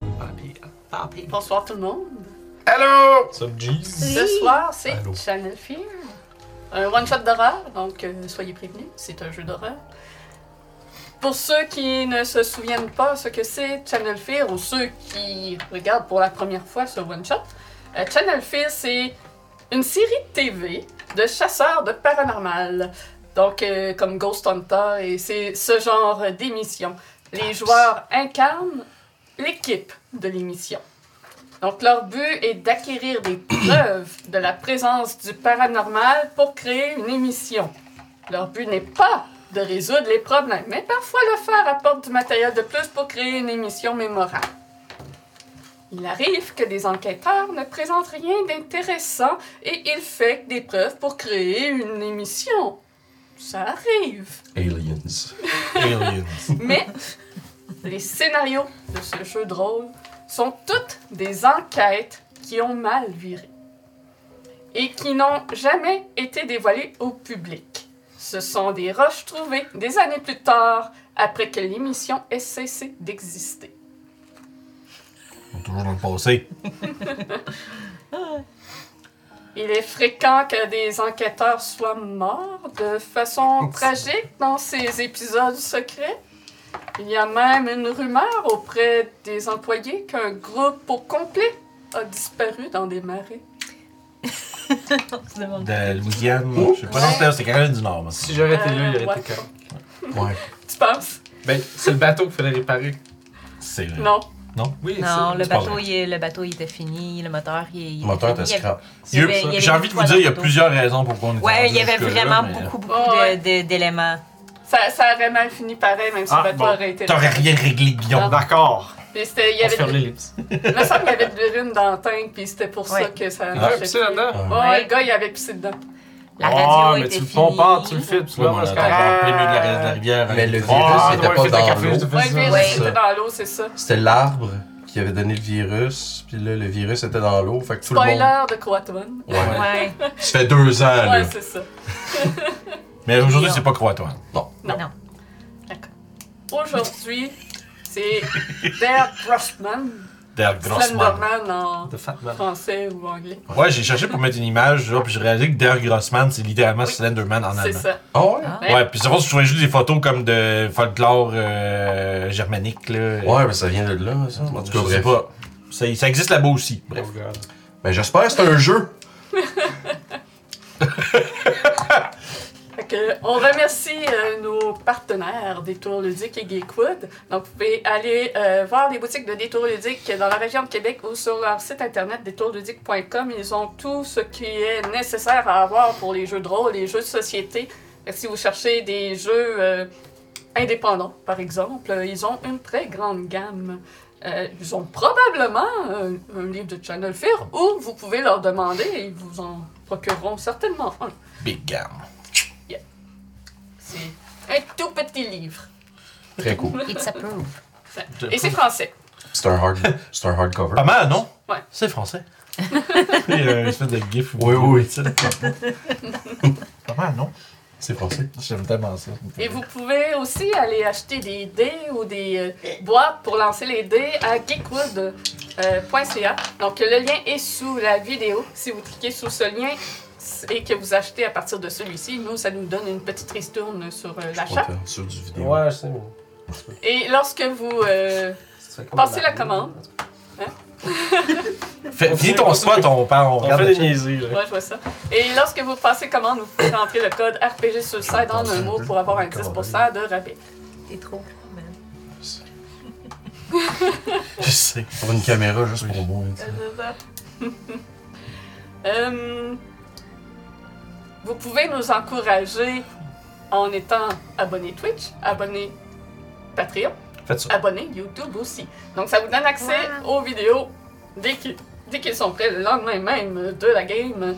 Tremblay. Oh, Bonsoir tout le monde. Allô? Sup, Jeez? Ce soir, c'est Allô. Channel Fear. Un one-shot d'horreur, donc euh, soyez prévenus, c'est un jeu d'horreur. Pour ceux qui ne se souviennent pas ce que c'est Channel Fear ou ceux qui regardent pour la première fois ce one-shot, euh, Channel Fear, c'est une série de TV de chasseurs de paranormal. Donc, euh, comme Ghost Hunter, et c'est ce genre d'émission. Les joueurs incarnent l'équipe de l'émission. Donc, leur but est d'acquérir des preuves de la présence du paranormal pour créer une émission. Leur but n'est pas de résoudre les problèmes, mais parfois le faire apporte du matériel de plus pour créer une émission mémorable. Il arrive que des enquêteurs ne présentent rien d'intéressant et ils fake des preuves pour créer une émission. Ça arrive. Aliens. Aliens. Mais les scénarios de ce jeu de rôle sont toutes des enquêtes qui ont mal viré et qui n'ont jamais été dévoilées au public. Ce sont des roches trouvées des années plus tard, après que l'émission ait cessé d'exister. On est toujours dans le passé. Il est fréquent que des enquêteurs soient morts de façon tragique dans ces épisodes secrets. Il y a même une rumeur auprès des employés qu'un groupe au complet a disparu dans des marées. Tu demandes. De Louisiane. Je sais pas, non, c'était- c'était Caroline du Nord. moi. Si j'aurais été là, il Euh, aurait ouais. été comme. Ouais, Tu penses? Ben, c'est le bateau qu'il fallait réparer. c'est vrai. Non. Oui, Non, c'est- le c'est pas bateau, vrai. il, est- le bateau il était fini, le moteur il, il Le moteur était était fini. Il y avait- scrap. il y Il avait- y a eu- il y avait J'ai envie de une vous fois dire, le il y a bateau. plusieurs raisons pour qu'on est Ouais, rendu il y avait jusque-là, mais, vraiment euh, beaucoup, beaucoup Oh, de- ouais. de- d'éléments. Ça, ça aurait mal fini pareil, même si Ah, le bateau bon. aurait été... T'aurais rien réglé, Guillaume. D'accord. Puis c'était... Il On y se avait... ferme de- l'ellipse. Il me semble qu'il y avait de l'urine dans la tank, puis c'était pour ça Ouais. que ça... Ouais, Ah, marchait puis c'est plus. là-dedans. Ouais, Ouais. le gars, il avait pissé dedans. La Ah, radio mais était tu le finie. ponds pas, tu le filmes, tu Ouais, mais on vois, attend c'est en plein milieu de la reste de la correct. rivière. hein. Mais le avec- virus Ah, était ouais, pas fais ta dans café, je te l'eau. fais Ouais, ça. le virus ouais. était dans l'eau, c'est ça. C'était l'arbre qui avait donné le virus, puis là, le virus était dans l'eau, fait que tout le monde... Spoiler de Croatoan. Ouais. Ouais. Ça fait deux ans, là. Ouais, c'est ça. Mais aujourd'hui, c'est pas hein. croatoire. Non. Aujourd'hui, c'est Bert Grossman. Der Grossman. Slenderman en The Fat Man. français ou anglais. Ouais, j'ai cherché pour mettre une image, là, puis j'ai réalisé que Der Grossman, c'est littéralement Oui. Slenderman en C'est allemand. ça. Ah ouais? Ah. Ouais. Ouais, puis c'est vrai, je trouvais juste des photos comme de folklore euh, germanique, là. Ouais, mais ça vient de là, ça. En tout cas, je sais bref. pas. Ça, ça existe là-bas aussi. Bref. Oh God. Ben, j'espère que c'est un jeu. Fait que, on remercie euh, nos partenaires Détour Ludique et Geekwood. Donc, vous pouvez aller euh, voir les boutiques de Détour Ludique dans la région de Québec ou sur leur site internet détourludique.com. Ils ont tout ce qui est nécessaire à avoir pour les jeux de rôle, les jeux de société. Fait que si vous cherchez des jeux euh, indépendants, par exemple, euh, ils ont une très grande gamme. Euh, ils ont probablement un, un livre de Channel Fear ou vous pouvez leur demander et ils vous en procureront certainement un. Big gamme. C'est un tout petit livre. Très cool. It's approved. Et c'est français. C'est un, hard... c'est un hardcover. Pas mal, non? Ouais. C'est français. euh, Il y a une espèce de gif. ou- Oui, oui, oui. ça. Pas mal, non? C'est français. J'aime tellement ça. Et vous pouvez aussi aller acheter des dés ou des euh, boîtes pour lancer les dés à geekwood.ca. Donc le lien est sous la vidéo. Si vous cliquez sur ce lien et que vous achetez à partir de celui-ci, nous, ça nous donne une petite ristourne sur euh, l'achat. Ouais, sur du vidéo. Ouais, je sais, mais. Et lorsque vous... euh, c'est comme Passez la un- commande. Fais- Finis ton spot, on parle. On On regarde fait des la- niaiseries, là. Ouais, je vois ça. Et lorsque vous passez commande, vous pouvez rentrer le code RPG sur le site en Ah, un mot pour avoir un 10% de rabais. T'es trop grand, man. Je sais. Pour une caméra, juste pour moi. hein, tu sais. Euh, vous pouvez nous encourager en étant abonné Twitch, abonné Patreon, Faites ça. abonné YouTube aussi. Donc ça vous donne accès aux vidéos dès qu'ils dès qu'ils sont prêts, le lendemain même de la game.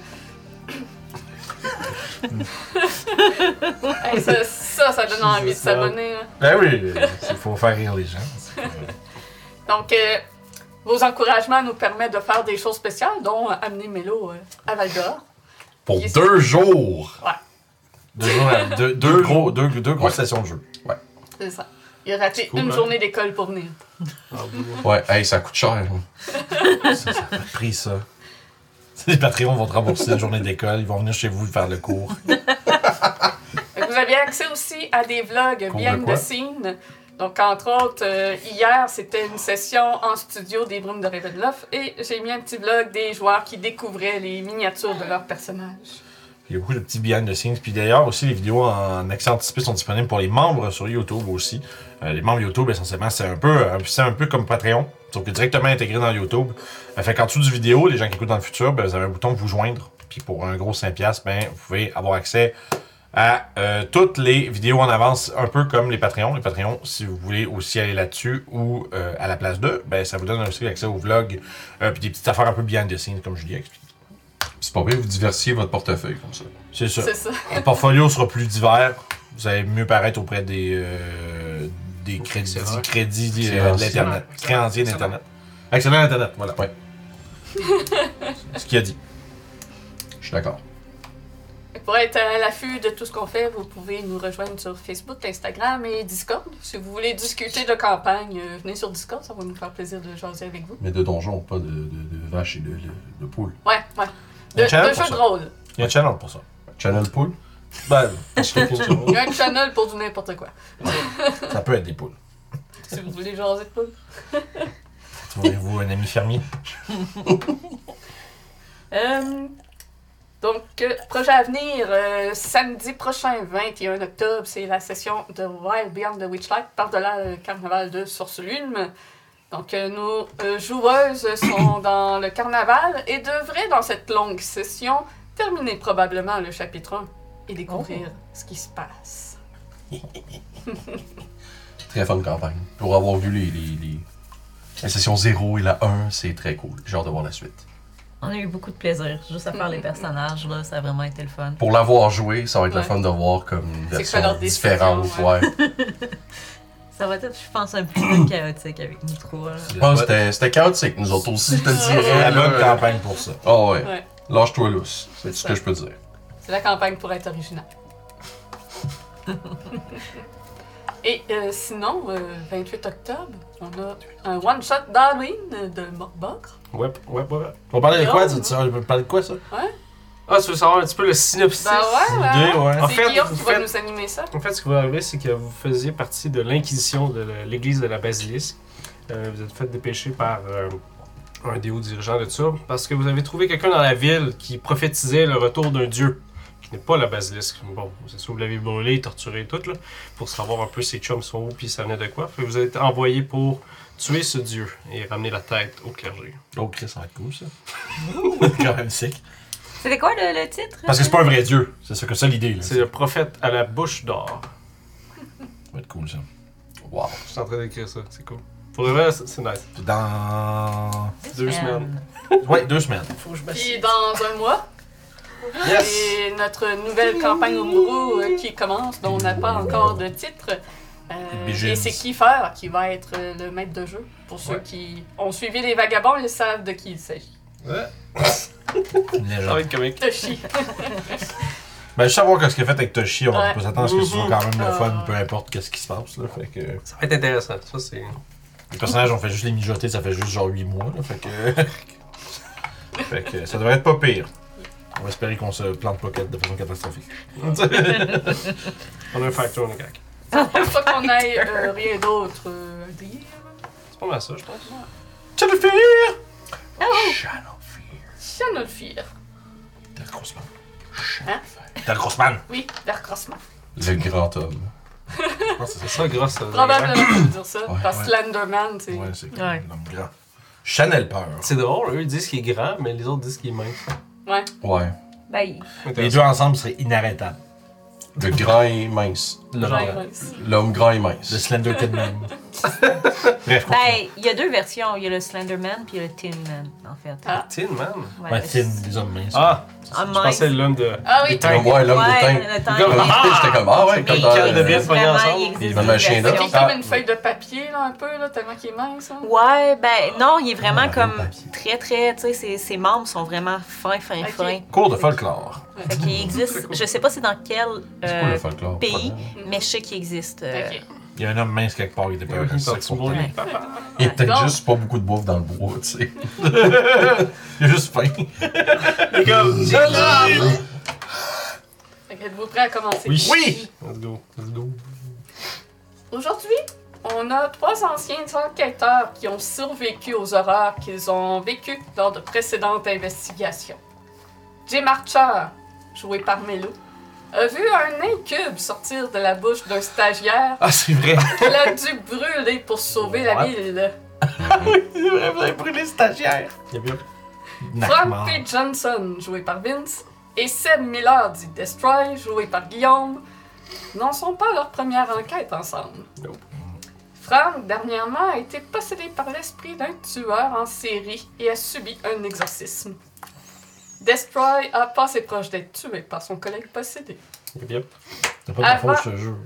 Hey, ça, ça, ça donne envie de s'abonner. hein. Ben oui, il faut faire rire les gens. Donc, euh, vos encouragements nous permettent de faire des choses spéciales, dont euh, amener Mélo euh, à Val d'Or. Pour deux jours! euh, Deux, jours à- deux, deux gros, deux, deux grosses Ouais. sessions de jeu. C'est ça. Il a raté Cool, une hein? journée d'école pour venir. Ah, bon. Ouais, hey, ça coûte cher. hein. Ça, ça a pas de prix, ça. Les Patreons vont te rembourser la journée d'école, ils vont venir chez vous faire le cours. Fait que Vous aviez accès aussi à des vlogs Cours bien de de quoi? scene. Donc, entre autres, euh, hier, c'était une session en studio des Brumes de Ravenloft et j'ai mis un petit vlog des joueurs qui découvraient les miniatures de leurs personnages. Il y a beaucoup de petits behind the scenes. Puis d'ailleurs, aussi, les vidéos en accès anticipé sont disponibles pour les membres sur YouTube aussi. Euh, les membres YouTube, essentiellement, c'est un peu euh, c'est un peu comme Patreon, sauf que directement intégré dans YouTube. Euh, fait qu'en dessous du vidéo, les gens qui écoutent dans le futur, ben, vous avez un bouton vous joindre. Puis pour un gros 5$, piastres, ben, vous pouvez avoir accès à euh, toutes les vidéos en avance, un peu comme les Patreons. Les Patreons, si vous voulez aussi aller là-dessus ou euh, à la place d'eux, ben, ça vous donne aussi accès aux vlogs, euh, puis des petites affaires un peu behind the scenes, comme Julie a expliqué. C'est pas bien, vous diversifiez votre portefeuille comme ça. C'est ça. C'est ça. Le portfolio sera plus divers. Vous allez mieux paraître auprès des, euh, des crédits, Excellent. crédits euh, Excellent. de l'Internet. Créanciers Excellent. d'Internet. Excellent Internet, voilà. Ouais. Ce qu'il a dit. Je suis d'accord. Pour être à l'affût de tout ce qu'on fait, vous pouvez nous rejoindre sur Facebook, Instagram et Discord. Si vous voulez discuter de campagne, euh, venez sur Discord, ça va nous faire plaisir de jaser avec vous. Mais de donjons, pas de, de, de vaches et de, de, de poules. Ouais, ouais. Il y De, a un channel de pour jeux de ça. rôle. Il y a un channel pour ça. Channel poule? Ben, parce que Il y a un channel pour du n'importe quoi. ça peut être des poules. Si vous voulez jaser de poules. Trouvez-vous un ami fermier. Euh, donc, euh, projet à venir, euh, samedi prochain, 21 octobre, c'est la session de Wild Beyond the Witchlight par-delà le euh, carnaval de Sourcelume. Donc, euh, nos euh, joueuses sont dans le carnaval et devraient, dans cette longue session, terminer probablement le chapitre 1 et découvrir ce qui se passe. Très fun campagne. Pour avoir vu les, les, les- la session 0 et la 1, c'est très cool. J'ai hâte de voir la suite. On a eu beaucoup de plaisir, juste à faire les personnages, là, ça a vraiment été le fun. Pour l'avoir joué, ça va être le Ouais. fun de voir comme une C'est version quoi leur décision, différente. ouais. ouais. Ça va être, je pense, un petit peu chaotique avec nous trois, là. Ah, c'était- c'était chaotique, nous autres aussi, je te le dirais. la là. bonne campagne pour ça. Ah ouais. Ouais. Lâche-toi lousse. C'est C'est ce ça. que je peux dire. C'est la campagne pour être originale. Et euh, sinon, euh, 28 octobre, on a un one-shot d'Halloween de Morbogre. Ouais, ouais, ouais. ouais. On parlait de quoi, Non. dites ça? On parlait de quoi, ça? Ah, tu veux savoir un petit peu le synopsis? Ben ouais, ouais, Idée, ouais. ouais. C'est En fait, Guillaume vous qui va faites- Ah, nous animer ça. En fait, ce qui va arriver, c'est que vous faisiez partie de l'inquisition de la- l'église de la basilisque. Euh, vous êtes fait dépêcher par euh, un des hauts dirigeants de ça parce que vous avez trouvé quelqu'un dans la ville qui prophétisait le retour d'un dieu qui n'est pas la basilisque. Bon, c'est sûr, vous l'avez brûlé, torturé et tout, là, pour savoir un peu ses chums sont où puis ça venait de quoi. Fait que vous êtes envoyé pour tuer ce dieu et ramener la tête au clergé. L'autre Oh, Chris, ça va être cool, ça. C'est quand même sick. C'était quoi le, le titre? Parce que c'est pas un vrai dieu. C'est ça que ça, l'idée, là. C'est Ça le prophète à la bouche d'or. va être cool, ça. Wow. Je suis en train d'écrire ça, c'est cool. Pour le reste, c'est nice. Dans... Euh, Deux semaines. Ouais, deux semaines. Faut que je Puis dans un mois, Yes! c'est notre nouvelle campagne au bureau euh, qui commence, dont on n'a pas encore de titre. Euh, Begins. et c'est Kiefer qui va être euh, le maître de jeu. Pour ceux Ouais. qui ont suivi les vagabonds, ils savent de qui il s'agit. Une légende. Ça va être comique. De chi. Ben, je sais savoir qu'est-ce qu'il a fait avec Toshi, on Ouais. peut s'attendre à ce que ce soit quand même le Ah. fun, peu importe qu'est-ce qui se passe, là. Fait que... Ça va être intéressant. Ça, c'est. Les personnages, on fait juste les mijoter, ça fait juste genre 8 mois, là. Fait que... fait que ça devrait être pas pire. On va espérer qu'on se plante pas de façon catastrophique. On a un facteur, on est correct. Faut qu'on aille euh, rien d'autre euh, à dire. C'est pas mal ça, je pense. Tiens le faire! Ah Tiens, notre fille. T'as le Grossman. Hein? T'as le Grossman! Oui, vers Crossman. Le grand homme. C'est ça, grosse. ça, Probablement, je veux dire ça. Ouais, parce ouais. que Slenderman, c'est. Ouais, c'est comme Ouais. un homme grand. Chanel peur. C'est drôle, eux ils disent qu'il est grand, mais les autres disent qu'il est mince. Ouais. Ouais. Bye. Les deux ensemble seraient inarrêtables. Le grand et mince. Le, Genre. Ouais, ouais. L'homme grand et mince. le Slender Tin Man. Bref, continue. Ben, il y a deux versions. Il y a le Slenderman puis il y a le Tin Man, en fait. Ah. Tin Man. Ouais, Ouais, le- Tin, les hommes minces. Ah, Ah, je mince. pensais l'homme de. Ah oui. des Ouais, tanks. ouais, l'homme de teint. Ouais, le Tin. Comme- Ah! J'étais comme, ah ouais, Mais comme ils dans... calent de bien. euh, se pogner Vraiment, ensemble. il existe Il y a une un chien Fait qu'il version. est Ah. comme une feuille de papier, là, un peu, là, tellement qu'il est mince. hein. Ouais, ben non, il est vraiment Ah, comme papier. très très, tu sais, ses, ses membres sont vraiment fins, fins, Ok. fins. Cours de folklore. Fait qu'il existe, je sais pas c'est dans quel C'est euh, quoi le folklore? pays, mais je sais qu'il existe. euh, Ok. Il y a un homme mince quelque part qui était pas Il est en dessous de mon Il lit. Ouais. Papa. Il y a peut-être Non. juste pas beaucoup de bouffe dans le bois, tu sais. y a juste faim. Les gars, Fait que Êtes-vous prêts à commencer? Oui. Oui. Let's go. Let's go. Aujourd'hui, on a trois anciens enquêteurs qui ont survécu aux horreurs qu'ils ont vécues lors de précédentes investigations. Jim Archer, joué par Melo, a vu un incube sortir de la bouche d'un stagiaire Ah, c'est vrai. qu'il a dû brûler pour sauver la What? ville. C'est vrai, vous avez brûlé le stagiaire. Yep, yep. Frank Narcman. P. Johnson, joué par Vince, et Seb Miller, dit Destroy, joué par Guillaume, n'en sont pas à leur première enquête ensemble. Nope. Frank, dernièrement, a été possédé par l'esprit d'un tueur en série et a subi un exorcisme. Destroy a passé proche d'être tué par son collègue possédé. Yep, yep. C'est pas ta Avant- faute, ce jeu.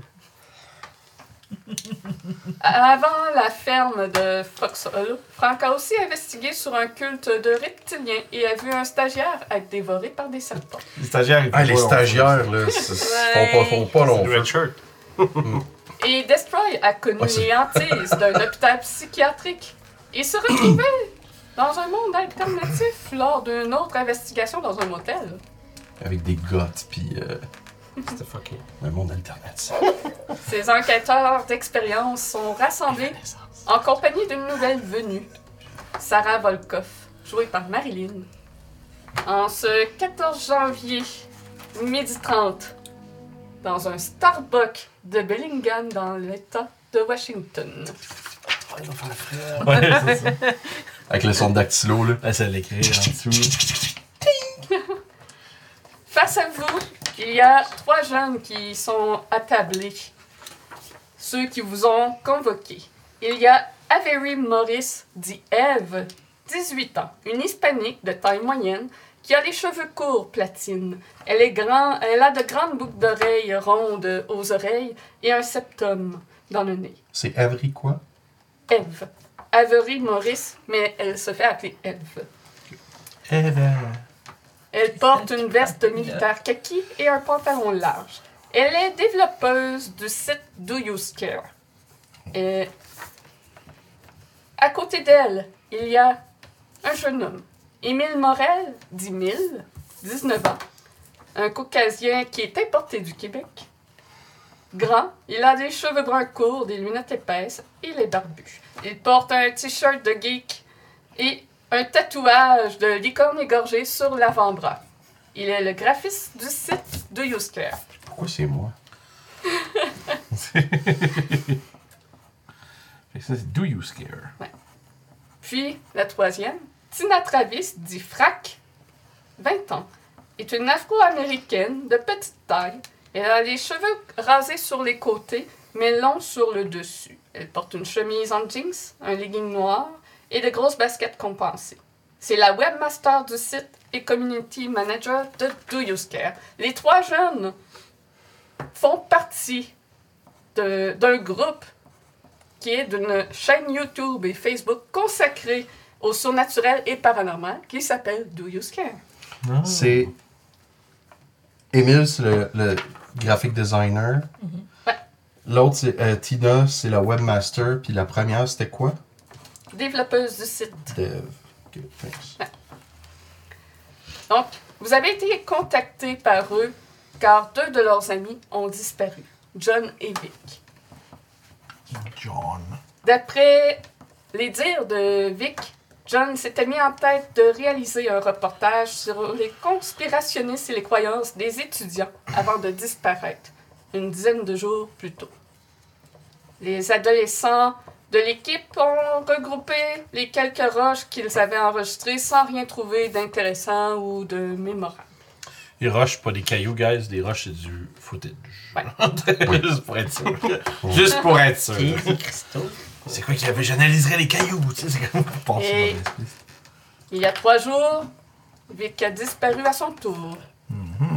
Avant la ferme de Fox Hollow, Frank a aussi investigué sur un culte de reptiliens et a vu un stagiaire être dévoré par des serpents. Les stagiaires, ils Ah, les font pas leur stagiaires, là, c'est- c'est- font pas, font pas long. Red shirt. Et Destroy a connu Ouais, c'est- les hantises d'un hôpital psychiatrique et se retrouvait dans un monde alternatif lors d'une autre investigation dans un motel. Avec des gottes, puis euh, C'était fucking. un monde alternatif. Ces enquêteurs d'expérience sont rassemblés en compagnie d'une nouvelle venue, Sarah Volkoff, jouée par Marilyn. En ce 14 janvier, midi 30, dans un Starbucks de Bellingham dans l'État de Washington. chose. Ouais, c'est ça. Avec le son de dactylo, là. Là, c'est l'écrit en dessous. Face à vous, il y a trois jeunes qui sont attablés. Ceux qui vous ont convoqués. Il y a Avery Morris, dit Eve, 18 ans, une hispanique de taille moyenne qui a les cheveux courts platine. Elle est grand, elle a de grandes boucles d'oreilles rondes aux oreilles et un septum dans le nez. C'est Avery quoi? Eve. Avery Morris, mais elle se fait appeler Eve. Eh ben. Elle porte une veste militaire kaki et un pantalon large. Elle est développeuse du site Do You Scare. Et à côté d'elle, il y a un jeune homme. Émile Morel, 10 000, 19 ans. Un caucasien qui est importé du Québec. Grand, il a des cheveux bruns courts, des lunettes épaisses, il est barbu. Il porte un t-shirt de geek et un tatouage de licorne égorgée sur l'avant-bras. Il est le graphiste du site de YouScare. Pourquoi c'est moi? Fait que ça, c'est Do You Scare. Puis, la troisième, Tina Travis, dit Frac, 20 ans, est une afro-américaine de petite taille. Elle a les cheveux rasés sur les côtés, mais longs sur le dessus. Elle porte une chemise en jeans, un legging noir et de grosses baskets compensées. C'est la webmaster du site et community manager de Do You Scare. Les trois jeunes font partie de- d'un groupe qui est d'une chaîne YouTube et Facebook consacrée au surnaturel et paranormal qui s'appelle Do You Scare. C'est. Emile, c'est le, le graphic designer. Ouais. L'autre, c'est euh, Tina, c'est la webmaster. Puis la première, c'était quoi? Développeuse du site. Dev. Ok, thanks. Donc, vous avez été contactés par eux car deux de leurs amis ont disparu, John et Vic. John. D'après les dires de Vic, John s'était mis en tête de réaliser un reportage sur les conspirationnistes et les croyances des étudiants avant de disparaître, une dizaine de jours plus tôt. Les adolescents de l'équipe ont regroupé les quelques roches qu'ils avaient enregistrées sans rien trouver d'intéressant ou de mémorable. Les roches, pas des cailloux, guys. Des roches, c'est du footage. Ouais. Juste pour être sûr. Juste pour être sûr. C'est quoi qu'il y avait J'analyserais les cailloux. Tu sais, c'est comme pour Et- Il y a trois jours, Vic a disparu à son tour.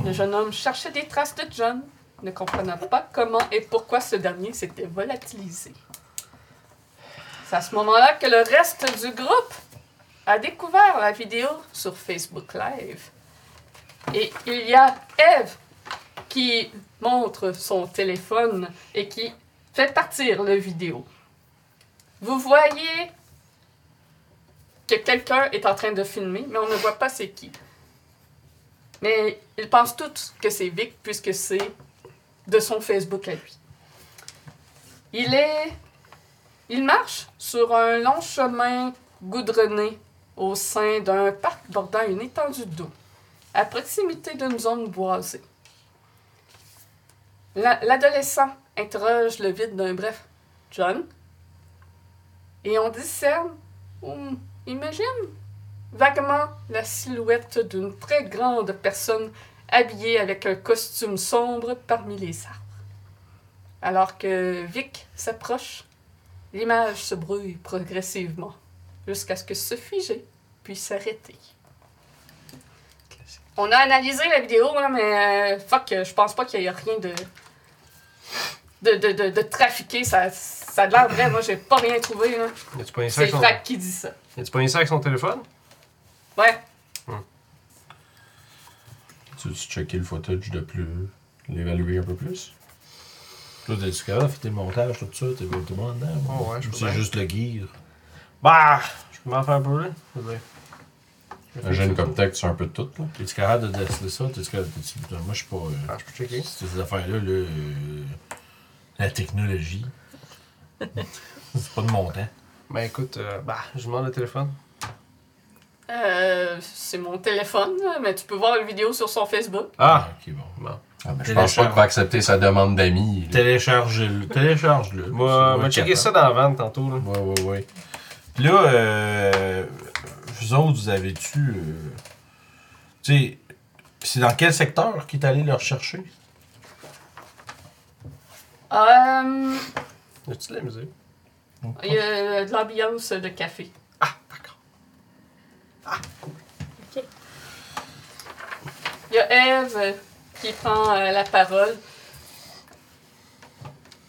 Le jeune homme cherchait des traces de John, ne comprenant pas comment et pourquoi ce dernier s'était volatilisé. C'est à ce moment-là que le reste du groupe a découvert la vidéo sur Facebook Live. Et il y a Eve qui montre son téléphone et qui Faites partir la vidéo. Vous voyez que quelqu'un est en train de filmer, mais on ne voit pas c'est qui. Mais ils pensent tous que c'est Vic, puisque c'est de son Facebook à lui. Il est. Il marche sur un long chemin goudronné au sein d'un parc bordant une étendue d'eau, à proximité d'une zone boisée. La- L'adolescent interroge le vide d'un bref John, et on discerne, ou imagine, vaguement la silhouette d'une très grande personne habillée avec un costume sombre parmi les arbres. Alors que Vic s'approche, l'image se brouille progressivement jusqu'à ce que se figer puis s'arrêter. On a analysé la vidéo, là, mais euh, fuck, euh, je pense pas qu'il y ait rien de. de, de, de, de trafiqué. Ça, ça a l'air vrai, moi j'ai pas rien trouvé. là. Y'a-tu pas un C'est sac son... Frac qui dit ça. Y'a-tu pas un sac son téléphone? Ouais. Tu veux checker le footage de plus. l'évaluer un peu plus Toi, t'es du capable de faire tes montages, tout ça, t'es pas tout le monde hein? dedans. moi. Oh, ouais, je peux C'est bien. juste le gear. Bah! Je peux m'en faire un peu, là. Je veux dire. Un jeune comme tech, tu sais un peu de tout, là. T'es-tu capable de déceler ça? T'es-tu capable t'es-tu- putain, Moi, je suis pas. euh, Ah, je peux checker. Ces affaires-là, là, euh, la technologie. c'est pas de mon temps. Ben écoute, euh, bah, je demande le téléphone. Euh, c'est mon téléphone, là, mais tu peux voir la vidéo sur son Facebook. Ah! Ok, bon. Bon. Ah, mais je pense pas qu'il va accepter sa demande d'amis. là. Télécharge-le. Télécharge-le. Moi, C'est moi moi euh, checker capable. ça dans la vente tantôt, là. Ouais, ouais, ouais. Puis là, euh, vous autres, vous avez-tu. euh, tu sais, c'est dans quel secteur qu'il est allé le rechercher? Euh, Y'a-tu de la musique? il y a euh, de l'ambiance de café. Ok. Il y a Eve euh, qui prend euh, la parole.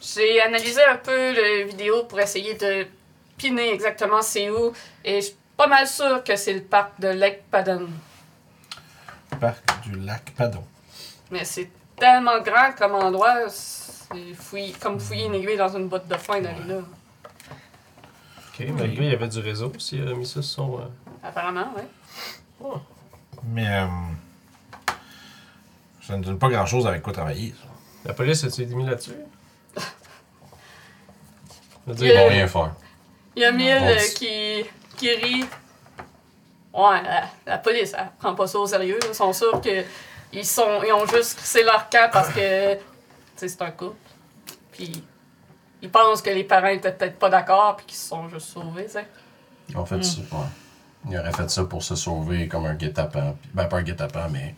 J'ai analysé un peu la vidéo pour essayer de piner exactement c'est où et je suis pas mal sûre que c'est le parc de Lake Padden. Parc du lac Padon. Mais c'est tellement grand comme endroit, c'est fouiller- comme fouiller une aiguille dans une botte de foin d'aller là. Ok, mais le gars, il y avait du réseau s'il a mis ça sur son. euh, Apparemment, oui. oh. Mais. euh, ça ne donne pas grand-chose avec quoi travailler. ça. La police a-tu été mis là-dessus? Je veux Il y Ils dire, a- vont rien faire. Il y a Mille On euh, dit- qui, qui rit. Ouais, la, la police, elle prend pas ça au sérieux. là. Ils sont sûrs que ils sont, ils ont juste crissé leur camp parce que tu sais, c'est un couple. Puis ils pensent que les parents étaient peut-être pas d'accord puis qu'ils se sont juste sauvés. tu sais. Ils ont fait Hmm. ça, ouais. Ils auraient fait ça pour se sauver comme un guet-apens. puis- Ben, pas un guet-apens, mais.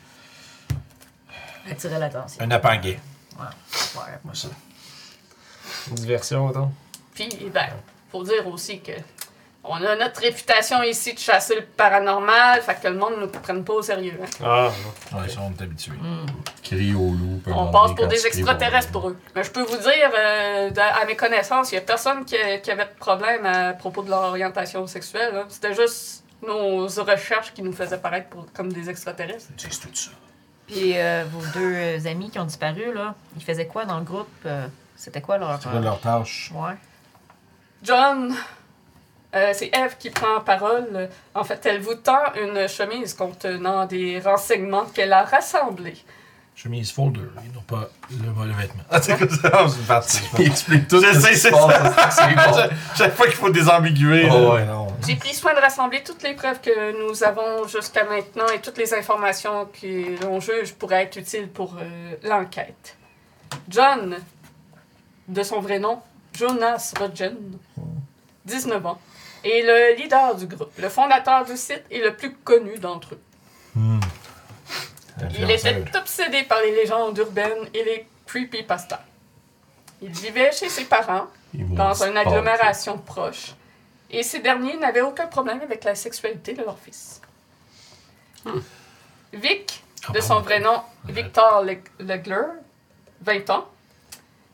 Attirer l'attention. Un appanguet. Ouais. Ouais. Ouais, ça. une diversion, mettons. Puis ben, faut dire aussi que on a notre réputation ici de chasser le paranormal, fait que le monde ne nous prenne pas au sérieux. hein. Ah, non. Ouais, ça, on est habitué. Mm. Crie au loup. puis à un On moment passe donné, pour quand des tu cries extraterrestres pour eux. Mais je peux vous dire, euh, de- à mes connaissances, il n'y a personne qui, qui avait de problème à propos de leur orientation sexuelle. hein. C'était juste nos recherches qui nous faisaient paraître pour- comme des extraterrestres. Ils disent tout ça. Puis euh, vos deux euh, amis qui ont disparu, là, ils faisaient quoi dans le groupe? euh, C'était quoi leur. euh, C'est quoi leur tâche? Ouais. John, euh, c'est Eve qui prend parole. En fait, elle vous tend une chemise contenant des renseignements qu'elle a rassemblés. Chemise folder, et non pas le, le vêtement. Ah, c'est comme ça, c'est parti. Il explique tout. Je ce sais, qui se c'est Ah passe, C'est bon. Chaque- Chaque fois qu'il faut désambiguer. là. Oh, ouais, non. J'ai pris soin de rassembler toutes les preuves que nous avons jusqu'à maintenant et toutes les informations que l'on juge pourraient être utiles pour euh, l'enquête. John, de son vrai nom, Jonas Rodgen, 19 ans, est le leader du groupe, le fondateur du site et le plus connu d'entre eux. Il était obsédé par les légendes urbaines et les creepypastas. Il vivait chez ses parents Ils vont dans se une battre. agglomération proche. Et ces derniers n'avaient aucun problème avec la sexualité de leur fils. Vic, de son vrai nom Victor Le- Legler, 20 ans,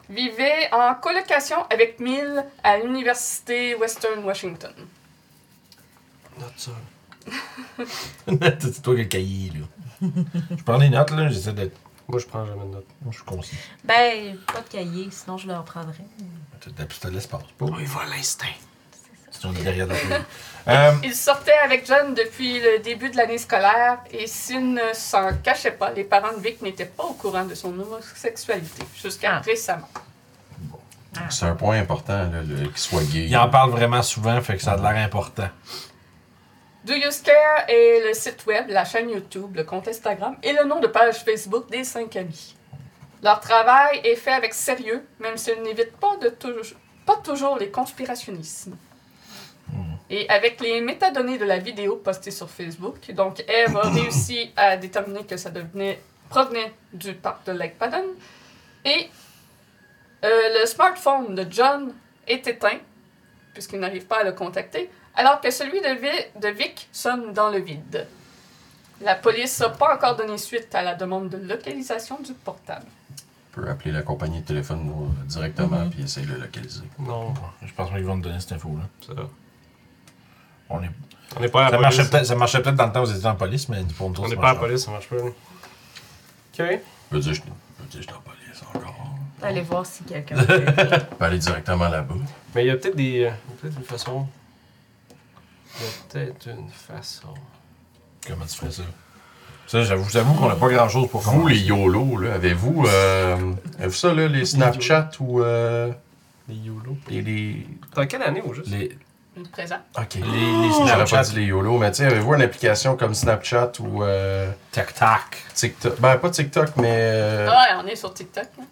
vivait en colocation avec Mill à l'université Western Washington. Note ça. C'est toi qui as le cahier, là. je prends des notes, là, j'essaie d'être. Moi, je prends jamais de notes. Je suis concis. Ben, pas de cahier, sinon je leur prendrais. T'as de la- t'as de l'espace. Bon, il va l'instinct. C'est on est derrière la feuille. Euh, Ils sortaient avec John depuis le début de l'année scolaire et s'il ne s'en cachait pas, les parents de Vic n'étaient pas au courant de son homosexualité jusqu'à Ah. récemment. C'est un point important, là, le- qu'il soit gay. Il en parle vraiment souvent, fait que ça a l'air important. Do You Scare est le site web, la chaîne YouTube, le compte Instagram et le nom de page Facebook des cinq amis. Leur travail est fait avec sérieux, même s'ils n'évitent pas, de tou- pas toujours les conspirationnismes. Et avec les métadonnées de la vidéo postée sur Facebook, donc Eve a réussi à déterminer que ça devenait- provenait du parc de Lake Padden. Et euh, le smartphone de John est éteint, puisqu'il n'arrive pas à le contacter, alors que celui de, Vi- de Vic sonne dans le vide. La police n'a pas encore donné suite à la demande de localisation du portable. On peut appeler la compagnie de téléphone euh, directement Mm-hmm. Mhm. puis essayer de le localiser. Non, Bon, Je pense pas qu'ils vont nous donner cette info-là. ça. On est... On n'est pas à la ça, police. marchait peut-être, ça marchait peut-être dans le temps où vous étiez en police, mais pour nous On autres, n'est ça pas à la marche police, ça marche pas. là. Ok. Je veux dire, je, je veux dire, je suis en police encore. Allez voir si quelqu'un peut aider. On peut aller directement là-bas. Mais il y a peut-être des. euh, Peut-être une façon. Il y a peut-être une façon. Comment tu ferais ça? Ça, j'avoue, j'avoue qu'on n'a pas grand-chose pour Vous, commencer. les YOLO, là, avez-vous euh, avez ça, là, les Snapchat ou euh, Des YOLO. les, les- T'as quelle année au juste Les, Il présent. OK. les, les J'aurais pas Snapchat. dit les YOLO, mais tu sais, avez-vous une application comme Snapchat ou euh, Tac-tac. TikTok? Ben, pas TikTok, mais... euh, Ah, on est sur TikTok. hein.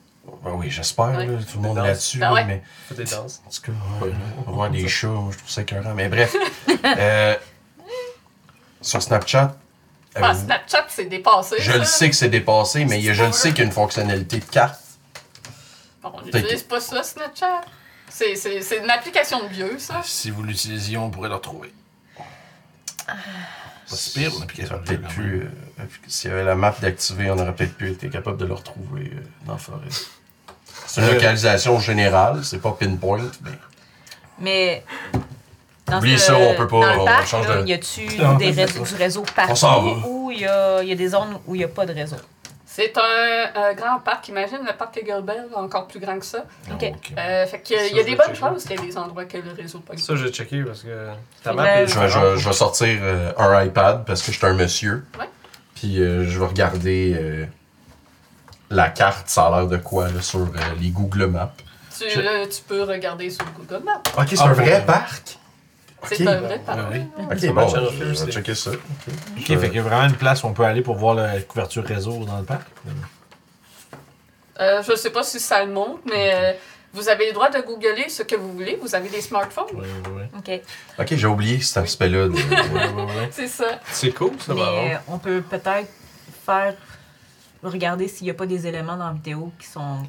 ben oui, j'espère, Ouais. là, tout le monde Ben là-dessus, ouais. mais... Fais des danses. En tout cas, ouais, on voit des chats, moi, je trouve ça écœurant, mais bref. Euh, sur Snapchat, Ah, avez-vous- Snapchat, c'est dépassé. euh, je ça. le sais que c'est dépassé, mais il y a- je le sais qu'il y a une fonctionnalité de carte. On n'utilise pas ça, Snapchat. C'est, c'est, c'est une application de vieux, ça. Si vous l'utilisiez, on pourrait le retrouver. Pas si pire, une application aurait de jeu, peut-être quand pu, euh, S'il y avait la map d'activer, on aurait peut-être pu être capable de le retrouver euh, dans la forêt. C'est une Euh, localisation générale, c'est pas pinpoint, mais Mais. dans Oubliez ce- ça, on peut pas, Dans le on parc, change là, de- y a-tu Non, des on fait réseaux, du réseau partout On s'en va. ou il y a, y a des zones où il n'y a pas de réseau? C'est un euh, grand parc. Imagine le parc Egelbel, encore plus grand que ça. même. Ok. Ok. Euh, fait qu'il y a- Ça, il y a je des vais bonnes checker. choses qu'il y a des endroits que le réseau pas. Ça, j'ai checké parce que. Ta Faudrait- map est je vais, je vais- je vais sortir euh, un iPad parce que je suis un monsieur. Ouais. Puis euh, je vais regarder euh, la carte, ça a l'air de quoi là, sur euh, les Google Maps. Tu, Je- le- tu peux regarder sur Google Maps. Ok, c'est un un vrai vrai parc? C'est un vrai parc. oui. Ok, Ça bon, marche, ça marche, je c'est- vais checker ça. Ok, Ok, Je- fait qu'il y a vraiment une place où on peut aller pour voir la couverture réseau dans le parc. Euh, je sais pas si ça le montre, mais euh, vous avez le droit de googler ce que vous voulez. Vous avez des smartphones. Oui, oui, oui. OK. Ok, j'ai oublié cet aspect-là. de- Ouais, ouais, ouais. C'est ça. C'est cool, ça, Mais va. hein? euh, on peut peut-être faire. regarder s'il n'y a pas des éléments dans la vidéo qui sont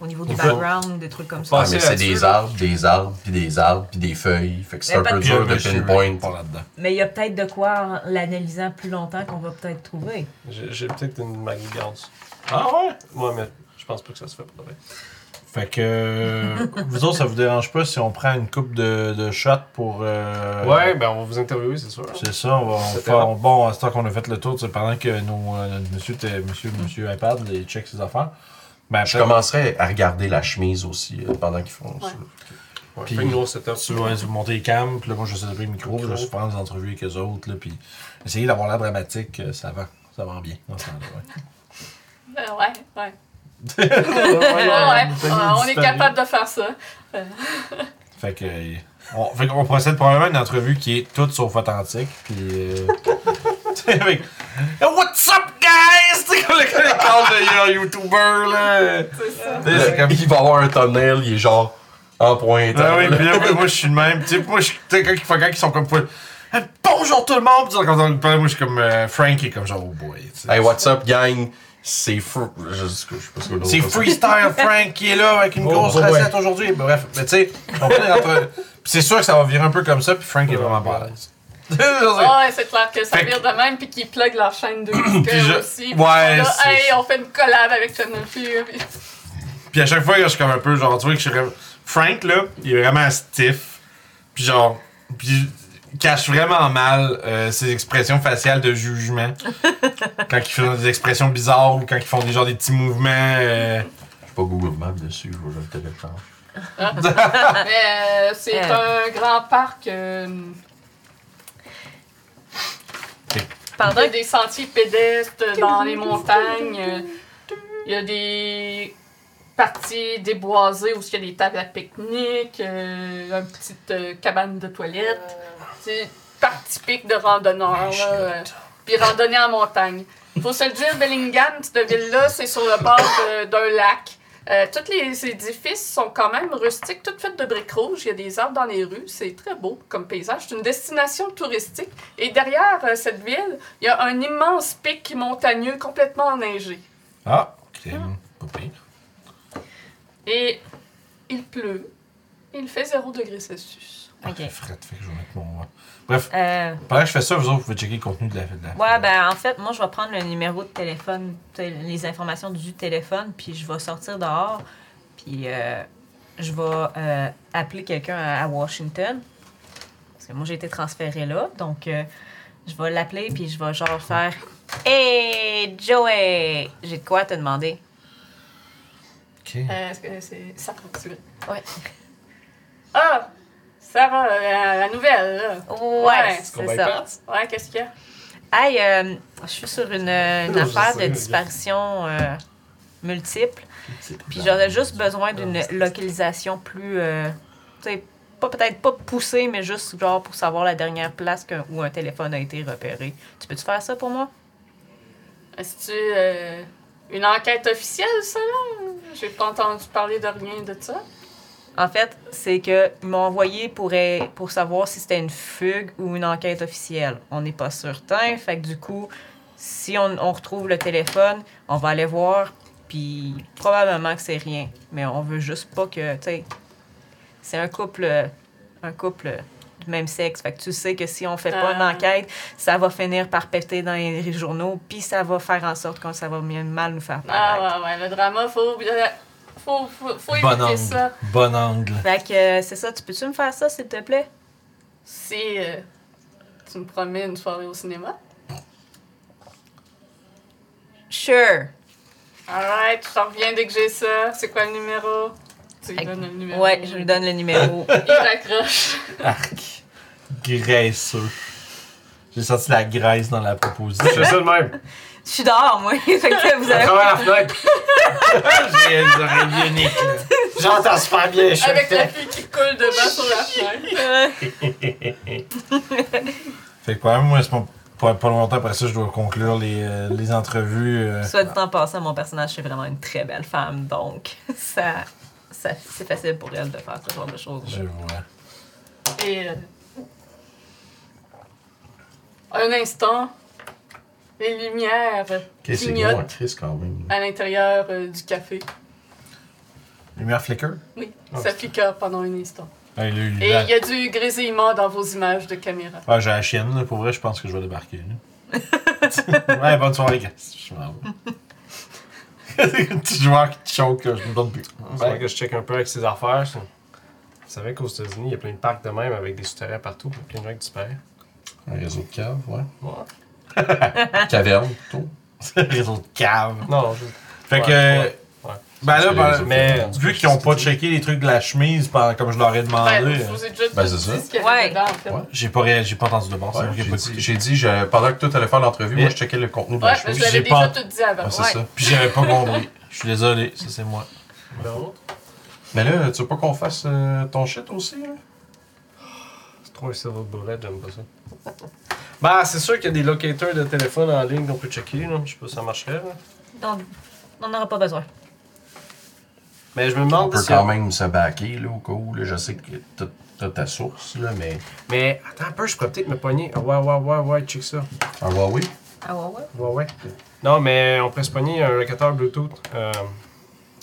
au niveau du Faut- background, des trucs comme Ah, ça. Passer mais c'est là-dessus, des là. arbres, des arbres, puis des arbres, puis des feuilles. Fait que c'est Mais un peu peut-être- dur de Monsieur, pinpoint. pas là-dedans. Mais il y a peut-être de quoi, en l'analysant plus longtemps, qu'on va peut-être trouver. J'ai j'ai peut-être une manigance. Ah ouais? Ouais, mais je pense pas que ça se fait pour de vrai. Fait que euh, vous autres, ça vous dérange pas si on prend une coupe de, de shots pour. euh, Ouais, ben on va vous interviewer, c'est sûr. C'est ça, on va on C'était faire. bon. Bon, à ce temps qu'on a fait le tour, tu sais, pendant que nos, euh, notre monsieur, était- monsieur, monsieur iPad, il check ses affaires. Ben, Je après, commencerai à regarder la chemise aussi euh, pendant qu'ils font ça. Ouais, Puis- fais une grosse setup. tu vas vous monter les cams, puis là, moi, je vais essayer de prendre le micro, je vais essayer de prendre des entrevues avec eux autres, là, puis essayer d'avoir l'air dramatique, euh, ça va. Ça va bien. dans ce temps-là, ouais. Euh, ouais, ouais. Ouais, ouais, Ouais, ouais. ouais. Ah, on est capable de faire ça. Fait que. euh, On, fait qu'on procède probablement à une entrevue qui est toute sauf authentique, puis. euh, tu sais, avec. Hey, What's up, guys? Tu sais, comme le gars qui parle de euh, YouTuber, là. C'est ça. Tu sais, c'est comme- Il va avoir un tunnel, il est genre en pointe. Ah oui, puis là, moi, moi, je suis le même. Tu sais, moi, je suis tu sais, quand, ils font- quand ils sont comme. full, Hey, Bonjour tout le monde! Puis quand on parle, moi, je suis comme. euh, Frank qui est comme genre, oh boy. tu sais. Hey, what's up, gang? C'est fou. Je sais que- je sais pas ce que l'autre C'est va dire. Freestyle Frank qui est là avec une Oh, grosse ouais. recette aujourd'hui. Bref, mais tu sais, on peut être entre- Puis c'est sûr que ça va virer un peu comme ça, puis Frank est Oh, vraiment pas à l'aise. Tu sais, genre, Oh. c'est- Ah, Ouais, c'est clair que ça Fait que- vire de même, puis qu'ils pluguent leur chaîne de Google je- aussi. ouais, Là, c'est- hey, on fait une collab avec Channel Fear. puis- Puis à chaque fois, je suis comme un peu genre, tu vois que je suis comme- Frank, là, il est vraiment stiff. Puis genre, puis il cache vraiment mal euh, ses expressions faciales de jugement. quand ils font des expressions bizarres ou quand ils font des genre des petits mouvements. euh, J'ai pas Google Maps dessus, je vais le télécharger. Mais euh, c'est Euh. un grand parc. euh, il y Pendant a des sentiers pédestres dans les montagnes. euh, Il y a des parties déboisées où il y a des tables à pique-nique, euh, une petite euh, cabane de toilette. C'est parc typique de randonneur. là, euh, Puis randonnée en montagne. Faut se le dire, Bellingham, cette ville-là, c'est sur le bord de- d'un lac. Euh, tous les édifices sont quand même rustiques, toutes faites de briques rouges. Il y a des arbres dans les rues. C'est très beau comme paysage. C'est une destination touristique. Et derrière euh, cette ville, il y a un immense pic montagneux complètement enneigé. Ah, crème. Pas pire. Et il pleut. Il fait 0 degré Celsius. Ok. Fret, fait que je vais mettre mon. Bref, Euh, pendant que je fais ça, vous autres, vous pouvez checker le contenu de la. de la- ouais, ben en fait, moi, je vais prendre le numéro de téléphone, tu sais, les informations du téléphone, puis je vais sortir dehors, puis euh, je vais euh, appeler quelqu'un à, à Washington. Parce que moi, j'ai été transférée là, donc euh, je vais l'appeler, puis je vais genre faire Hey, Joey, j'ai de quoi à te demander. Ok. Euh, Est-ce que c'est ça prend du- Ouais. Ah! Sarah, euh, la, la nouvelle, là. Ouais, Ouais, qu'on c'est va y ça. Ouais, qu'est-ce qu'il y a? Hey, euh, je suis sur une, euh, une Non, je affaire sais, de mais- disparition euh, multiple. Puis Là. j'aurais juste besoin d'une localisation plus. euh, tu sais, pas peut-être pas poussée, mais juste genre pour savoir la dernière place que- où un téléphone a été repéré. Tu peux-tu faire ça pour moi? Est-ce tu euh, une enquête officielle, ça, là? J'ai pas entendu parler de rien de ça. En fait, c'est que ils m'ont envoyé pour, e- pour savoir si c'était une fugue ou une enquête officielle. On n'est pas certain, fait que du coup, si on, on retrouve le téléphone, on va aller voir, puis probablement que c'est rien. Mais on veut juste pas que, tu sais, c'est un couple, euh, un couple euh, du même sexe. Fait que tu sais que si on fait pas une Ah. enquête, ça va finir par péter dans les journaux, puis ça va faire en sorte que ça va mal nous faire paraître. Ah, ouais, ouais, le drama, faut, euh, faut, faut, faut Bon éviter angle. ça. Bon angle. Fait que euh, c'est ça, tu peux-tu me faire ça, s'il te plaît? Si euh, tu me promets une soirée au cinéma. Sure. Alright, je t'en reviens dès que j'ai ça. C'est quoi le numéro? Tu lui Fait- donnes le numéro. Ouais, je lui donne le numéro. Il raccroche. Arc. Graisseux. J'ai senti la graisse dans la proposition. Je fais ça de même. Je suis dehors, moi. fait que vous À avez... travers la fenêtre. J'ai les oreilles bioniques, là. J'entends super bien, je suis Avec la fait. pluie qui coule devant sur la fenêtre. Fait que probablement, moi, c'est pas, pas- pas longtemps après ça, je dois conclure les, euh, les entrevues. euh. Soit du temps passant, mon personnage, c'est vraiment une très belle femme, donc ça, ça c'est facile pour elle de faire ce genre de choses. Je vois. Et. euh, un instant, les lumières Ok, c'est gros en clignotent crise quand même. à l'intérieur euh, du café. Lumière flicker? Oui, Ah, ça flicker pendant un instant. Ah, il a eu Et il y l'hiver. a du grésillement dans vos images de caméra. Ah, j'ai la chienne, là. Pour vrai, je pense que je vais débarquer, là. ouais, bonne soirée, gars. Je m'en vais. Un petit joueur qui choke, là, je me donne plus. C'est vrai que je check un peu avec ses affaires. Je- Vous savez qu'aux États-Unis, il y a plein de parcs de même avec des souterrains partout, puis plein de gens qui disparaissent. Un réseau de caves, ouais. Ouais. Hein? Caverne, plutôt. Réseau de cave. Non, je... Fait Ouais, que. ouais, ouais. Ben là, C'est ben- les autres mais qui vu qu'ils ont pas checké les trucs de la chemise par- comme je leur ai Ben, demandé, euh, je vous ai déjà Ah Ben, c'est dit ça. ce qu'il y Ouais. avait dedans, en fait. Ouais. j'ai pas, ré- j'ai pas entendu de bon. Ouais, c'est vrai que j'ai j'ai pas dit, dit. j'ai dit, je- pendant que toi t'allais faire l'entrevue, moi Ben, je checkais le contenu de Ouais, la mais je chose. l'avais j'ai pas- déjà tout dit avant. Ouais, c'est Ouais. ça. Puis j'avais pas compris. Je suis désolé, ça c'est moi. Non, Mais là, tu veux pas qu'on fasse euh, ton shit aussi, là? c'est trop un silver bullet, j'aime pas ça. Bah, c'est sûr qu'il y a des locateurs de téléphone en ligne qu'on peut checker, là. je sais pas si ça marcherait. là. Donc, on n'aura pas besoin. Mais je me On demande peut si. quand même se baquer, là, au cas où, là. Je sais que t'as- t'as ta source, là, mais. Mais attends un peu, je pourrais peut-être me pogner. Ah Ouais, ouais, ouais, ouais, check ça. Un Huawei? Ah ouais, ouais? Ouais, ouais. Non, mais on pourrait se pogner un locateur Bluetooth. Euh,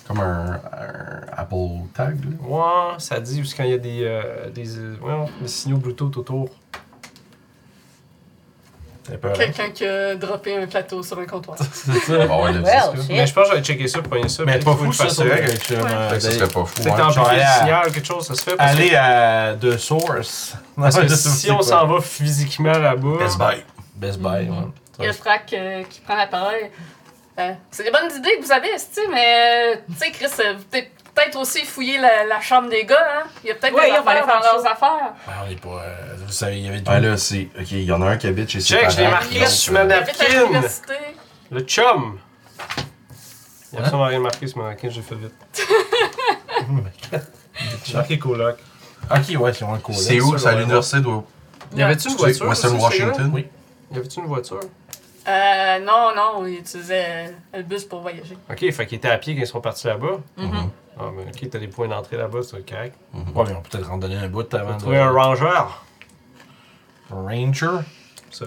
Comme un, un Apple Tag, là. ouais, ça dit, parce quand il y a des, euh, des, euh, voyons, des signaux Bluetooth autour. T'as peur. hein? Quelqu'un qui a droppé un plateau sur un comptoir. C'est ça. On va le Well, disque, là. Mais shit. je pense que j'allais checker ça, pogner ça. Mais peut-être pas trouver fou, une ça, façon c'est vrai de- que euh, Fait que ça serait pas fou. Peut-être hein. amplifier aller le à- signal, quelque chose, ça se fait. Parce que, Aller à The Source. parce que si on s'en va physiquement là-bas. Best Buy. Best Buy, ouais. Il y a Frac euh, qui prend la parole. Euh, c'est des bonnes idées que vous avez, Esti, mais euh, tu sais, Chris, euh, vous- t'es- peut-être aussi fouiller la, la chambre des gars, hein? Il y a peut-être Ouais, des on va aller affaires dans faire leurs affaires. Ah, on est pas. euh, vous savez, il y avait tout. Ouais, Ah, là, c'est. Ok, il y en a un qui habite chez ses Check, parents. je l'ai marqué l'autre, sur euh, ma Peut-être à napkin. l'université. Le chum. Il n'y a Hein? absolument rien marqué sur ma napkin, j'ai fait vite. J'ai marqué coloc. Ok, ouais, c'est un cool. C'est où? C'est à l'université de Y avait-tu une tu sais, voiture? Western aussi, ce gars-là? Washington? Oui. Y avait-tu une voiture? Euh, non, non, on utilisait euh, le bus pour voyager. Ok, fait qu'ils étaient à pied quand ils sont partis là-bas. Mhm. Ah, mais ok, t'as des points d'entrée là-bas, c'est correct. Ouais, mais on peut peut-être en donner un bout On avant. va de- trouver un ranger. Ranger. Ça.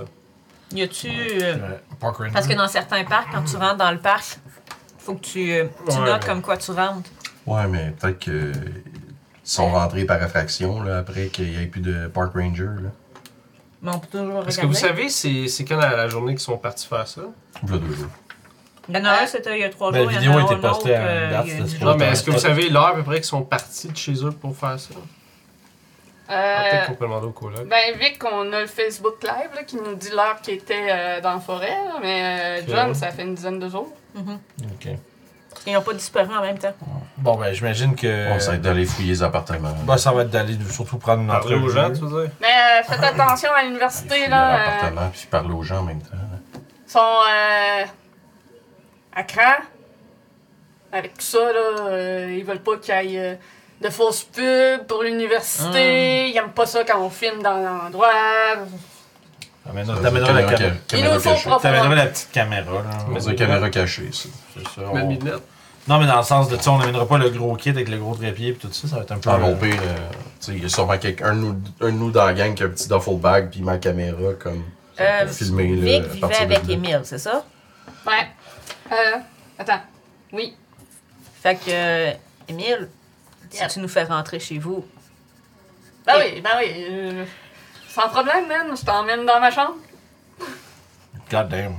Y a-tu. euh, Euh, Park Ranger. Parce que dans certains parcs, quand tu rentres dans le parc, faut que tu, euh, tu Ouais, notes ouais. comme quoi tu rentres. Ouais, mais peut-être que. Ils sont rentrés par effraction, là, après qu'il n'y ait plus de Park Ranger, là. Mais on peut toujours regarder. Est-ce que vous savez, c'est c'est quand la, la journée qu'ils sont partis faire ça? Voilà deux jours. Il y en a un, c'était il y a trois La jours. vidéo il y en a était un postée autre, à euh, date, il y a c'était du- sur Non, mais est-ce que vous Ouais. savez l'heure à peu près qu'ils sont partis de chez eux pour faire ça? Ah, Euh, Peut-être qu'on peut demander au coloc. ben, Vic, on a le Facebook Live là, qui nous dit l'heure qu'il était euh, dans la forêt, là, mais euh, Ok. John, ça fait une dizaine de jours. Mhm. Ok. Ils n'ont pas disparu en même temps. Bon, ben, j'imagine que. Euh, On s'est d'aller fouiller les appartements. Bah, ça va être d'aller surtout prendre une Parler entrée aux gens, tu veux dire? Mais euh, faites attention à Aller l'université, fouiller là. euh, l'appartement, puis parler aux gens en même temps. là. sont euh, à cran. Avec tout ça, là, euh, ils veulent pas qu'il y ait euh, de fausses pubs pour l'université. Ils aiment pas ça quand on filme dans l'endroit. T'amèneras Ça, Ah, t'amèneras c'est la caméra caméra. ca- Ils nous caméra le font cachée. T'amèneras profondément. la petite caméra, là. On va dire caméra cachée, ça. C'est ça. Ma on- midnette. Non, mais dans le sens de, tu sais, on n'amènera pas le gros kit avec le gros trépied et tout ça, ça va être un peu. Ah mon euh, pire, euh, tu sais, il y a sûrement quelqu'un, un de nous- un de nous dans la gang qui a un petit duffel bag puis ma caméra comme Euh, pour filmer là, Vic à vivait partir de avec là. Émile, c'est ça? Ouais. Euh, attends. Oui. Fait que, euh, Émile, Yeah. si tu nous fais rentrer chez vous, Ben oui, ben oui. euh, sans problème, man. Je t'emmène dans ma chambre. God damn.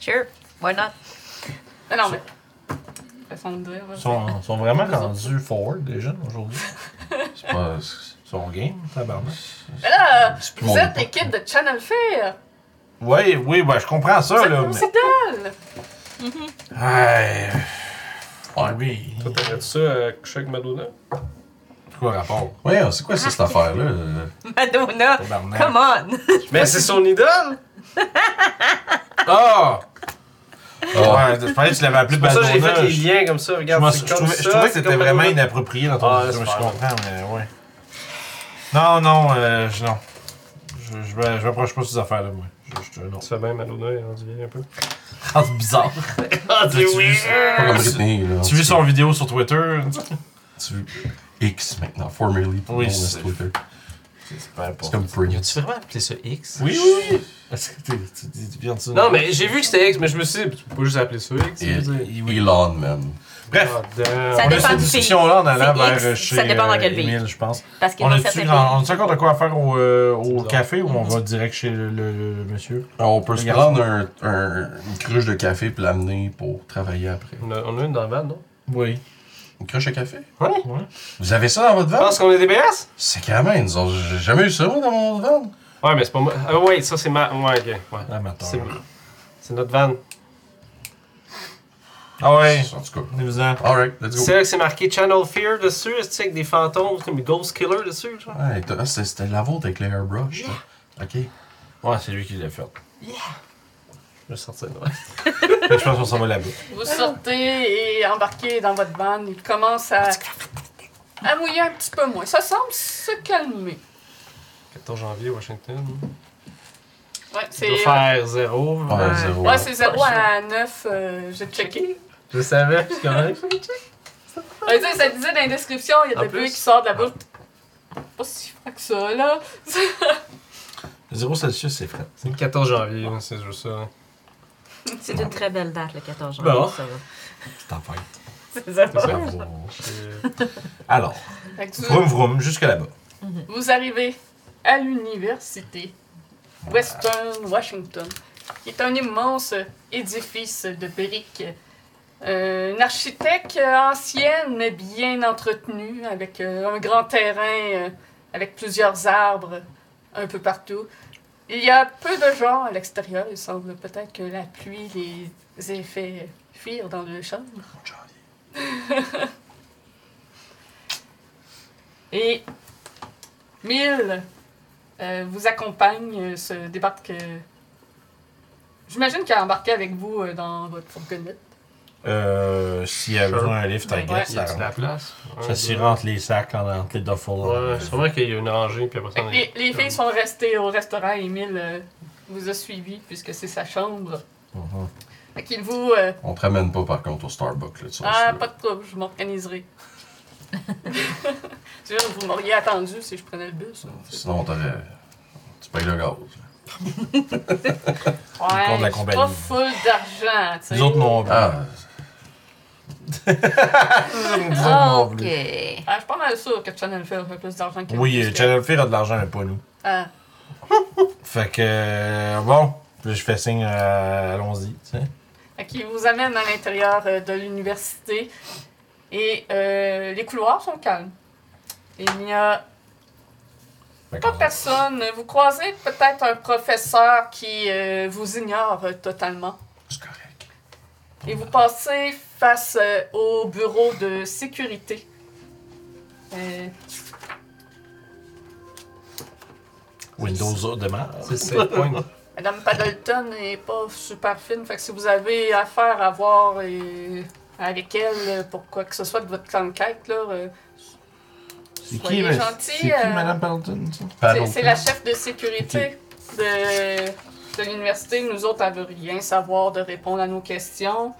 sure, why not? Mais Ah non, mais. Façon de dire. là. Ils sont, ils sont vraiment rendus forward, les jeunes, aujourd'hui. C'est pas- c'est- Ils sont game, tabarnak. Mais là, c'est plus mon vous êtes époque. l'équipe de Channel Fear. Ouais, oui, ouais, je comprends Vous ça, êtes Ah, là. nos Mais... idoles. Aïe. Ouais. Oui. Toi, t'aimerais ça euh, coucher avec Madonna? C'est quoi le rapport? Ouais, ah, c'est quoi Ah, ça, cette affaire-là? euh? Madonna, Tabarnak. come on! Mais c'est son idole! Ah! Ah, Ouais, je pensais que tu l'avais appelé C'est pour ça que j'ai Madonna. fait les Je- liens comme ça, Je, regarde. m'en- c'est je comme trouvais, je ça, trouvais que c'est c'était comme vraiment Madonna. inapproprié dans ton Ah, je c'est me pas grave. comprends, mais ouais. Non, non, euh, je, non. Je, je, me- je m'approche pas de ces affaires-là, moi. Je, je, te- non. Tu fais bien Madonna, elle rendu vieille un peu. Ah, c'est bizarre. Ah, c'est pas comme Britney, là. Tu as vu son vidéo sur Twitter? Tu- X maintenant, formerly pour Oui, le nom de c'est- Twitter. C'est pas C'est comme Prince. vraiment appelé ça X? Oui, oui, oui. Est-ce que t'es- tu dis tu viens de ça? Non, mais j'ai vu que c'était X, mais je me suis dit, tu peux pas juste appeler ça X. Et- je veux dire. Elon, man. Bref, Ah, Ça damn. on a dépend cette du pays. discussion-là en allant C'est vers X, euh, ça chez dépend dans quel euh, pays. Émile, je pense. Parce qu'il On y a a-tu certains on a-tu encore de quoi faire au, euh, au bizarre. café ou on va direct chez le, le- le monsieur? Ah, On peut se Regarde. prendre un- un- une cruche de café puis l'amener pour travailler après. On a- on a une dans la vanne, non? Oui. Une cruche de café? Ouais. Vous avez ça dans votre Tu Ah. van? penses qu'on est des BS? C'est quand même, nous autres, j'ai jamais eu ça, moi, dans mon van. Ouais, mais c'est pas moi. Ah, ouais, ça c'est ma. Ouais, ok. Ouais. Amateur. C'est c'est notre van. Ah ouais. En tout cas. C'est bizarre. Alright, let's go. C'est là que c'est marqué Channel Fear dessus, est-ce que c'est avec des fantômes, comme Ghost Killer dessus, genre? Ouais, t'as- ah, c'est- c'était la vôtre avec le airbrush. là. Ok. Ouais, c'est lui qui l'a fait. Je vais sortir, ouais. Fait que Je pense qu'on s'en va là-bas. Vous sortez et embarquez dans votre van. Il commence à, à mouiller un petit peu moins. Ça semble se calmer. 14 janvier, Washington. Ouais, Tu c'est euh, dois faire zéro. Ouais, Ouais. zéro. ouais, c'est 0 à 9. euh, J'ai checké. Je savais, parce que même. Ouais, tu sais, ça disait dans la description, il y a En de la plus. buée qui sort de la bouche. Pas si froid que ça, là. 0 Celsius, c'est frais. C'est le 14 janvier, hein, c'est juste ça. hein. C'est une très belle date, le 14 janvier. Bon. Ça va. C'est en fait. C'est ça. C'est ça. Bravo. C'est- Alors, Fait que vous, vroom vroom, jusque là-bas. vous arrivez à l'université Western Washington, qui est un immense édifice de briques. Euh, une architecte ancienne, mais bien entretenue, avec euh, un grand terrain, euh, avec plusieurs arbres un peu partout. Il y a peu de gens à l'extérieur. Il semble peut-être que la pluie les ait fait fuir dans le champ. Et Mill euh, vous accompagne, euh, se débarque. euh, J'imagine qu'elle a embarqué avec vous euh, dans votre fourgonnette. Euh, S'il y a Sure. besoin d'un lift, I Ouais. guess. Y a-tu de la Ça, place? ça s'y rentre les sacs en- entre les duffels. Ouais, sûrement qu'il y a une rangée, puis Ah après ça, on est- Les, les filles sont restées au restaurant et Mill euh, vous a suivi puisque c'est sa chambre. Mhm. Fait qu'il vous. euh, On te ramène pas, par contre, au Starbucks. Là, tu restes ah, là. pas de trouble, je m'organiserai. Tu vois, vous m'auriez attendu si je prenais le bus. hein, tu sais. Sinon, on t'aurait. Tu payes le gaz. Ouais, compte de la j'ai compagnie. pas full d'argent, tu sais. Les autres non plus. Ah, Les autres non Ok. plus. Ah, je suis pas mal sûr que Channel Fair fait plus d'argent que Oui, euh, que- Channel Fear a de l'argent, mais pas nous. Ah, Fait que, euh, bon, là, je fais signe, euh, allons-y, tu sais. Fait qu'il vous amène à l'intérieur euh, de l'université. Et euh, les couloirs sont calmes. Il n'y a Fait pas qu'on- personne. Vous croisez peut-être un professeur qui euh, vous ignore euh, totalement. c'est correct. Et vous passez face euh, au bureau de sécurité. Euh, Windows demeure. C'est sept points. Madame Paddleton n'est pas super fine, fait que si vous avez affaire à voir et- avec elle euh, pour quoi que ce soit de votre enquête, là, euh, C'est Soyez qui, mais- gentil, c'est qui, euh, Madame Pendleton, ça? c'est- c'est la Paddleton. chef de sécurité de, de l'université. Nous autres, elle veut rien savoir de répondre à nos questions.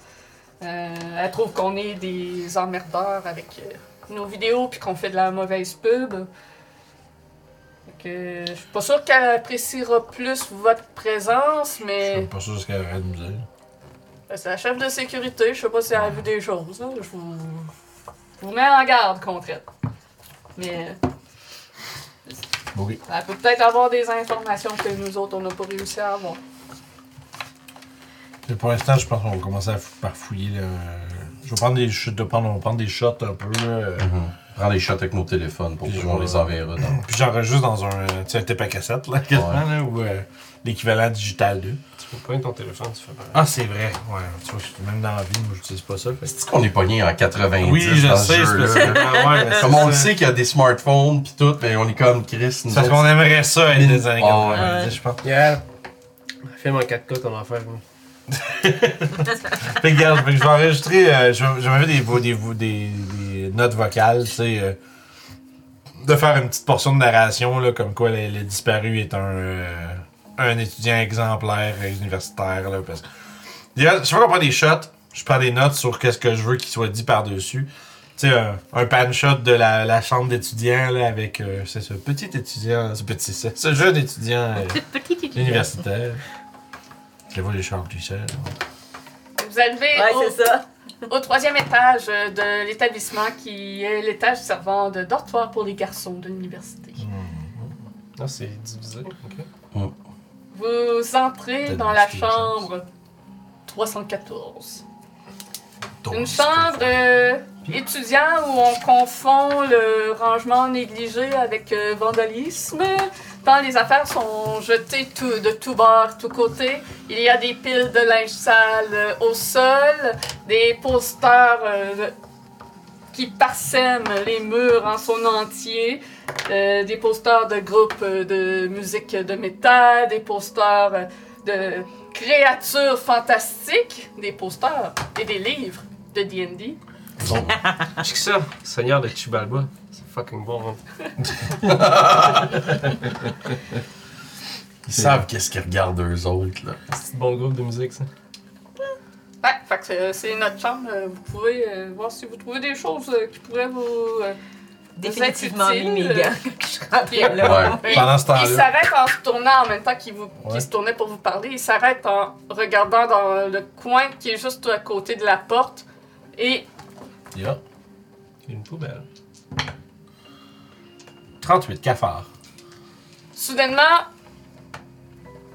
Euh, elle trouve qu'on est des emmerdeurs avec euh, nos vidéos puis qu'on fait de la mauvaise pub. Fait que, je suis pas sûre qu'elle appréciera plus votre présence, Je suis mais... même pas sûr de ce qu'elle aurait à nous dire. Ben, C'est la chef de sécurité, je sais pas si elle a vu des choses. hein. Je vous, je vous mets en garde contre elle. Mais Oui. elle peut peut-être avoir des informations que nous autres, on n'a pas réussi à avoir. Mais Pour l'instant, je pense qu'on va commencer à fou- par fouiller, là. Je vais prendre des, je dois prendre, on va prendre des shots un peu, là, euh, Mhm. Prends les shots avec nos téléphones pour Puis que je on vais- les enverra dans. Puis j'enregistre dans un, euh, tu sais, un tape à cassette, là, quasiment, Ouais. là, ou euh, l'équivalent digital 2. Tu peux pointer ton téléphone, tu fais pareil. Ah, c'est vrai. Ouais, tu vois, même dans la vie, moi, j'utilise pas ça. fait que- C'est qu'on est pogné en 90 Oui, je dans sais, ce c'est jeu-là, parce que- là. Ah ouais, mais c'est Comme on le ça. sait qu'il y a des smartphones pis tout, mais on est comme Chris. nous C'est parce autres, qu'on aimerait ça être des années Ouais. 90, je pense. Yeah! Film en 4K, ton enfer. moi. Fait que, regarde, fait que je vais enregistrer, euh, je vais je vais mettre des, vo- des, vo- des, des notes vocales, tu sais, euh, de faire une petite portion de narration, là, comme quoi le, le disparu est un, euh, un étudiant exemplaire euh, universitaire, là, parce que... Il y a- Chaque fois qu'on prend des shots, je prends des notes sur qu'est-ce que je veux qu'il soit dit par-dessus. Tu sais, un, un pan shot de la, la chambre d'étudiant, là, avec, euh, c'est ce petit étudiant, ce petit, ce, ce jeune étudiant euh, Petit étudiant. universitaire. Je le vois les chars glissés, là. Vous arrivez Ouais, au, c'est ça. au troisième étage euh, de l'établissement qui est l'étage servant de dortoir pour les garçons de l'université. Hmm. Non, c'est divisé. ok. Vous entrez Peut-être dans la masqué, je chambre 314. Donc, Une c'est pas chambre euh, étudiant où on confond le rangement négligé avec euh, vandalisme. Tant les affaires sont jetées tout- de tous bords, tous côtés. Il y a des piles de linge sale euh, au sol, des posters euh, qui parsèment les murs en son entier. euh, des posters de groupes euh, de musique de métal, des posters euh, de créatures fantastiques, des posters et des livres de D&D. Ah, J'ai que ça, Seigneur de Chibalba. C'est fucking bon. hein. Ils savent qu'est-ce qu'ils regardent eux autres, là. C'est un bon groupe de musique, ça. Ouais, fait que euh, c'est notre chambre. euh, Vous pouvez euh, voir si vous trouvez des choses euh, qui pourraient vous... euh, Définitivement Vous êtes mis mes utile, gants quand je rentrais là. Ouais. il- Pendant ce temps-là. Il s'arrête en se tournant en même temps qu'il vous- qu'il Ouais. se tournait pour vous parler. Il s'arrête en regardant dans le coin qui est juste à côté de la porte. Et Yeah. Une poubelle. 38 cafards. soudainement,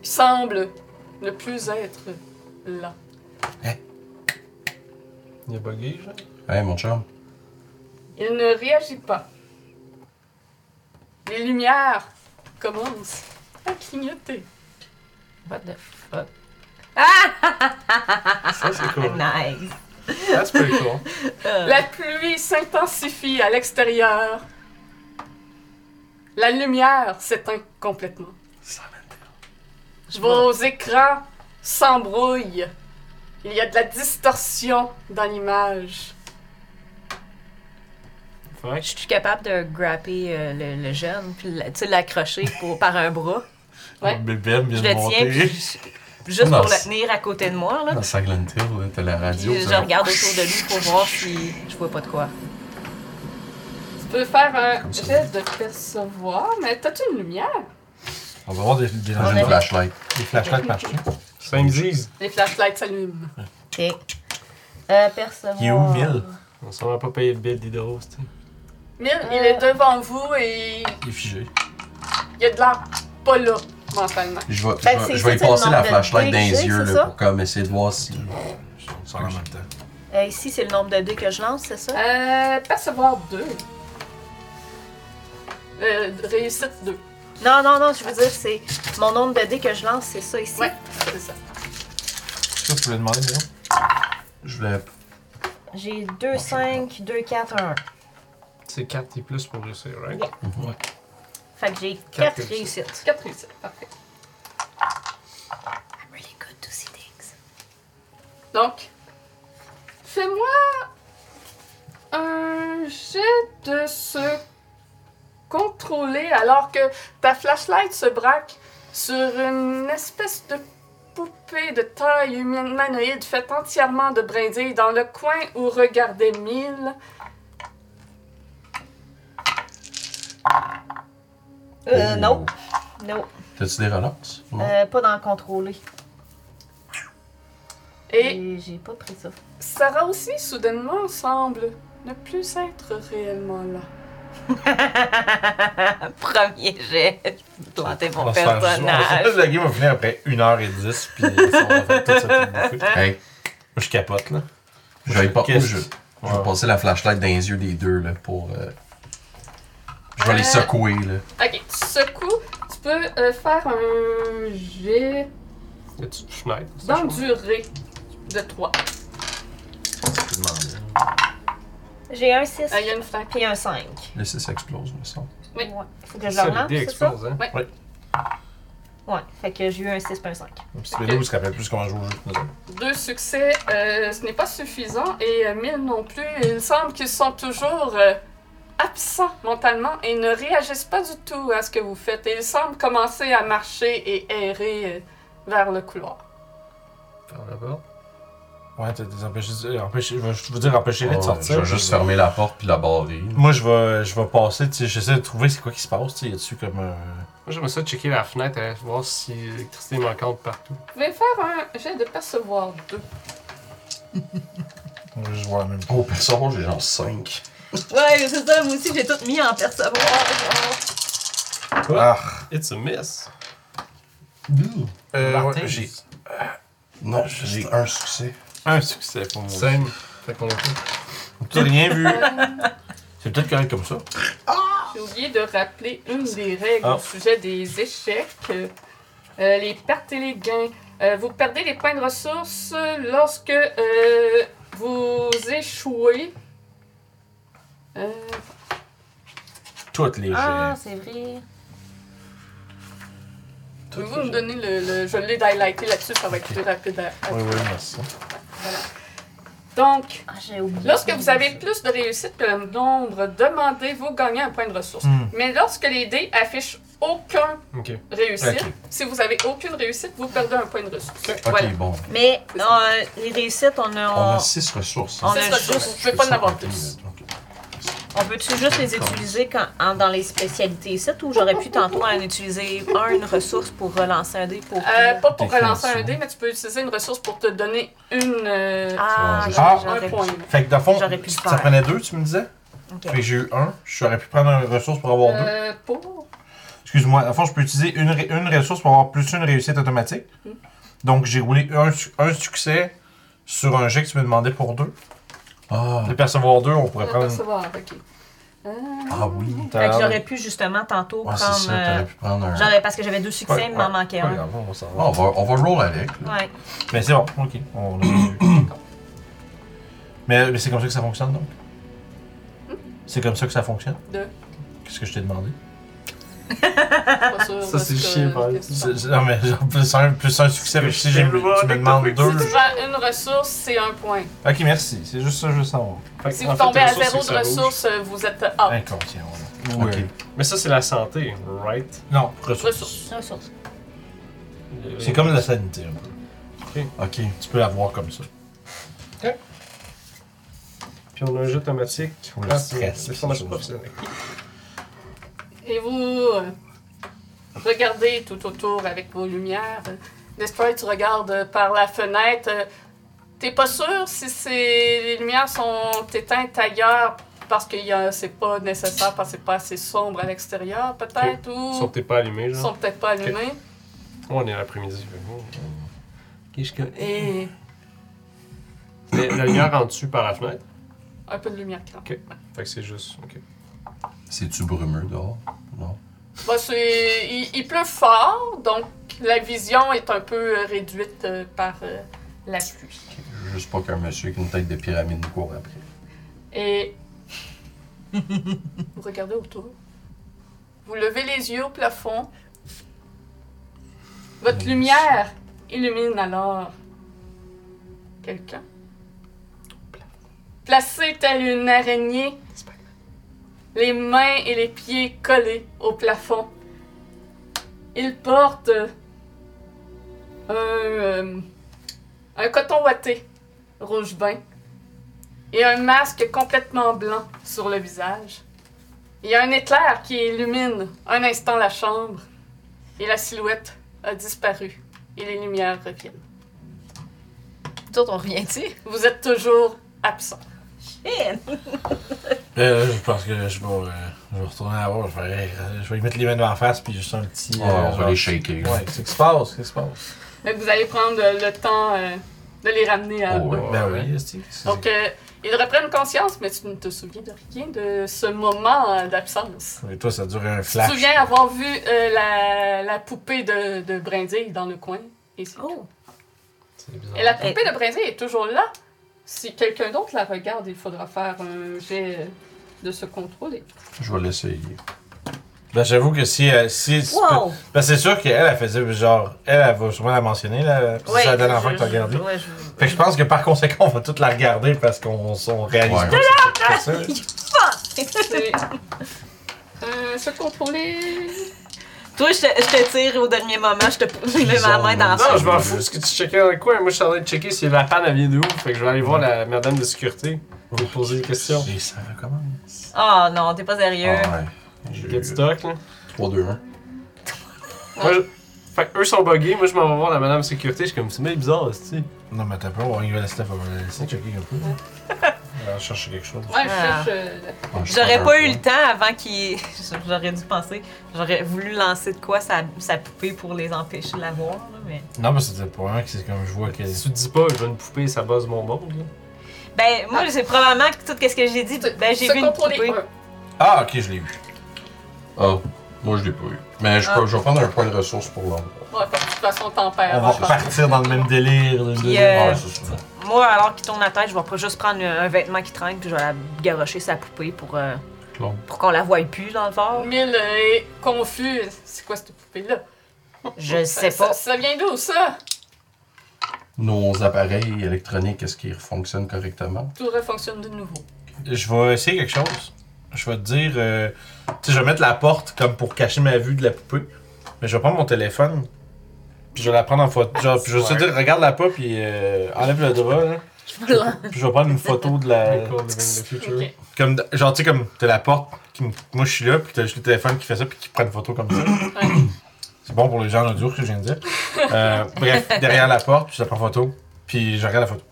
il semble ne plus être là. Il y a bugué, genre. Hey, mon chum. Il ne réagit pas. Les lumières commencent à clignoter. What the fuck? Ah! Ça, c'est cool. Nice! That's pretty cool. La pluie s'intensifie à l'extérieur La lumière s'éteint complètement. Ça m'intéresse. Vos écrans s'embrouillent. Il y a de la distorsion dans l'image. Faudrait que Je suis capable de grapper euh, le, le jeune, puis la- tu sais, l'accrocher pour- par un bras. Ouais. Le bébé vient Je de le tiens, puis monter. je- juste Non, pour le c'est- tenir à côté de moi. Là. Dans Silent Hill, là, t'as la Puis radio. je ça- regarde autour de lui pour voir si je vois pas de quoi. Tu peux faire un Comme ça. geste de percevoir, mais t'as-tu une lumière? On va avoir des, des, J'ai avait- une flashlight. des flashlights marchés. 5 10. Les flashlights s'allument. Ok. Euh, percevoir. Il est où, Mille? On s'en va pas payer le bill d'Hydros, tu sais. Mille, il est devant vous et Il est figé. il y a de l'air pas là mentalement. Je vais, Fait que je vais- Ben, c'est- je vais y c'est une passer la demande de flashlight dans les DG, yeux c'est là, ça? pour comme essayer de voir si. On sort en même temps. Euh, ici, c'est le nombre de dés que je lance, c'est ça? Euh, percevoir deux. Euh, réussite deux. Non, non, non, je veux dire, c'est mon nombre de dés que je lance, c'est ça ici. Ouais, c'est ça. C'est ça que tu voulais demander, Milo? Je voulais. Euh, J'ai 2, 5, 2, 4, 1. C'est 4 et plus pour réussir, right? Yeah. Ouais. Fait que j'ai Quatre 4 réussites. Quatre réussites, parfait. I'm really good to see things. Donc, fais-moi un jet de se contrôler alors que ta flashlight se braque sur une espèce de poupée de taille humanoïde faite entièrement de brindilles dans le coin où regardait Mille. Euh, Oh. non. Non. T'as-tu des relances? Non. Euh, pas dans contrôler. Et J'ai- J'ai pas pris ça. Sarah aussi, soudainement, semble ne plus être réellement là. Premier jet. Je plantais On mon va se faire jouer. personnage. La game va finir après 1h10, puis on va faire toute cette bouffée. Moi, Hey, je capote, là. je vais y pas. Qu'est-ce- Je, je vais Ouais. passer la flashlight dans les yeux des deux là, pour. euh, Je vais Euh. les secouer là. Ok, tu secoues, tu peux euh, faire un jet Y'a-tu Schneid? d'endurée de 3. Je te demande. J'ai un 6 Ah, il y a une flaque. puis un 5. Le 6 explose, me semble. Oui. Ouais. Faut que je Ça, le les relance, dés c'est ça? explosent, hein? Ouais. Fait que j'ai eu un 6 puis un 5. Même si Milo se rappelle plus comment jouer au jeu que nous autres. Ah Deux succès, euh, ce n'est pas suffisant et euh, mille non plus. Il semble qu'ils sont toujours euh, absents mentalement et ne réagissent pas du tout à ce que vous faites. Et ils semblent commencer à marcher et errer euh, vers le couloir. Par là-bas. Ouais, t'as des empêchés. empêchés- je vais- je veux dire, empêcher-les de Ouais, sortir. Mm. je vais juste fermer la porte puis la barrer. Moi, je vais, je vais passer, tu sais, j'essaie de trouver c'est quoi qui se passe, tu sais, y a-tu comme un. Moi, j'aimerais ça checker la fenêtre, aller voir si l'électricité est manquante partout. Vous pouvez faire un jet de percevoir deux. On va juste voir la même chose. Oh, personne, j'ai genre 5. Ouais, mais c'est ça, moi aussi, j'ai tout mis en percevoir. Ah! It's a miss! Euh, Martin, ouais, j'ai Non, j'ai un succès. un succès pour moi. Same. Fait qu'on a tout. T'as rien vu. C'est peut-être correct comme ça. J'ai oublié de rappeler une des règles Ah. au sujet des échecs. Euh, euh, les pertes et les gains. Euh, vous perdez les points de ressources lorsque euh, vous échouez. Euh, Toutes les jeux. Ah, c'est vrai. Pouvez-vous me donner le, le- Je l'ai highlighté là-dessus, ça va être plus rapide. à- à- Oui, oui, merci. Donc, Ah, j'ai oublié. lorsque vous avez plus de réussite que le nombre demandé, vous gagnez un point de ressource. Hmm. Mais lorsque les dés affichent aucun Ok. réussite, Ok. si vous avez aucune réussite, vous perdez un point de ressource. Ok, Voilà. bon. Mais euh, les réussites, on a. On On, a 6 ressources. on hein. C'est a ça, juste- je- je ne peux pas en avoir plus. Ok. on peut-tu juste les utiliser quand, en- dans les spécialités ici ou j'aurais pu tantôt en utiliser un, une ressource pour relancer un dé pour. Euh, pas pour relancer un Définition. dé, mais tu peux utiliser une ressource pour te donner une. euh, ah, Ah, j'aurais- un j'aurais- point. Fait que dans le fond, J'aurais pu le ça faire. prenait deux, tu me disais? Ok. Fait que j'ai eu un, j'aurais pu prendre une ressource pour avoir deux. Euh, pour. Excuse-moi, dans le fond, je peux utiliser une, ré- une ressource pour avoir plus une réussite automatique. Donc, j'ai roulé un, su- un succès sur un jet que tu me demandais pour deux. Ah, De percevoir deux, on pourrait euh, prendre. percevoir, ok. Euh, ah oui. Fait que j'aurais pu justement tantôt Ouais, c'est prendre. ça, euh, t'aurais pu prendre un. j'aurais parce que j'avais deux succès, Ouais, il m'en ouais, manquait Pas un. grave, on s'en va. Ah, on, va, on va roll avec. là. Ouais. Mais c'est bon, ok. On a eu. mais mais c'est comme ça que ça fonctionne donc? C'est comme ça que ça fonctionne? De- Qu'est-ce que je t'ai demandé? Pas sûr Ça, de c'est ce le que- chien, par qu'est-ce que C'est- ça. c'est- Non, mais genre, plus un, plus un succès, mais si j'ai- tu me demandes Si tu deux. prends une ressource, c'est un point. Ok, merci. C'est juste ça, je veux savoir. Fait que, Si en vous fait, tombez la à ressource, zéro c'est que de ça bouge. ressources, euh, vous êtes out. Inconscient, voilà. Ouais. Ok. Mais ça, c'est la santé, right? Non, Ressources. Ressources. C'est comme la sanité, un peu. Ok. Tu peux la voir comme ça. Puis on a un jeu automatique. Pour le Ah, stress, c'est- C'est puis formation ces professionnelle. Et vous euh, regardez tout autour avec vos lumières. euh, Destroy, tu regardes par la fenêtre. Euh, T'es pas sûr si c'est- les lumières sont éteintes ailleurs parce que y a- c'est pas nécessaire, parce que c'est pas assez sombre à l'extérieur, peut-être, Ils sont ou peut-être pas allumés, ils sont genre. peut-être pas allumés. On est à l'après-midi. fait que- Et Mais La lumière en dessus par la fenêtre. un peu de lumière quand même. Fait que c'est juste. Ok. C'est-tu brumeux dehors? Non. Bah, c'est- il, il pleut fort, donc la vision est un peu euh, réduite euh, par euh, la pluie. Juste pas qu'un monsieur avec une tête de pyramide nous court après. Et vous regardez autour. Vous levez les yeux au plafond. Votre lumière illumine alors quelqu'un. Placé telle une araignée, les mains et les pieds collés au plafond. Il porte un, euh, un coton ouaté rouge vin et un masque complètement blanc sur le visage. Il y a un éclair qui illumine un instant la chambre et la silhouette a disparu et les lumières reviennent. Nous autres, on revient, tu sais. Vous êtes toujours absent. Shit! Euh, je pense que je vais, euh, je vais retourner à voir. Je vais, euh, je vais lui mettre les mains devant la face, puis juste un petit. Ouais, euh, on va genre- les shaker. Ouais, c'est ce qui se passe, c'est ce qui se passe. Donc vous allez prendre le temps euh, de les ramener à Oh, eux. ouais. Ben oui, c'est c'est- Donc euh, ils reprennent conscience, mais tu ne te souviens de rien de ce moment euh, d'absence. Et toi, ça dure un Tu te flash. souviens avoir vu euh, la, la poupée de, de Brindille dans le coin. Et c'est tout. Oh! C'est bizarre. Et la poupée de Brindille est toujours là. Si quelqu'un d'autre la regarde, il faudra faire un jet de se contrôler. Je vais l'essayer. Ben, j'avoue que si. euh, si si- Wow! Ben, c'est sûr qu'elle, elle faisait genre. Elle, elle va sûrement la mentionner, là. puis c'est la dernière fois que t'as regardé. Ouais, je... Fait que je pense que par conséquent, on va toute la regarder parce qu'on on réalise Ouais. pas que c'est comme ça. C'est- Euh, se contrôler. Toi, je te, je te tire au dernier moment, je te je mets ma main dans Non, ça. je m'en fous parce que tu checkais dans le coin. Moi, je suis en train de checker si la panne elle vient de où. Fait que je vais aller voir la madame de sécurité pour poser des questions. Et ça recommence. Ah non, t'es pas Ah, sérieux. ouais. Il J'ai y a du stock, là. 3, 2, 1. Moi, je- Fait que eux sont buggés. Moi, je m'en vais voir la madame de sécurité. Je suis comme, c'est bien bizarre, tu sais. Non, mais t'as pas, on va rigoler, Steph, on va la laisser checker un peu. On va chercher quelque chose. Ouais, je Ah. cherche. euh, Ah, J'aurais pas eu le temps avant qu'il. J'aurais dû penser. J'aurais voulu lancer de quoi sa, sa poupée pour les empêcher de la voir, là, mais. Non, mais c'était pour un que c'est comme je vois que. Si tu te dis pas, je veux une poupée, ça bosse mon monde. là. Ben, moi, c'est probablement que tout ce que j'ai dit. se- Ben, j'ai se vu une contrôler poupée. un. Ah, ok, je l'ai vu. Ah, moi je l'ai pas eu. Mais je, Ah. peux- je vais prendre un point de ressource pour l'homme. Ouais, de toute façon, t'en perds. On va repartir dans le même délire. le- Puis, le- euh, Ouais, c'est ça. Moi, alors qu'il tourne la tête, je vais pas juste prendre un vêtement qui traîne puis je vais la garocher sa poupée pour, euh, Claude. pour qu'on la voie plus dans le fort. Mille euh, est confus. C'est quoi cette poupée-là? Je sais Ça- pas. Ça, ça vient d'où, ça? Nos appareils électroniques, est-ce qu'ils fonctionnent correctement? Tout refonctionne de nouveau. Je vais essayer quelque chose. Je vais te dire. euh, tu sais, je vais mettre la porte comme pour cacher ma vue de la poupée. Mais je vais prendre mon téléphone. Puis je vais la prendre en photo. Genre, puis je vais te dire, regarde la pas, puis euh, enlève le drap, là. Puis je vais prendre une photo de la. Cool, the future. Ok. Comme, genre, tu sais, comme t'as la porte, qui, me- moi je suis là, puis t'as juste le téléphone qui fait ça, puis qui prend une photo comme ça. C'est bon pour les gens en audio ce que je viens de dire. Euh, bref, derrière la porte, puis je la prends photo, puis je regarde la photo.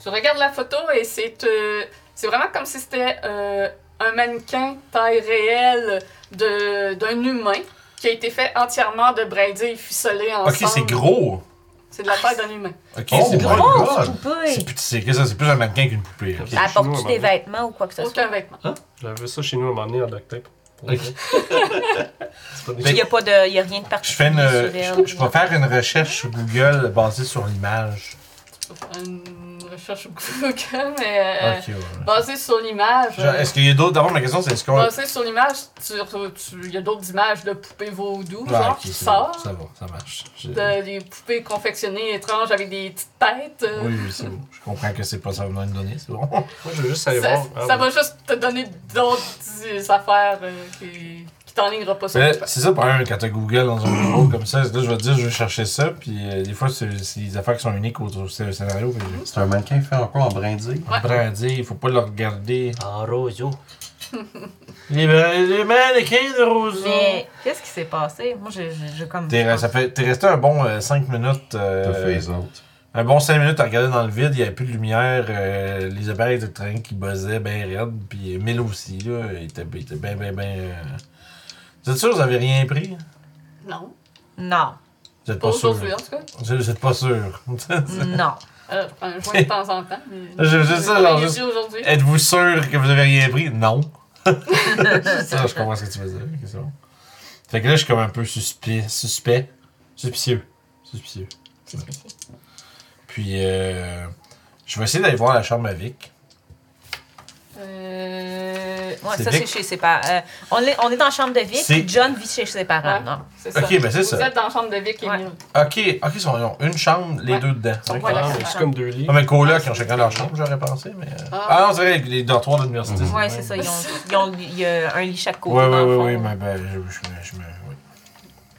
Tu regardes la photo et c'est euh, c'est vraiment comme si c'était euh, un mannequin taille réelle de- d'un humain qui a été fait entièrement de brindilles ficelées ensemble. Ok, c'est gros! C'est de la taille d'un humain. Ok, Oh c'est my gros! God. Oh, God. C'est plus, c'est, qu'est-ce que c'est plus un mannequin qu'une poupée. ok. Ah. Apportes-tu Chinois, des maman. vêtements ou quoi que ce soit? Aucun vêtement. Hein? J'avais ça chez nous à un moment donné en duct tape. Pour Ok. vrai. C'est pas des- Il y a pas de. y a rien de Je particulier fais une, sur elle. je, je vais faire une recherche sur Google basée sur l'image. Faut faire une recherche beaucoup calme, mais euh, Ah, Ok, ouais. basée sur l'image. Genre, euh, Est-ce qu'il y a d'autres. D'abord, ma question, c'est est-ce qu'on. Basée sur l'image, tu re- tu- il y a d'autres images de poupées vaudou, Ah, genre, ok, qui c'est bon, sortent. Ça va, ça marche. J'ai- de- des poupées confectionnées étranges avec des petites têtes. euh, Oui, oui, c'est bon. Je comprends que c'est pas ça que vous me donnez, c'est bon. Moi, je veux juste aller ça voir. Ah, ça oui. va juste te donner d'autres euh, affaires euh, qui, qui t'enlignent pas sur Mais le C'est ça, par exemple, quand t'as Google dans un bureau comme ça, là, je vais te dire, je vais chercher ça, puis euh, des fois, c'est c'est des affaires qui sont uniques au au scénario. Puis je- C'est un mannequin fait un peu en brindille. Ouais. Brandy, il faut pas le regarder. En roseau. Les, ben, les mannequins de Roseau. Mais qu'est-ce qui s'est passé? Moi, j'ai j'ai- j'ai comme. T'es re- ça fait- t'es resté un bon 5 minutes. euh, T'as fait les autres. Un bon 5 minutes à regarder dans le vide, il n'y avait plus de lumière, euh, les appareils de train qui buzzaient bien raide, puis Mille aussi, là, il était, il était bien, bien, bien. euh. Vous êtes sûr que vous avez rien pris? Non, Non. Vous êtes pas pas sûr. aujourd'hui en tout cas. Vous vous êtes pas sûr. Non. Euh, je prends un joint de temps en temps. mais- Je- je sais, pas genre, réussi juste- Eh, aujourd'hui. Êtes-vous sûr que vous avez rien pris? Non. ça, je comprends ce que tu veux dire. ok, c'est bon. Fait que là, je suis comme un peu suspect. Suspect. Suspicieux. Suspicieux. C'est spécial. Puis, euh, je vais essayer d'aller voir la chambre à Vic. Euh, Ouais, C'est ça, Vic. c'est chez ses parents. Euh, on, est, on est dans la chambre de vie, C'est- puis John vit chez ses parents. Ouais. Non. c'est ça. Ok, ben c'est Vous ça. êtes dans la chambre de Vic et Ouais. Mille. Ok, ok, ils ont une chambre, les Ouais. deux dedans. Ouais. Ok. Voilà, Ah, c'est mais ça. c'est comme deux lits. Comme un coloc, ils ont chacun leur chambre, j'aurais pensé, mais. euh, Ah. Ah, non, c'est vrai, les dortoirs de l'université. Mhm. Ouais, c'est ça. Ils ont, ils ont- il y a un lit chaque côté. Ouais, ouais, dans ouais, le fond. ouais, mais ben, je, je me- je me. oui.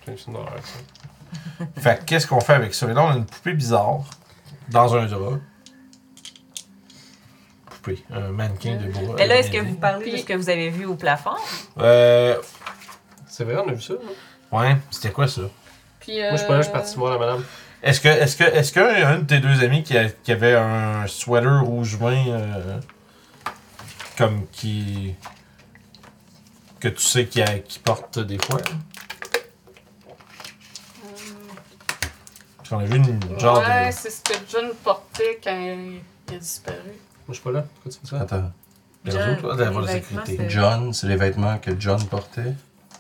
C'est une horreur, ça. Fait que qu'est-ce qu'on fait avec ça? Et là, on a une poupée bizarre dans un drap. Poupée, un mannequin de bois. Mais là, est-ce euh, que vous parlez de ce que vous avez vu au plafond? Euh. C'est vrai, on a vu ça. non? Ouais, c'était quoi ça? Puis, Moi, je suis pas là, je suis euh, parti voir la madame. Est-ce que, est-ce que, est-ce qu'un un de tes deux amis qui, a- qui avait un sweater rouge vin, euh, comme qui. que tu sais qui, a- qui porte des fois? là? Parce qu'on a vu une genre euh, ouais, de. c'est ce que John portait quand il il a disparu. Moi, je suis pas là. Pourquoi tu fais ça? Attends. Les John, autres, là, d'avoir les la vêtements, sécurité. John, c'est les vêtements que John portait.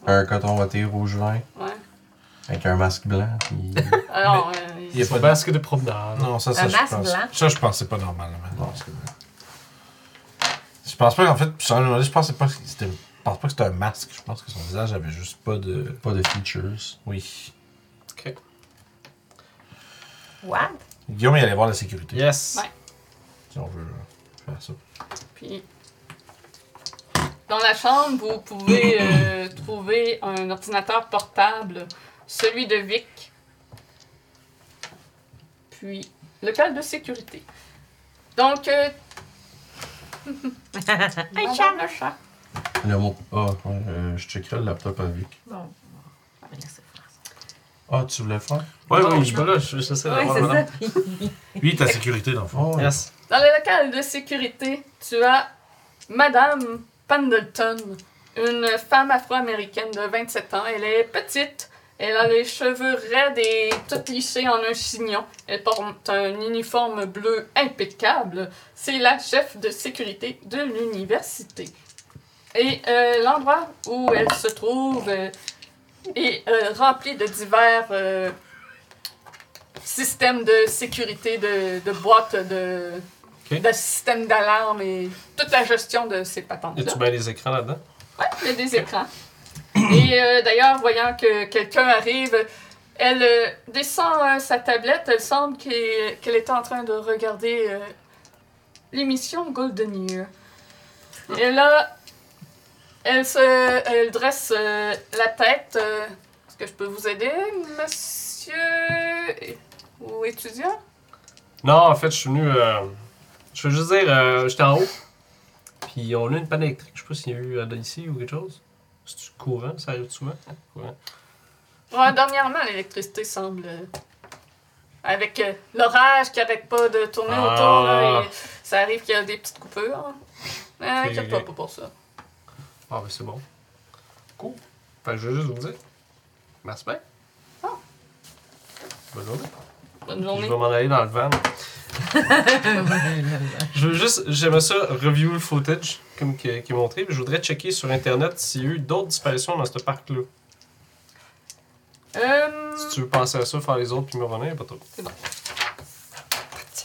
Un coton watté rouge vin Ouais. avec un masque blanc. puis- Alors, euh, Il y a C'est pas un de. basque de promenade. Non, ça, ça, Un je masque pense. blanc. Ça, je pense que c'est pas normal. là, maintenant. Non, c'est vrai. Je pense pas, en fait, je je pensais pas que c'était. Je pense pas que c'était un masque. Je pense que son visage avait juste pas de. euh, Pas de features. Oui. Ok. What? Guillaume, il allait voir la sécurité. Yes. Ouais. Si on veut euh, faire ça. Puis, dans la chambre, vous pouvez euh, trouver un ordinateur portable, celui de Vic, puis le cadre de sécurité. Donc, euh, Hey, Madame Charles. le chat. Le mot. Ah, ouais, euh, je checkerai le laptop avec. Ah Bon. Ouais, laissez faire ça. Ah, tu voulais le faire? Ouais, Non, ouais, je suis pas là. Je suis censé la Ouais, voir, c'est madame. ça. Lui, ta sécurité, dans le fond. Oh, Yes. Dans le local de sécurité, tu as Madame Pendleton, une femme afro-américaine de 27 ans. Elle est petite, elle a les cheveux raides et toutes lissées en un chignon. Elle porte un uniforme bleu impeccable. C'est la chef de sécurité de l'université. Et euh, l'endroit où elle se trouve euh, est euh, rempli de divers euh, systèmes de sécurité, de, de boîtes, de, Ok. de systèmes d'alarme et toute la gestion de ces patentes Y a-tu bien les écrans là-dedans? il y a des écrans. Et euh, d'ailleurs, voyant que quelqu'un arrive, elle euh, descend euh, sa tablette. Elle semble qu'elle qu'elle est en train de regarder euh, l'émission Golden Year. Et là, elle, se, elle dresse euh, la tête. euh, Est-ce que je peux vous aider, monsieur ou étudiant? Non, en fait, je suis venu. euh, je veux juste dire, euh, j'étais en haut. Puis on a eu une panne électrique. Je sais pas s'il y a eu euh, ici ou quelque chose. C'est du courant, ça arrive souvent. Courant. Ouais, dernièrement, l'électricité semble. euh, Avec euh, l'orage qui n'arrête pas de tourner Ah. autour, là, et ça arrive qu'il y a des petites coupures. Mais inquiète-toi ok. pas pour ça. Ah, ben c'est bon. Cool. Fait que je veux juste vous dire. Merci bien. Ah. Bonne journée. Bonne Puis journée. Je vais m'en aller dans le van. je veux juste, j'aimerais ça review le footage comme qui, qui est montré, puis je voudrais checker sur internet s'il y a eu d'autres disparitions dans ce parc-là. Euh, Si tu veux penser à ça, faire les autres puis me revenir, y a pas trop. C'est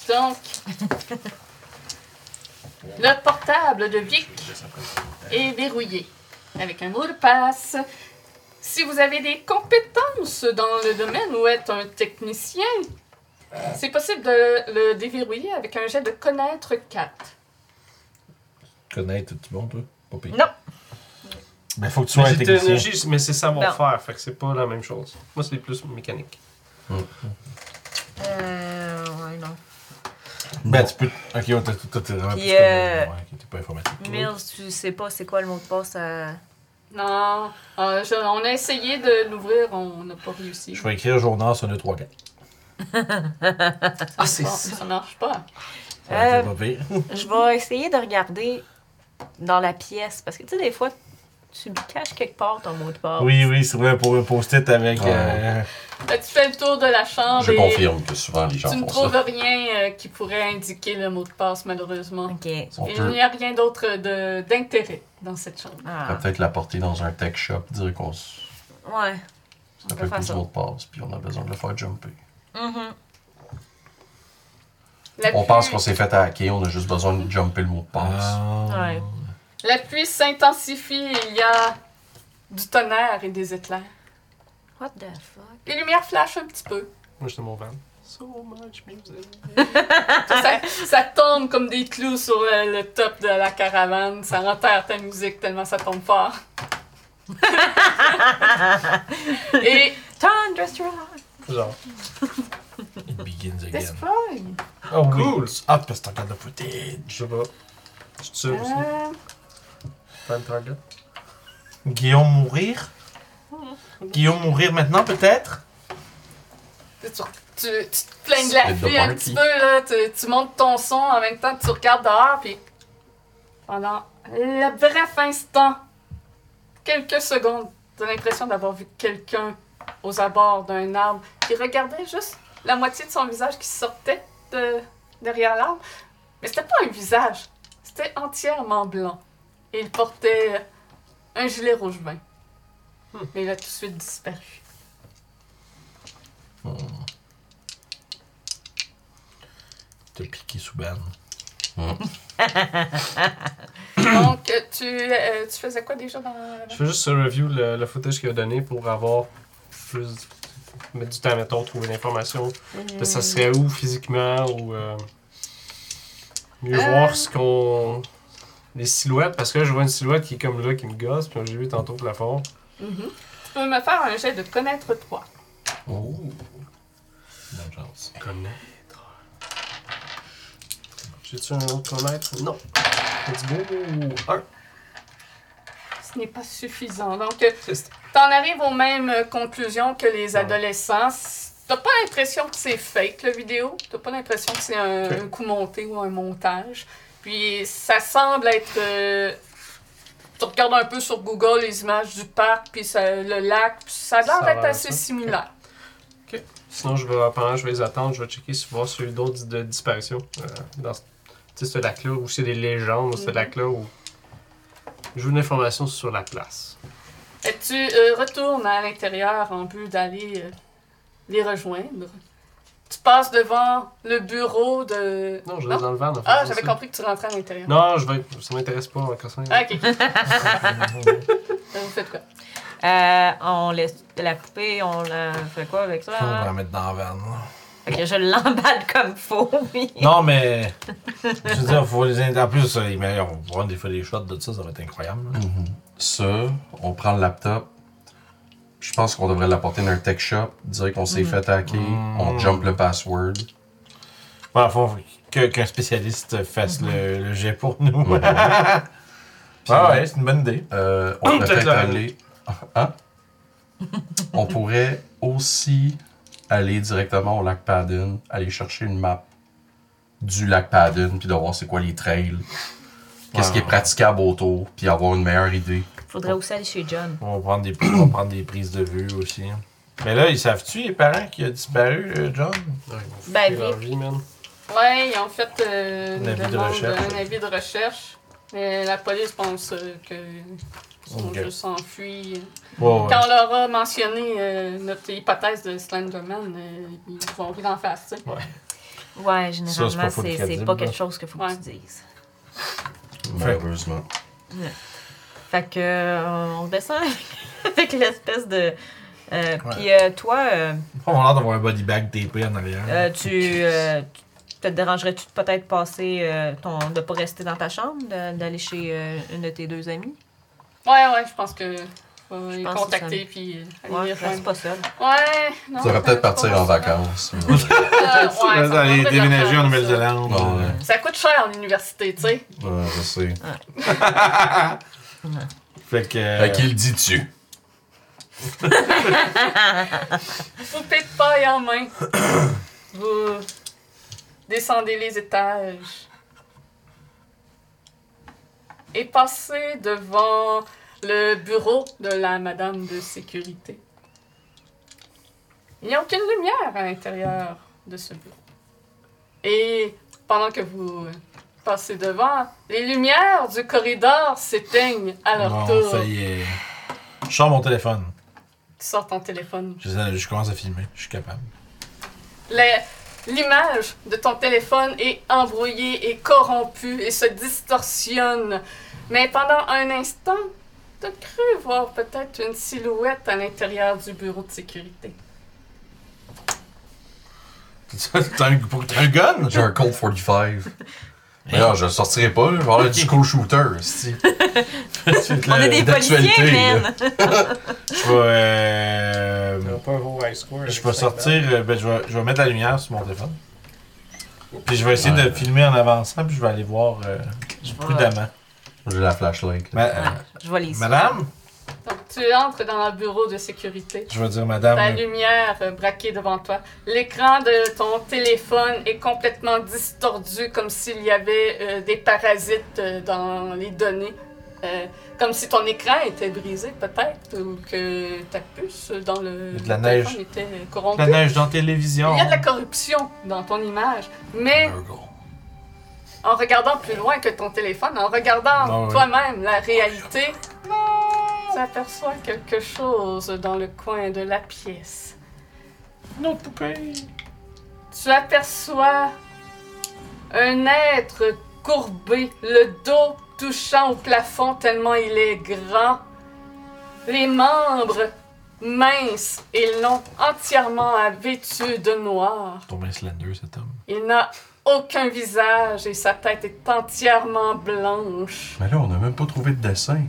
bon. Donc, le portable de Vic est verrouillé avec un mot de passe. Si vous avez des compétences dans le domaine ou êtes un technicien, c'est possible de le déverrouiller avec un jet de connaître 4. Connaître tout le monde, toi? Pas pire. Non. Mais Ben, faut que tu sois un J'ai technicien. technologie, mais c'est savoir-faire, fait que c'est pas la même chose. Moi, c'est plus mécanique. Euh, ouais, non. Ben, tu peux. Ok, ouais, t'as- t'as- t'es vraiment Puis, plus comme- euh, Ouais, ok, t'es pas informatique. Mills, tu sais pas c'est quoi le mot de passe à. Non, euh, je- on a essayé de l'ouvrir, on n'a pas réussi. Je vais écrire journal sur 2, 3, 4. Ah, c'est Bon, ça marche pas. Euh, pas pire. Je vais essayer de regarder dans la pièce parce que tu sais, des fois, tu le caches quelque part ton mot de passe. Oui, oui, c'est vrai, pour un post-it avec. Ouais. euh, Euh, tu fais le tour de la chambre Je et confirme que souvent les gens tu ne font trouves ça. rien euh, qui pourrait indiquer le mot de passe, malheureusement. Ok. On Il peut, n'y a rien d'autre de- d'intérêt dans cette chambre. on peut Ah. peut-être la porter dans un tech shop, dire qu'on s- Ouais. On peut s'appelle faire plus ça. mot de passe, puis on a besoin de le faire jumper. Mhm. On L'appui- pense qu'on s'est fait hacker, on a juste besoin de jumper le mot de passe. ah. Ouais. La pluie s'intensifie, il y a du tonnerre et des éclairs. What the fuck? Les lumières flashent un petit peu. Moi, j'étais mon van. So much music. Ça, ça- ça tombe comme des clous sur le, le top de la caravane. Ça enterre ta musique tellement ça tombe fort. Et Tundra Strike! Genre. It begins again. Despoil. Oh, Cool! cool! Ah, parce que t'as regardé le footage. Je sais pas. Je suis sûr aussi. Euh, Fan target. Guillaume mourir? Hmm. Guillaume mourir maintenant, peut-être? tu, tu- tu te plaignes de la Split the pluie un party. petit peu, là. Tu, tu montes ton son en même temps que tu regardes dehors, puis pendant le bref instant, quelques secondes, t'as l'impression d'avoir vu quelqu'un aux abords d'un arbre qui regardait juste la moitié de son visage qui sortait de, derrière l'arbre. Mais c'était pas un visage, c'était entièrement blanc. Et il portait un gilet rouge-vin. Mais il a tout de suite disparu. T'as piqué sous banne. Donc, euh, tu, euh, tu faisais quoi déjà dans la... Je fais juste review le, le footage qu'il a donné pour avoir plus. mettre du temps, mettons, trouver l'information. Ben, Ça serait où physiquement ou. euh, mieux Euh. voir ce qu'on. les silhouettes, parce que là, je vois une silhouette qui est comme là, qui me gosse, puis j'ai vu tantôt pour la forme. Mm-hmm. Mhm. Tu peux me faire un jet de connaître toi. Oh! Bonne chance. Connaître. J'ai-tu un autre connaître Non. Let's go Un. Ce n'est pas suffisant. Donc, euh, Triste. t'en arrives aux mêmes euh, conclusions que les Ouais. adolescents. C- T'as pas l'impression que c'est fake, la vidéo. T'as pas l'impression que c'est un, Ok. un coup monté ou un montage. Puis, ça semble être... euh, Tu regardes un peu sur Google les images du parc, puis ça- le lac. puis ça a l'air Ça a d'être l'air assez ça. similaire. Sinon, je vais, pendant que je vais les attendre, je vais checker si voir s'il y a eu d'autres de disparitions. euh, dans ce- tu sais, ce lac-là, ou c'est des légendes, ou ce Mhm. lac-là, ou. Je veux une information sur la place. Et tu euh, retournes à l'intérieur en but d'aller euh, les rejoindre. Tu passes devant le bureau de. Non, je vais dans le van. en Ah, faisant j'avais ça. compris que tu rentrais à l'intérieur. Non, je vais. Ça m'intéresse pas, en cassant. Ah, ok. Vous faites quoi Euh, on laisse la poupée, on la fait quoi avec On va la ça? mettre dans la vanne. là. Fait que je l'emballe comme faux, oui. Non, mais. Je veux dire, faut les. En plus, euh, mais on va prendre des fois des shots de ça, ça va être incroyable. là. Ça, on prend le laptop. Je pense qu'on devrait l'apporter dans un tech shop, dire qu'on s'est fait hacker, on jump le password. Ouais, faut que- qu'un spécialiste fasse le, le jet pour nous. Mhm. Ah ouais, c'est une bonne idée. Euh, on pourrait peut-être peut-être la- aller. Hein? on pourrait aussi aller directement au lac Padden, aller chercher une map du lac Padden, puis de voir c'est quoi les trails, qu'est-ce qui est praticable autour, puis avoir une meilleure idée. Faudrait aussi aller chez John. On va prendre des, on va prendre des prises de vue aussi. Mais là, ils savent-tu, les parents, qui a disparu, euh, John? Ben, leur vite. vie, man. Ouais, ils ont fait euh, une Un avis de demande, recherche. un avis de recherche. Mais la police pense euh, que. Ils ont Ok. juste s'enfuis. Ouais, ouais. Quand on leur a mentionné euh, notre hypothèse de Slenderman, euh, ils vont rire en face, tu sais. Ouais, c'est pas généralement, c'est- c'est faute pas crédible. quelque chose qu'il faut que Ouais. tu dises. Malheureusement. Fait que euh, on descend avec l'espèce de. euh, Puis euh, toi, euh, On a l'air d'avoir un body bag tapé en arrière. euh, tu euh, tu- te dérangerais-tu de peut-être passer euh, ton de pas rester dans ta chambre, de- d'aller chez euh, une de tes deux amies? Ouais, ouais, je pense que. Faut les pense que contacter puis euh, aller Ouais, les je reste rejoindre. pas seule. Ouais, non. Tu devrais peut-être partir en vacances. mais- Euh, ouais, ça Vous allez prendrait de déménager l'argent, en ça. Nouvelle-Zélande. Non, ouais. Ça coûte cher en université, tu sais. Ouais, je sais. euh, Fait que. À qui le dis-tu? Poupée de paille en main. Vous descendez les étages. Et passez devant le bureau de la madame de sécurité. Il n'y a aucune lumière à l'intérieur de ce bureau. Et pendant que vous passez devant, les lumières du corridor s'éteignent à leur Bon, tour. ça y est. Je sors mon téléphone. Tu sors ton téléphone. Je, sais, je commence à filmer. Je suis capable. La- L'image de ton téléphone est embrouillée et corrompue et se distorsionne. Mais pendant un instant, tu as cru voir peut-être une silhouette à l'intérieur du bureau de sécurité. T'as un, t'as un gun? J'ai un Colt 45. Mais non, je le sortirai pas, là. je vais avoir du school shooter. esti. On est des policiers, d'actualité, man! Je vais. euh, pas un haut high score. je vais sortir. euh, ben, je, vais, je vais mettre la lumière sur mon téléphone. Puis je vais essayer Ouais. de filmer en avançant. Puis je vais aller voir euh, Je vais, prudemment. J'ai la flashlight. là. Ma- euh, je vais les madame? Donc tu entres dans le bureau de sécurité. Je vais dire Ta madame. lumière euh, braquée devant toi. L'écran de ton téléphone est complètement distordu, comme s'il y avait euh, des parasites euh, dans les données. Euh, comme si ton écran était brisé, peut-être, ou que ta puce dans le Il y a de la le neige. téléphone était corrompue. La neige dans la télévision. Il y a de la corruption dans ton image. Mais Ah Burgle. en regardant plus loin que ton téléphone, en regardant Ah ouais. toi-même la réalité, tu aperçois quelque chose dans le coin de la pièce. Non, poupée. Tu aperçois un être courbé, le dos touchant au plafond tellement il est grand, les membres minces et longs, entièrement vêtus de noir. Tombé slender cet homme. Il n'a aucun visage et sa tête est entièrement blanche. Mais là, on n'a même pas trouvé de dessin.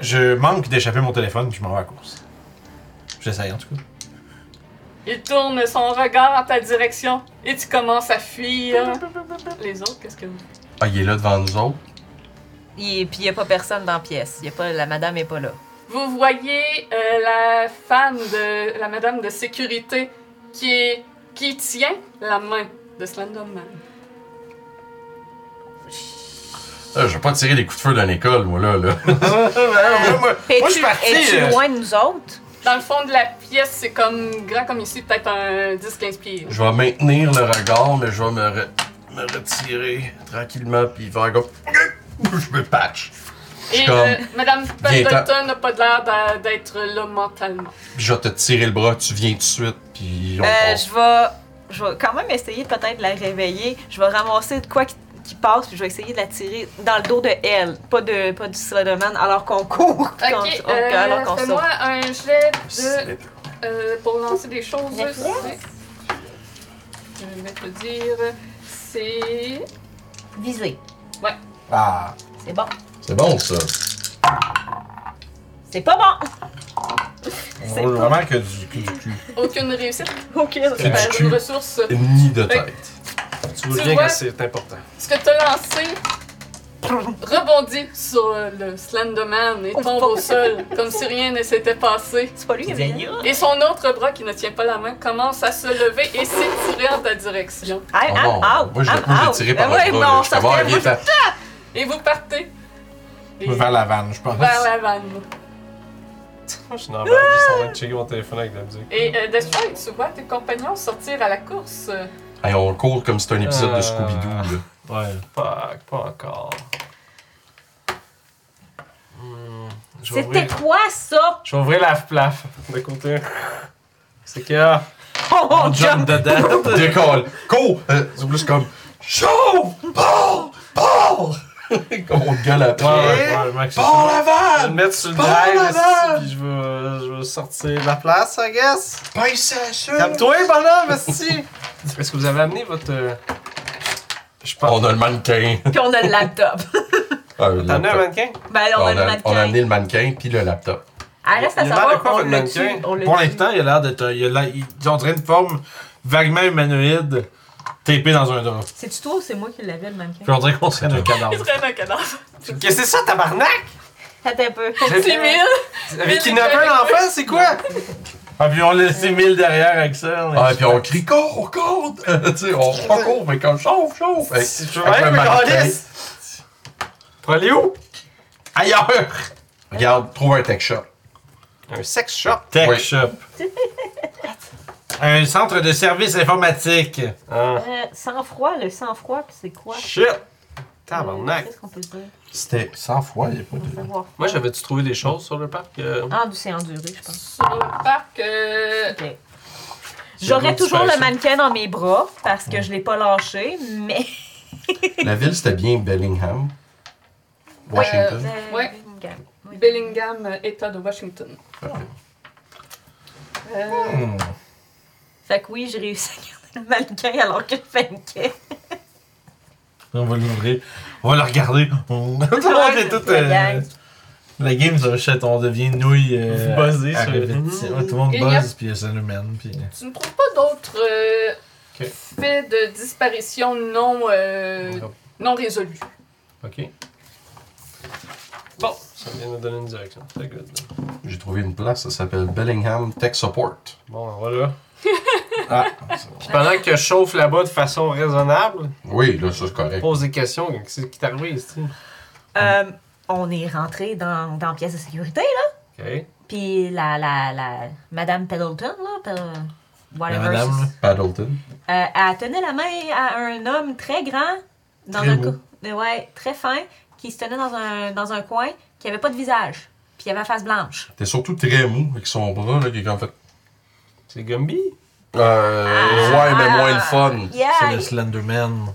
Je manque d'échapper mon téléphone puis je m'en vais à la course. J'essaye en tout cas. Il tourne son regard en ta direction et tu commences à fuir. Les autres, qu'est-ce que vous Ah, il est là devant nous autres. Et puis il n'y a pas personne dans la pièce. Y a pas, la madame n'est pas là. Vous voyez euh, la femme de la madame de sécurité qui, est- qui tient la main de Slenderman. Là, je vais pas tirer des coups de feu dans l'école, moi, là. là. Ah, moi, Puis moi, je Es-tu suis parti. es-tu euh, loin de nous autres? Dans le fond de la pièce, c'est comme grand comme ici, peut-être un 10-15 pieds. Je vais maintenir le regard, mais je vais me, re- me retirer tranquillement, puis faire comme. Je me patch. Et comme- euh, madame Pendleton Viens-t'en. n'a pas l'air d'a- d'être là mentalement. Puis je vais te tirer le bras, tu viens tout de suite, puis on Euh, passe. je vais. Je vais quand même essayer peut-être de la réveiller. Je vais ramasser de quoi qui, qui passe, puis je vais essayer de la tirer dans le dos de elle, pas, de, pas du Slenderman, alors qu'on court, quand- Ok, on- euh, alors qu'on sort. fais-moi un jet de, euh, pour lancer des choses. Yes. c'est- Je vais te dire, c'est Viser. Ah, C'est bon. C'est bon, ça. C'est pas bon! on C'est roule pas- vraiment que du, que du cul. aucune réussite. Ok, C'est du pas cul. une ressource. Ni de tête. Tu vois Tu bien vois? que c'est important. Ce que t'as lancé rebondit sur euh, le Slenderman et tombe au sol, comme si rien ne s'était passé. c'est pas lui qui a dit Et son autre bras, qui ne tient pas la main, commence à se lever et s'étirer en ta direction. I'm, Oh I'm non, out! Moi, je I'm moi, je l'ai out. tiré par Ben ouais, le bras. bon, là. on Je sortait, ah, t'avais moi, enlevé je- ta- Et vous partez Et- Vers la vanne, je pense. vers la vanne. Moi, je suis normal, juste en train de checker mon téléphone avec de la musique. Et euh, Destroy, tu vois tes compagnons sortir à la course. Hey, on court comme si c'était un épisode Euh, de Scooby-Doo, là. Ouais. Fuck, pas encore. Hmm, je vais C'était ouvrir, quoi ça? je vais ouvrir la plaf de côté. C'est que. On jump. dedans. Décolle. Cours. Euh, c'est plus comme. Chauffe. Pars. Pars. comme on te gueule Ouais, ouais, après. probablement que c'est Pars la ça. Je vais le vanne. mettre sur le Bon, drive, madame! esti, puis je vais, je vais sortir de la place, I guess. Pince à ça. Calme-toi, bonhomme, esti. Est-ce que vous avez amené votre... euh, Je pense... On a le mannequin. Puis on a le laptop. Euh, le T'as amené un laptop. mannequin? ben, on, on, a le a, mannequin. on a amené le mannequin puis le laptop. Ah, reste à Il a l'air de savoir quoi, qu'on votre l'a dit. mannequin? On l'a Pour dit. l'instant, il a l'air d'être. Il a l'air- il- on dirait une forme vaguement humanoïde tapée dans un drap. C'est-tu toi ou c'est moi qui l'avais, le mannequin? Puis on dirait qu'on traîne un cadavre. Il traîne un cadavre. Qu'est-ce que c'est ça, tabarnak? Attends un peu. C'est mille. Avec kidnappé un enfant, c'est quoi? Ah, puis on laisse laissé mille derrière avec ça. Ah, et puis on crie cours, cours. tu sais, on pas court, mais comme chauffe, chauffe. Fait- Si tu veux, Ben, avec le mais mannequin. calisse. Pour aller où? Ailleurs. Regarde, trouve un tech shop. Un sex shop. Tech Oui. Shop. un centre de services informatiques. Ah, Euh, Sang-froid, le sang-froid, puis c'est quoi? shit. Euh, Tabarnak. Qu'est-ce qu'on peut dire? C'était 100 fois, il n'y a pas de. On peut voir. Moi, j'avais-tu trouvé des choses sur le parc? euh? Ah, c'est enduré, je pense. Sur le parc, euh, Ok. C'est J'aurais une toujours le disparition. mannequin dans mes bras parce que je l'ai pas lâché, mais. La ville, c'était bien Bellingham. Washington. Euh, Ouais. Bellingham. Oui. Bellingham, euh, État de Washington. Parfait. Euh, Hmm. Fait que oui, j'ai réussi à garder le mannequin alors que je paniquais. On va l'ouvrir. On va le regarder. On tout le monde est tout. La euh, gang. La game, c'est un chat. On devient nouille. Euh, Vous buzzez à sur le- répétition. Ouais, Tout le monde Il y a- buzz, puis ça nous mène. Puis... tu ne trouves pas d'autres euh, Ok. faits de disparition non, euh, non résolus. Ok. Bon, ça vient de nous donner une direction. C'est good. là. J'ai trouvé une place, ça s'appelle Bellingham Tech Support. Bon, ben, voilà. Ah, Puis pendant que je chauffe là-bas de façon raisonnable, oui, là, ça c'est correct. pose des questions. Qu'est-ce qui t'est arrivé ici? Euh, on est rentré dans, dans la pièce de sécurité, là. Ok. Puis la, la, la Madame Pendleton, là, pe- La whatever. madame, là. c'est- Paddleton. Euh, elle tenait la main à un homme très grand, dans Très un beau. co- euh, ouais, très fin, qui se tenait dans un, dans un coin, qui avait pas de visage. Puis il avait la face blanche. T'es surtout très mou avec son bras, là, qui est comme fait. C'est Gumby? Euh, Ah. ouais, mais moins le fun. Yeah! C'est le Slenderman.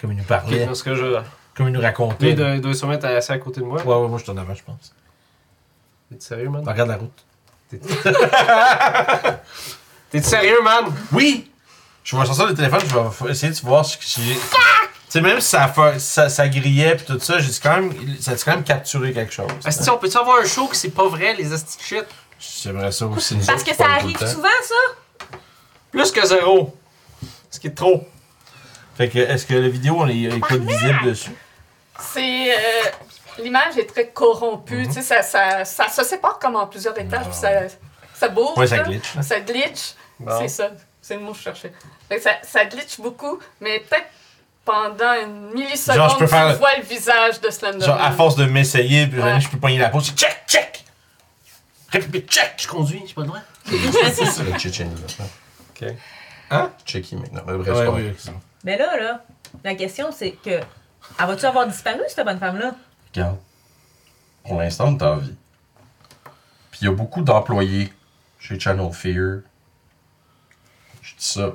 Comme il nous Ok, parlait. parce que je. Comme il nous Lui, racontait. il doit, il doit sûrement être assis à côté de moi. Ouais, ouais, moi, je suis en avant, je pense. T'es sérieux, man? Regarde la route. T'es sérieux, man? Oui! Je vais sortir le téléphone, je vais f- essayer de voir ce que j'ai. Tu sais, même si ça, fa- ça, ça grillait pis tout ça, j'ai dit quand même. Ça a quand même capturé quelque chose. Asti, on peut-tu avoir un show que c'est pas vrai, les asti de shit? J'aimerais ça aussi. Parce que Pas ça tout le arrive temps. souvent, ça! Plus que zéro. Ce qui est trop. Fait que, est-ce que la vidéo, on est, est pas visible dessus? C'est. euh, L'image est très corrompue, tu sais, ça, ça, ça se sépare comme en plusieurs étages, puis ça, ça bourre. Ouais, ça là. glitch. Ça glitch. Bon. C'est ça. C'est le mot que je cherchais. Fait que ça, ça glitch beaucoup, mais peut-être pendant une milliseconde, Genre, je peux tu faire- vois le visage de Slenderman. Genre, à force de m'essayer, puis Ouais. je peux pogner la pause, c'est check, check! Répète, check! Je conduis, j'ai pas le droit. C'est le Tchétchénie, là. Ok. Hein? Tchétchénie maintenant. Mais Bref, Ouais, c'est oui, correct. ok. Mais là, là, la question, c'est que. Elle va-tu avoir disparu, cette bonne femme-là? Regarde, pour l'instant, t'es en vie. Puis il y a beaucoup d'employés chez Channel Fear. Je dis ça.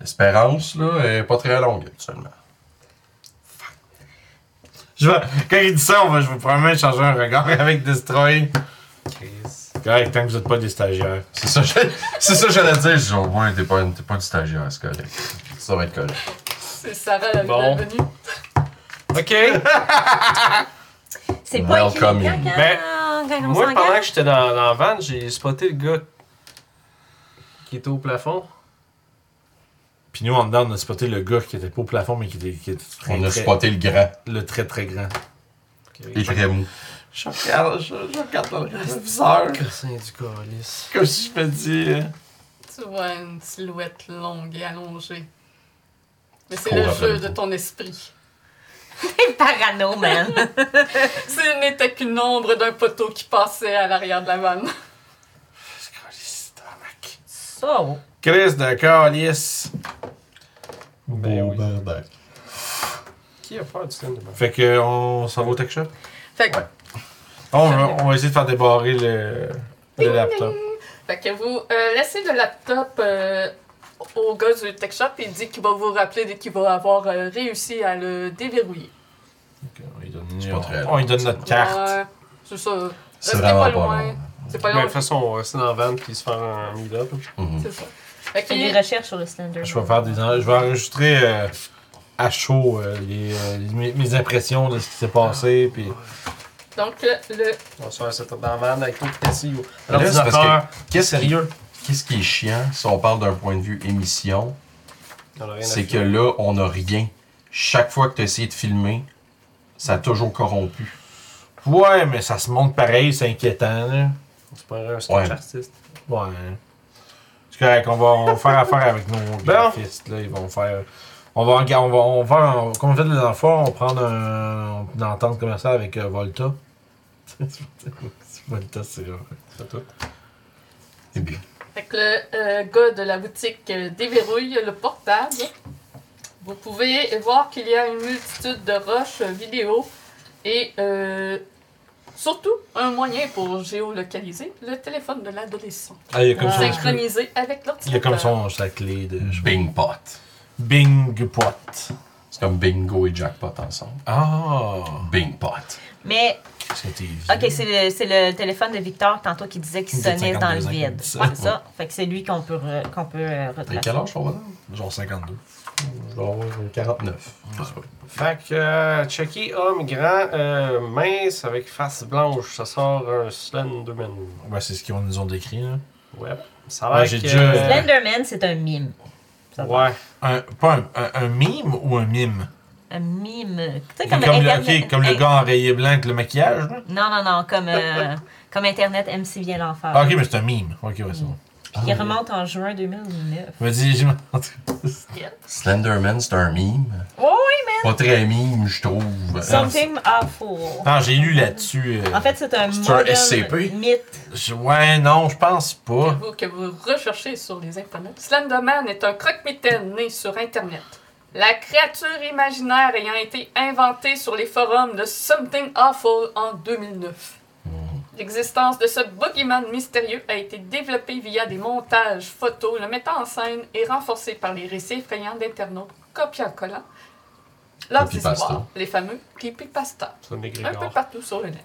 L'espérance, là, est pas très longue actuellement. Je vais, quand il dit ça, on va, je vais probablement échanger un regard avec Destroy. Chris. Correct, tant que vous êtes pas des stagiaires. C'est ça, que- c'est ça que j'allais dire. Je dis, au moins, t'es pas, t'es pas du stagiaire, c'est correct. Ça va être correct. C'est Sarah la Bon. bienvenue. Ok. C'est pas écrit quand, Welcome in. quand- Ben, quand on Moi, pendant s'engage. que j'étais dans, dans la van, j'ai spoté le gars qui était au plafond. Puis nous, en dedans, on a spoté le gars qui était pas au plafond, mais qui était, qui était très, On a très- spoté le grand le très très grand. et très mou. Je regarde, je, je regarde dans le rétroviseur, Cassin du calice. comme si je me dis. euh, Tu vois une silhouette longue et allongée. Mais c'est Cours le après jeu le de coup. ton esprit. Parano, man! Ce n'était qu'une ombre d'un poteau qui passait à l'arrière de la vanne. Calice, tabarnak. so. Chris de calice. Ben oui. Bon, ben, Qui a peur du Slenderman? Fait que on s'en va au tech shop. Fait que On, va- on va essayer de faire débarrer le, le laptop. Fait que vous euh, laissez le laptop euh, au gars du tech shop et dit qu'il va vous rappeler dès qu'il va avoir euh, réussi à le déverrouiller. Euh, Ok, on lui donne, C'est pas très Oh, on, on lui donne notre carte. Ouais, c'est ça. C'est Restez vraiment pas pas loin. long. C'est pas Ben, de long, toute façon, on va rester dans la van puis se faire un meet-up. Mhm. c'est ça. Fait Fais des qu'il recherches sur le Slender. Je vais faire des, en- je vais enregistrer euh, à chaud euh, les, euh, les- mes, mes impressions de ce qui s'est passé, puis Donc, euh, le On se fait un setup dans la van avec toi qui t'es assis à Là, c'est l'ordinateur. parce Qu'est-ce qui- Sérieux. Qu'est-ce qui est chiant, si on parle d'un point de vue émission, On a rien à c'est que faire. là, on n'a rien. Chaque fois que tu as essayé de filmer, ça a toujours corrompu. Ouais, mais ça se monte pareil, c'est inquiétant. Là. C'est pas un sketch Ouais. artiste. Ouais. C'est correct, on va, on va faire affaire avec nos graphistes. Là, ils vont faire. On va, rega- on va, on va faire un- comme on fait la dernière fois, on va prendre un- une entente commerciale avec euh, Volta. Volta, c'est là. C'est tout. Eh bien, Fait que le euh, gars de la boutique euh, déverrouille le portable. Vous pouvez voir qu'il y a une multitude de roches euh, vidéo et euh, surtout un moyen pour géolocaliser le téléphone de l'adolescent. Ah, il y a comme Ah. son. Synchronisé avec l'ordinateur. Il y a comme son, sa clé de. Euh, Bing Pot. Bing pot. C'est comme Bingo et Jackpot ensemble. Ah! Bing Pot. Mais, C'était ok, c'est le, c'est le téléphone de Victor tantôt qui disait qu'il Il dit sonnait dans le 52 ans, il vide. dit ça. C'est ça. Fait que c'est lui qu'on peut, re- qu'on peut euh, T'as retracer. quel âge, ton bonhomme? Genre 52. Genre 49. Je sais Ah, pas. Fait que euh, Chucky, homme grand, euh, mince, avec face blanche, ça sort euh, un Slenderman. Ben, c'est ce qu'ils nous ont décrit, là. Ouais. Ça a Ouais, l'air j'ai que- déjà- euh, Slenderman, c'est un mime. Ça va. Ouais. Un, pas un, un, un mime ou un mime? Un mime. euh, Tu sais, Comme, le, Internet- ok, comme le Hey, gars enrayé blanc avec le maquillage, là? Non, non, non, comme, euh, comme Internet MC vient l'enfer. Ah, ok, mais c'est un mime. Ok, ouais, c'est bon. Il remonte en juin 2009. Vas-y, je m'en. Slenderman, c'est un mime. Ah Oh oui, Pas très mime, je trouve. mais something awful. Non, Ah, j'ai lu là-dessus. euh, En fait, c'est un C'est un modem SCP? mythe. je- Ouais, non, je pense pas. Vous, que vous recherchez sur les internets. Slenderman est un croque-mitaine né sur Internet. La créature imaginaire ayant été inventée sur les forums de Something Awful en 2009. L'existence de ce boogeyman mystérieux a été développée via des montages photos le mettant en scène et renforcée par les récits effrayants d'internautes copiant-collant leurs Creepypasta. histoires, les fameux creepypasta C'est un un peu égrégore. partout sur le net.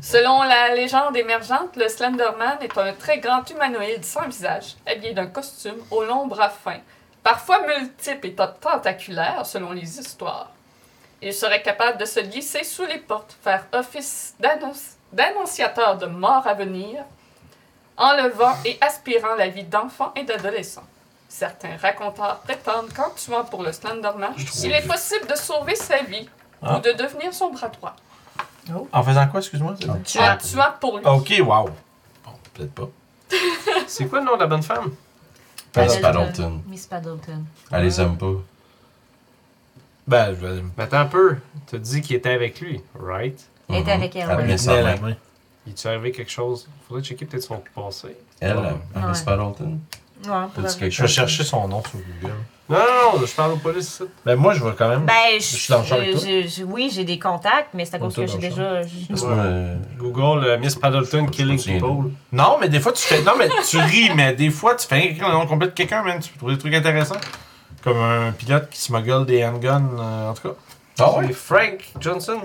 Selon la légende émergente, le Slenderman est un très grand humanoïde sans visage, habillé d'un costume aux longs bras fins, parfois multiple et tot- tentaculaire selon les histoires. Il serait capable de se glisser sous les portes, faire office d'annon- d'annonciateur de mort à venir, enlevant et aspirant la vie d'enfants et d'adolescents. Certains raconteurs prétendent qu'en tuant pour le Slenderman, Je trouve Ah. il est possible de sauver sa vie ou de devenir son bras droit. En faisant quoi, excuse-moi? c'est- Tu En as tuant pour lui. Ah, Ok, wow. Bon, peut-être pas. C'est quoi le nom de la bonne femme? Miss Paddleton. Miss Paddleton. Elle les aime pas. Ben, je vais. Mais attends un peu. T'as dit qu'il était avec lui, right? Elle était avec elle, ouais. Elle met sa Tenez la main. main. Il t'est arrivé quelque chose? Faudrait checker peut-être son passé. Elle, Ouais. elle, Miss Ouais. Paddleton. Ouais, T'as dit probablement. quelque Je vais chose? chercher son nom sur Google. Non, non, non, je parle aux polices ici. Ben, moi, je vais quand même. Ben, je, suis dans le genre avec toi. je- je- oui, j'ai des contacts, mais c'est à On cause est que tous j'ai dans déjà. j'ai- Parce que moi, euh, Google euh, Miss Paddleton Je Killing me souviens People. Non, mais des fois, tu fais. Non, mais tu ris, mais des fois, tu fais écrire le nom complet de quelqu'un, man. Tu peux trouver des trucs intéressants. Comme un pilote qui smuggle des handguns, euh, en tout cas. Ah ouais? C'est Frank Johnson.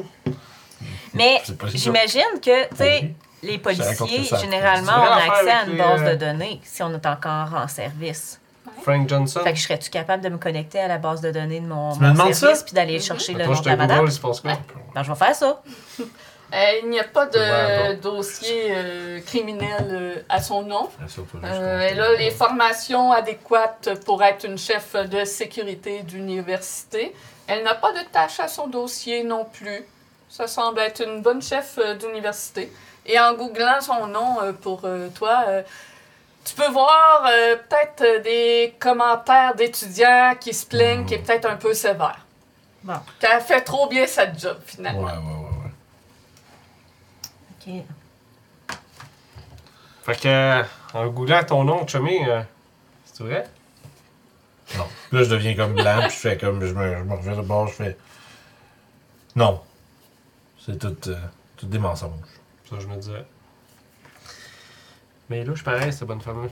Mais C'est pas ça. j'imagine que, tu sais, Oui. les raconté policiers, ça. généralement, C'est ont une affaire accès à avec une les, base de euh, données si on est encore en service. Frank Johnson. Fait que je serais-tu capable de me connecter à la base de données de mon, Tu me mon demandes service ça? puis Mhm. d'aller chercher le Mettons, nom je de te la madame? Google, il se passe quoi? Ben, je vais faire ça. Euh, il n'y a pas de Ouais, dossier euh, criminel euh, à son nom. Ah, surtout, je- Euh, elle a les formations adéquates pour être une chef de sécurité d'université. Elle n'a pas de tâche à son dossier non plus. Ça semble être une bonne chef euh, d'université. Et en googlant son nom euh, pour euh, toi, euh, tu peux voir euh, peut-être euh, des commentaires d'étudiants qui se Mmh. plaignent qui est peut-être un peu sévère. Bon, Qu'elle fait trop bien sa job Ouais, finalement. ouais, ouais, ouais. OK. Fait que, euh, en googlant ton nom, chummy, euh, c'est vrai? Non. Puis là, je deviens comme blanc, puis je fais comme. Je me, je me reviens de bord, je fais. Non. C'est tout, euh, tout des mensonges. Ça, je me disais. Mais là, je pareil, cette bonne femme-là.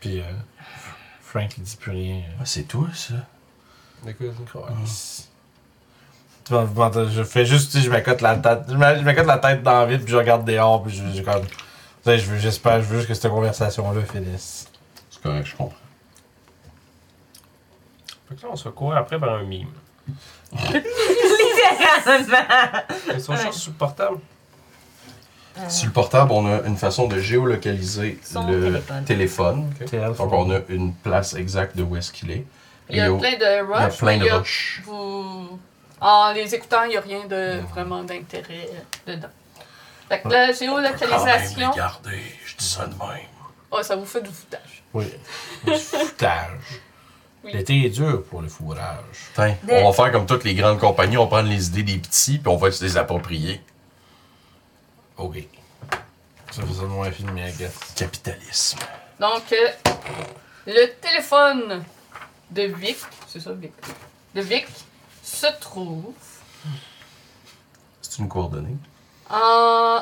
Puis euh, Frank, il dit plus rien. Ah, c'est toi, ça. D'accord. Tu vas- vous m'entendez- Je fais juste, tu sais, je m'accote la tête, je m'a- je m'accote la tête dans le vide, puis je regarde dehors, puis je, je comme, tu sais, je veux- j'espère, je veux juste que cette conversation-là finisse. C'est correct, je comprends. Fait que là, on se court après par un mime. Littéralement! Ils sont juste supportables. Ah. Sur le portable, on a une façon de géolocaliser Son le téléphone. téléphone. Donc, on Téléphone. a une place exacte de où est-ce qu'il est. Il y a Et au- plein de il y a rushs. plein mais il y de a- roches. Vous... En les écoutant, il n'y a rien de vraiment d'intérêt euh, dedans. Fait que la géolocalisation, Ah, ben, regardez, je dis ça de même. oh, ça vous fait du foutage. Oui. Du foutage. Oui. L'été est dur pour le fourrage. Tiens, on va faire comme toutes les grandes compagnies, on prend les idées des petits, puis on va se les approprier. Ok. Ça faisait moins film, mais I guess. Capitalisme. Donc, euh, le téléphone de Vic, c'est ça, Vic, de Vic se trouve C'est une coordonnée. en.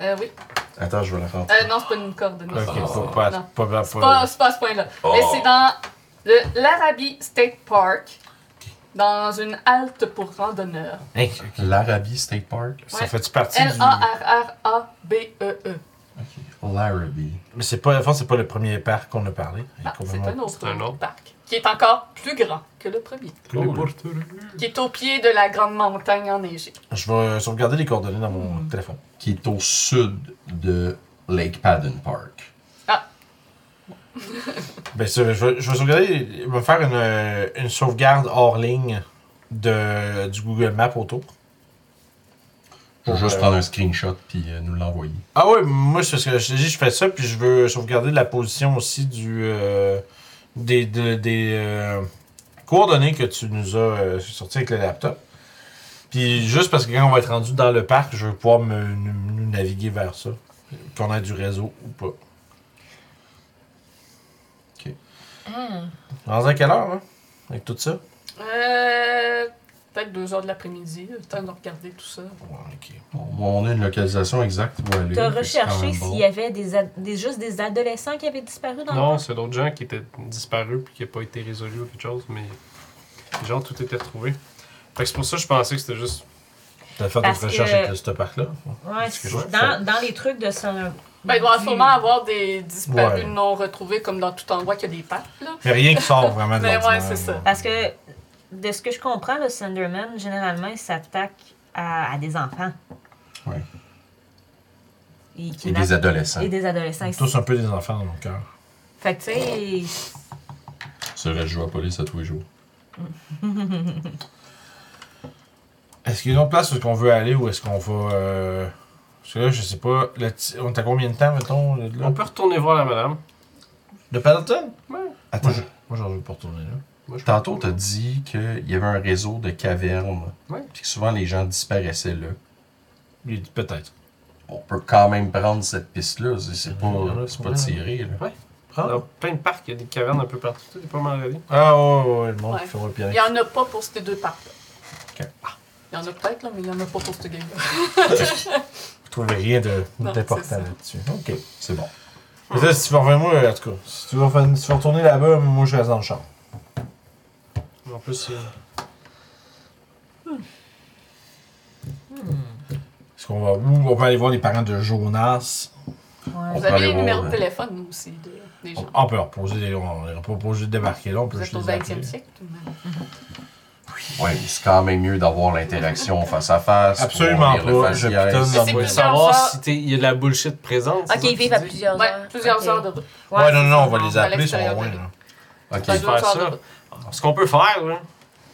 Euh, oui. Attends, je vais la rentrer. Euh, non, c'est pas une coordonnée. Ok, C'est faut pas, non. pas, pas, pas, c'est pas à ce point-là. Oh. Mais c'est dans le- l'Arabie State Park, dans une halte pour randonneurs. Hey, L'Arabie State Park. ça Ouais. fait-tu partie du... L-A-R-R-A-B-E-E. L'Arabie. Mais c'est pas, enfin, c'est pas le premier parc qu'on a parlé. Il est Ah, c'est complètement- un autre, C'est un autre. parc. Qui est encore plus grand que le premier. Cool. Qui est au pied de la grande montagne enneigée. Je vais sauvegarder les coordonnées dans mon Mm. téléphone. Qui est au sud de Lake Padden Park. Ben ça, je vais, je vais sauvegarder, je vais faire une, euh, une sauvegarde hors ligne de, du Google Maps autour. Je vais juste Euh, prendre un screenshot puis euh, nous l'envoyer. Ah ouais, moi c'est ce que je te dis, je fais ça, puis je veux sauvegarder la position aussi du euh, des, de- des euh, coordonnées que tu nous as euh, sorties avec le laptop. Puis juste parce que quand on va être rendu dans le parc, je veux pouvoir me, nous, nous naviguer vers ça. Qu'on ait du réseau ou pas. OK. Hmm. Dans à quelle heure, hein? Avec tout ça? Euh, Peut-être deux heures de l'après-midi, le temps de regarder tout ça. Ouais, ok. Bon, on a une localisation exacte où aller. T'as fait que c'est quand recherché même bon. s'il y avait des, ad- des- juste des adolescents qui avaient disparu dans Non, le c'est d'autres gens qui étaient disparus puis qui n'ont pas été résolus ou quelque chose, mais genre tout était retrouvé. Fait que c'est pour ça que je pensais que c'était juste. T'as fait Parce d'autres recherches que- avec le- ce parc-là? Ouais, Parce que c'est- je- dans, dans les trucs de son. Ben, il doit sûrement avoir des disparus Ouais. non retrouvés, comme dans tout endroit qu'il y a des parcs. là. Mais rien qui sort vraiment de Mais ouais, l'ordinaire, c'est ça. Parce que, de ce que je comprends, le Slenderman, généralement, il s'attaque à, à des enfants. Ouais. Il Et kidnappe- des adolescents. Et des adolescents. Tous un peu des enfants dans mon cœur. Fait que, tu sais, C'est vrai, je joue à police à tous les jours. Est-ce qu'il y a une autre place où est-ce qu'on veut aller ou est-ce qu'on va. Euh... Parce que là, je sais pas. le ti- on est à combien de temps, mettons, de là On peut retourner voir la madame. De Pendleton Ouais. Attends, moi, je... moi, j'en veux pas retourner là. Moi, je- Tantôt, t'as dit qu'il y avait un réseau de cavernes. Ouais. Puis que souvent, les gens disparaissaient là. Il dit peut-être. On peut quand même prendre cette piste-là. C'est c'est pas, Ouais, ouais, c'est pas ouais. tiré, là. Ah, Dans plein de parcs, il y a des cavernes un peu partout, t'es pas mal allé. ah ouais, ouais, ouais, le monde Ouais. qui fait le Il piano. n'y en a pas pour ces deux parcs-là. Ok. Ah. Il y en a peut-être, là, mais il n'y en a pas pour ce game-là. Vous trouvez rien de- Non, c'est d'important ça. là-dessus. Ok. C'est bon. Mais là, si tu veux revenir, moi, en tout cas, si tu veux, reven- si tu veux retourner là-bas, moi, je reste dans le champ. En plus, euh, Est-ce qu'on va. Ou on peut aller voir les parents de Jonas. On Vous peut aller avez les voir, numéros euh, de téléphone aussi de- des gens. On peut leur poser des. On n'est pas obligé de débarquer là, on peut Vous juste êtes au les 20e appeler. siècle tout de même. Ouais, mais c'est quand même mieux d'avoir l'interaction face à face. pour Absolument lire le pas, je faciès. pitonne C'est dans pour plus- mon- savoir heures. si t'es- il y a de la bullshit présente. c'est ça ok, ils que tu vivent à dis? plusieurs heures. Ouais, plusieurs Ok. heures de route. Ouais, non, non, non, on va ça. les appeler, ils sont l'extérieur loin, de- là. Ok, Faire Pas on deux heures de ça. route. Ce qu'on peut faire, là,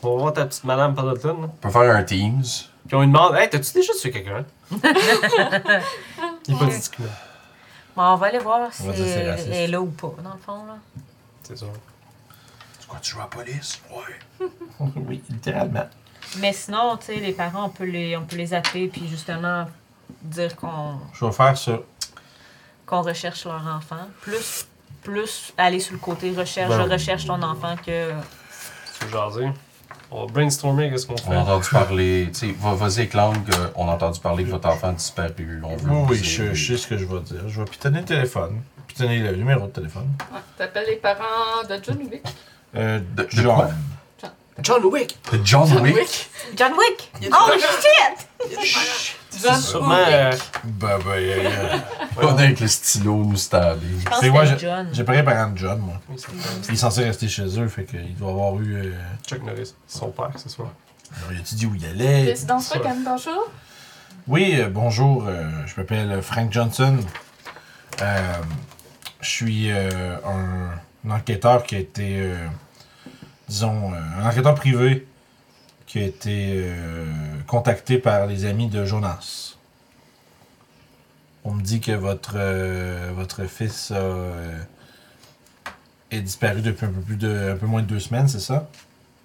on va voir ta petite madame Pendleton, là, peut faire un Teams. puis on lui demande Hey, t'as-tu déjà tué quelqu'un Il n'est pas discriminant. Bon, on va aller voir On si va dire c'est raciste. elle est là ou pas, dans le fond. Là. C'est ça. C'est quoi, tu joues à la police? Ouais. Oui, littéralement. Mais sinon, tu sais, les parents, on peut les, on peut les appeler puis justement dire qu'on Je vais faire ça. qu'on recherche leur enfant. Plus, plus aller sur le côté recherche, Ben je recherche ton enfant que. Tu veux jaser On va brainstormer qu'est-ce qu'on On a fait. entendu parler, tu sais, va- vas-y avec l'angle, que on a entendu parler que votre enfant a disparu, on veut Oui, vous oui, je, aider. je sais ce que je vais dire. Je vais pitonner le téléphone. Pitonner le numéro de téléphone. Ouais, Ah, T'appelles les parents de John Wick. Euh, De- de John. quoi? John Wick! De John Ah John Wick? Wick. John Wick! Il y a du Oh vrai- shit! John Sûrement, Wick. euh, Ben, ben, yeah, yeah. Pas avec le stylo nous stabé. Je pense euh, C'est que moi, c'était je- John. J'ai pris un parent de John, moi. oui, ça s'appelle Il est censé rester chez eux, fait qu'il doit avoir eu. Euh... Chuck Norris, son père, ce soir. Alors, il a-tu dit où il allait? Résidence Rock, Anne, bonjour. Oui, euh, bonjour, euh, je m'appelle Frank Johnson. Euh, je suis euh, un, un enquêteur qui a été, euh, disons, euh, un enquêteur privé qui a été euh, contacté par les amis de Jonas. On me dit que votre, euh, votre fils a, euh, est disparu depuis un peu, plus de, un peu moins de deux semaines, c'est ça?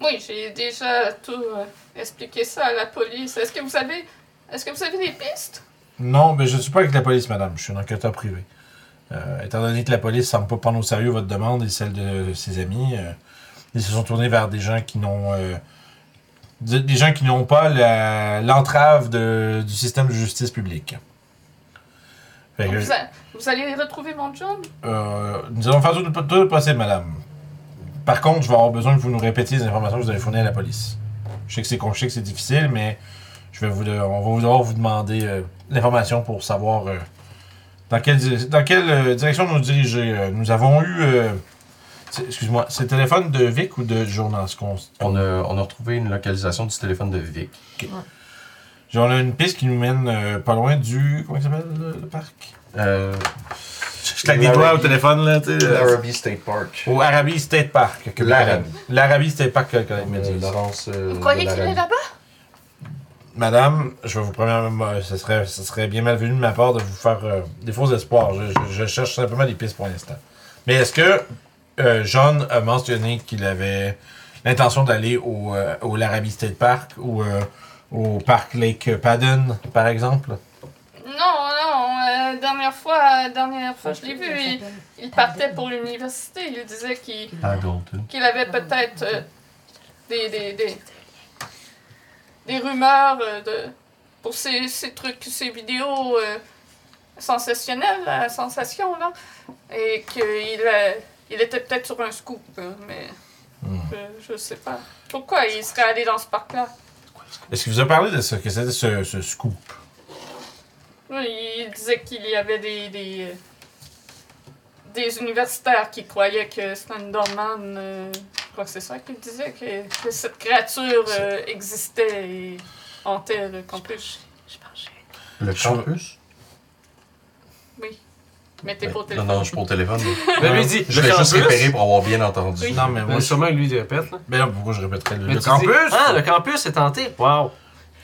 Oui, j'ai déjà tout euh, expliqué ça à la police. Est-ce que vous avez, est-ce que vous avez des pistes? Non, mais je ne suis pas avec la police, madame. Je suis un enquêteur privé. Euh, étant donné que la police semble pas prendre au sérieux votre demande et celle de ses amis, euh, ils se sont tournés vers des gens qui n'ont euh, des des gens qui n'ont pas la- l'entrave de- du système de justice publique. Fait que, Vous, a- vous allez retrouver mon John? euh, nous allons faire tout le, tout le possible, madame. Par contre, je vais avoir besoin que vous nous répétiez les informations que vous avez fournies à la police. Je sais que c'est con- je sais que c'est difficile, mais je vais vous, de- on va vous devoir vous demander euh, l'information pour savoir euh, dans quelle, di- dans quelle euh, direction nous diriger. Euh, nous avons eu. euh, c'est- Excuse-moi, c'est le téléphone de Vic ou de Journal? On a, on a retrouvé une localisation du téléphone de Vic. On a une piste qui nous mène euh, pas loin du. Comment il s'appelle le, le parc Euh, Je claque des doigts au téléphone, là, tu L'Arabie State Park. Au Arabie State Park. que- L'Arabie. L'Arabie State Park, que- que- me disent. Laurence, euh, Vous croyez de qu'il est l'Arabie. là-bas? Madame, je vais vous premièrement, euh, ce serait, ce serait bien malvenu de ma part de vous faire euh, des faux espoirs. Je, je- je cherche simplement des pistes pour l'instant. Mais est-ce que euh, John a mentionné qu'il avait l'intention d'aller au, euh, au Larrabee State Park ou euh, au parc Lake Padden, par exemple? Non, non. euh, dernière fois, euh, dernière fois, je l'ai vu. Il, il partait pour l'université. Il disait qu'il Paddleton. qu'il avait peut-être euh, des, des, des, des rumeurs euh, de, pour ces, ces trucs, ces vidéos euh, sensationnelles, la sensation, là. Et qu'il euh, il était peut-être sur un scoop, euh, mais Hmm. je, je sais pas. Pourquoi il serait allé dans ce parc-là? Est-ce qu'il vous a parlé de ce que c'était ce, ce scoop? Oui, Il disait qu'il y avait des, des, euh, des universitaires qui croyaient que Slenderman, euh, je crois que c'est ça qu'il disait, que, que cette créature euh, existait et hantait le campus. Je pense que j'ai- Le Je- campus? Oui. Mais t'es Ben, pas au Non, téléphone. non, je suis pas au téléphone. mais- Vous l'avez Ben, dit, Je le vais juste campus? repérer pour avoir bien entendu. Oui. Non, mais moi, Le je... chemin, lui, il répète. Là. Mais là, pourquoi je répéterais le, Mais le tu dis, campus? ah, le campus est tenté. Wow.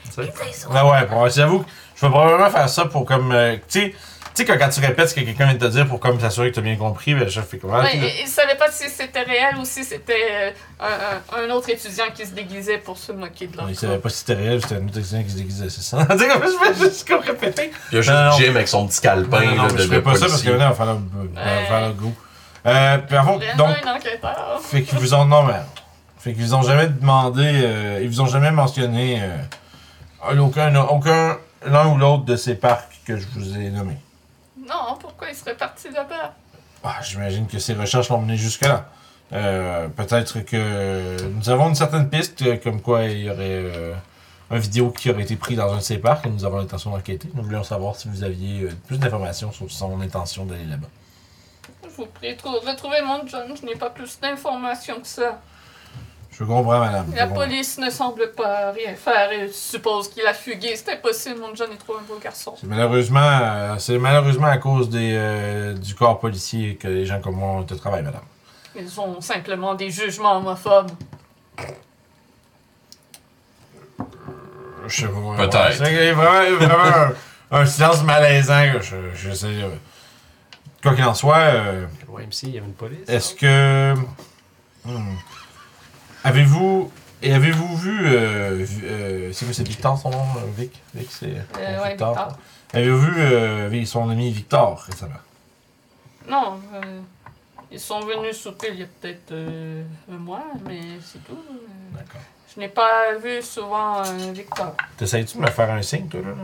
Tu sais, Ah ouais, pour- j'avoue que je vais probablement faire ça pour comme. euh, tu sais, tu sais, quand, quand tu répètes ce que quelqu'un vient de te dire pour comme s'assurer que tu as bien compris, ben, je fais comment? Ouais, il- il savait pas si c'était réel ou si c'était euh, un, un- un autre étudiant qui se déguisait pour se moquer de leur il savait groupe. pas si c'était réel, c'était un autre étudiant qui se déguisait, c'est ça? Tu sais, comme je fais juste comme répéter. Il y a juste Non, non. Jim avec son petit calepin. non, non, là, mais de- je de fais pas ça parce que Ben, maintenant, policier. on va faire le, on va Ouais. faire le goût. Euh, puis en fond, Vraiment donc, un enquêteur. fait qu'ils vous ont. Non, mais. Fait qu'ils vous ont jamais demandé, euh, ils vous ont jamais mentionné euh, aucun, aucun, l'un ou l'autre de ces parcs que je vous ai nommés. Non, pourquoi il serait parti là-bas? Ah, J'imagine que ces recherches l'ont mené jusque-là. Euh, Peut-être que nous avons une certaine piste, euh, comme quoi il y aurait euh, un vidéo qui aurait été pris dans un de ces parcs et nous avons l'intention d'enquêter. Nous voulions savoir si vous aviez euh, plus d'informations sur son intention d'aller là-bas. Je vous prie, trou- retrouvez mon John, je n'ai pas plus d'informations que ça. Je comprends, madame. je La comprends. police ne semble pas rien faire et je suppose qu'il a fugué. C'est impossible, mon John est trop un beau garçon. C'est malheureusement, euh, c'est malheureusement à cause des, euh, du corps policier que les gens comme moi ont été au travail, madame. Ils ont simplement des jugements homophobes. Je sais pas. Peut-être. C'est vraiment, vraiment un, un silence malaisant. que Je, je sais. euh. Quoi qu'il en soit. euh, le YMC, il y avait une police. Est-ce que. Hmm. Avez-vous. Et avez-vous vu. euh, vi- euh, c'est quoi, c'est Victor son nom euh, Vic Vic, c'est. Euh, ouais, Victor. Avez-vous vu euh, vi- son ami Victor récemment Non, euh, Ils sont venus souper il y a peut-être euh, un mois, mais c'est tout. Euh, D'accord. Je n'ai pas vu souvent euh, Victor. T'essayes-tu de me faire un signe, toi, là? là?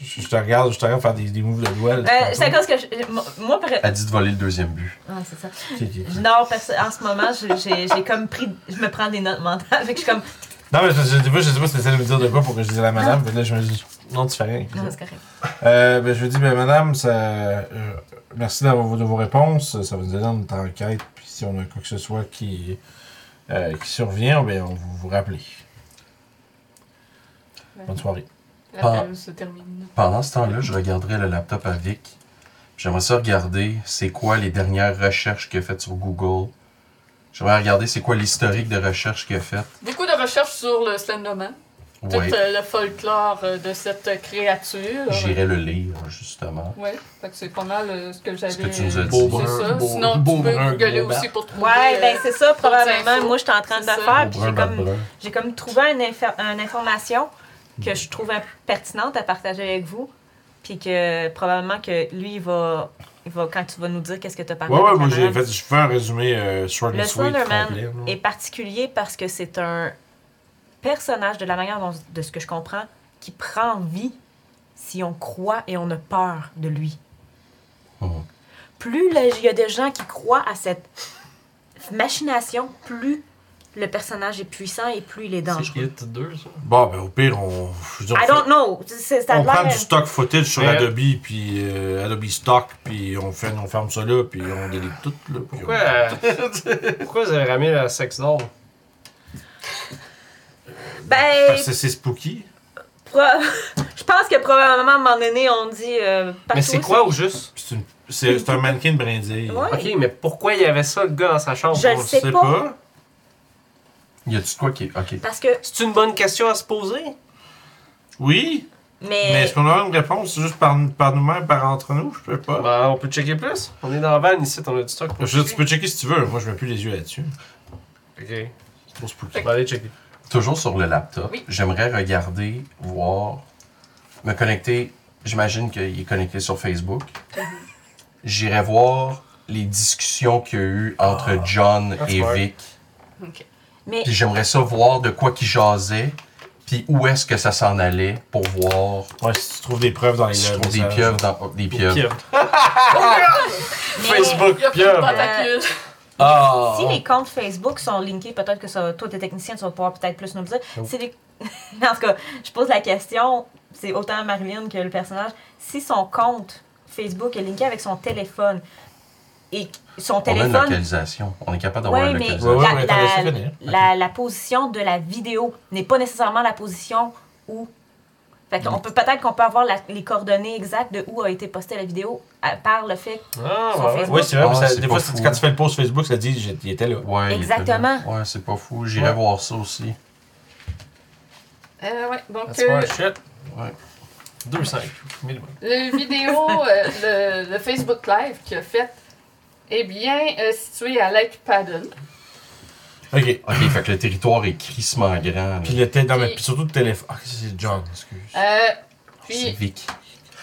Je, je te regarde, je te regarde faire des, des moves de duel. Euh, c'est à cause que je- je- moi, par- Elle dit de voler le deuxième but. Ouais, c'est ça. T'es- t'es- Non, parce que en ce moment, j'ai- j'ai j'ai comme pris. Je me prends des notes mentales. Fait que je suis comme. Non, mais je, je, des fois, je sais pas si t'essaies de me dire de quoi pour que je dise à la madame, mais là, je me dis, non, tu fais rien. Non, c'est correct. Euh, ben, je lui dis, ben, madame, ça, euh, merci d'avoir vos- de vos réponses. Ça va nous aider dans notre enquête. Puis si on a quoi que ce soit qui, euh, qui survient, ben, on va vous rappeler. Bonne soirée. Ah, Ah. L'appel se termine. Pendant ce temps-là, je regarderai le laptop à Vic. J'aimerais ça regarder c'est quoi les dernières recherches qu'il a faites sur Google. J'aimerais regarder c'est quoi l'historique de recherche qu'il a faite. Beaucoup de recherches sur le Slenderman. Tout Ouais, euh, le folklore euh, de cette créature. j'irai le lire, justement. Ouais, fait que c'est pas mal euh, ce que j'avais. que tu nous as dit. C'est Beau ça. brun, beau- Sinon, beau tu peux brun, googler gros aussi pour trouver. Ouais, ben euh, c'est ça, probablement. infos. Moi, j'étais en train de le C'est ça. faire. Puis Au j'ai brun, comme. bas de brun. J'ai comme trouvé une, infor- une information que je trouvais pertinente à partager avec vous. Puis que probablement que lui, il va, il va quand tu vas nous dire qu'est-ce que tu as parlé. Ouais, ouais, avec moi, la j'ai madame. fait, je fais un résumé euh, short and Le sweet Slenderman complet. là. est particulier parce que c'est un personnage de la manière dont, de ce que je comprends qui prend vie si on croit et on a peur de lui. Oh. Mhm. Plus le- il y a des gens qui croient à cette machination, plus le personnage est puissant et plus il est C'est dangereux. Hit 2, ça. Bon, ben, au pire, on, je veux dire, I on don't know. C'est, ça a on l'air- prend du stock footage sur Mais- Adobe, puis euh, Adobe Stock, puis on, fait, on ferme ça là, puis on délite tout. Là, puis on- Pourquoi, euh, pourquoi vous avez ramené la sexe d'or? Ben, Parce que c'est spooky. pro- je pense que probablement à un moment donné, on dit. euh, Mais partout, c'est quoi au juste? C'est une- C'est c'est un mannequin de brindille. Ouais. Ok, mais pourquoi il y avait ça, le gars, dans sa chambre? Je le sais pas. Y a-tu de quoi qui est. Ok. Parce que. C'est une bonne question à se poser? Oui, Mais. mais est-ce qu'on aura une réponse juste par, par nous-mêmes, par entre nous? Je sais pas. Ben, on peut checker plus. On est dans la van ici, on a du stock pour Je veux dire, tu checker. peux checker si tu veux. Moi, je mets plus les yeux là-dessus. Ok, C'est trop spooky. on va aller checker. Toujours sur le laptop, Oui. j'aimerais regarder, voir, me connecter. J'imagine qu'il est connecté sur Facebook. J'irai voir les discussions qu'il y a eu entre John that's et smart. Vic. ok. mais Puis j'aimerais ça voir de quoi qui jasait, puis où est-ce que ça s'en allait pour voir Ouais, si tu trouves des preuves dans les si je lèvres, trouve des ça- pieuvres dans des pieuvres. Pieuvre. mais- Facebook, Il y a plus de pieuvre. tentacules. Ah! Si les comptes Facebook sont linkés, peut-être que ça, toi, t'es technicien, tu vas pouvoir peut-être plus nous le dire. Oh. Si les- en tout cas, je pose la question, c'est autant Marilyn que le personnage. Si son compte Facebook est linké avec son téléphone et son On a une téléphone. localisation. On est capable d'avoir Oui, une mais Ouais, localisation. ouais, la- mais attends, laisse-le finir. la, la- la position de la vidéo n'est pas nécessairement la position où. Fait Mm. qu'on peut peut-être qu'on peut avoir la- les coordonnées exactes de où a été postée la vidéo à- par le fait. Ah, Sur ouais, ouais. Facebook. Oui, c'est vrai, Ah, mais ça- des c'est pas fois, fou. c'est- quand tu fais le post Facebook, ça dit j'étais- il était là. Ouais, il était là. Exactement. Ouais, c'est pas fou. J'irai Ouais. voir ça aussi. Euh, ouais, donc That's euh, my shit. Ouais. 2,5. 1000 le vidéo, euh, le, le Facebook Live qu'il a fait est bien euh, situé à Lake Padden. Ok. Ok, fait que le territoire est crissement grand. là. Puis le téléphone. Non, mais Puis- puis surtout le téléphone. Ah, c'est John, excuse. Euh, C'est puis Vic.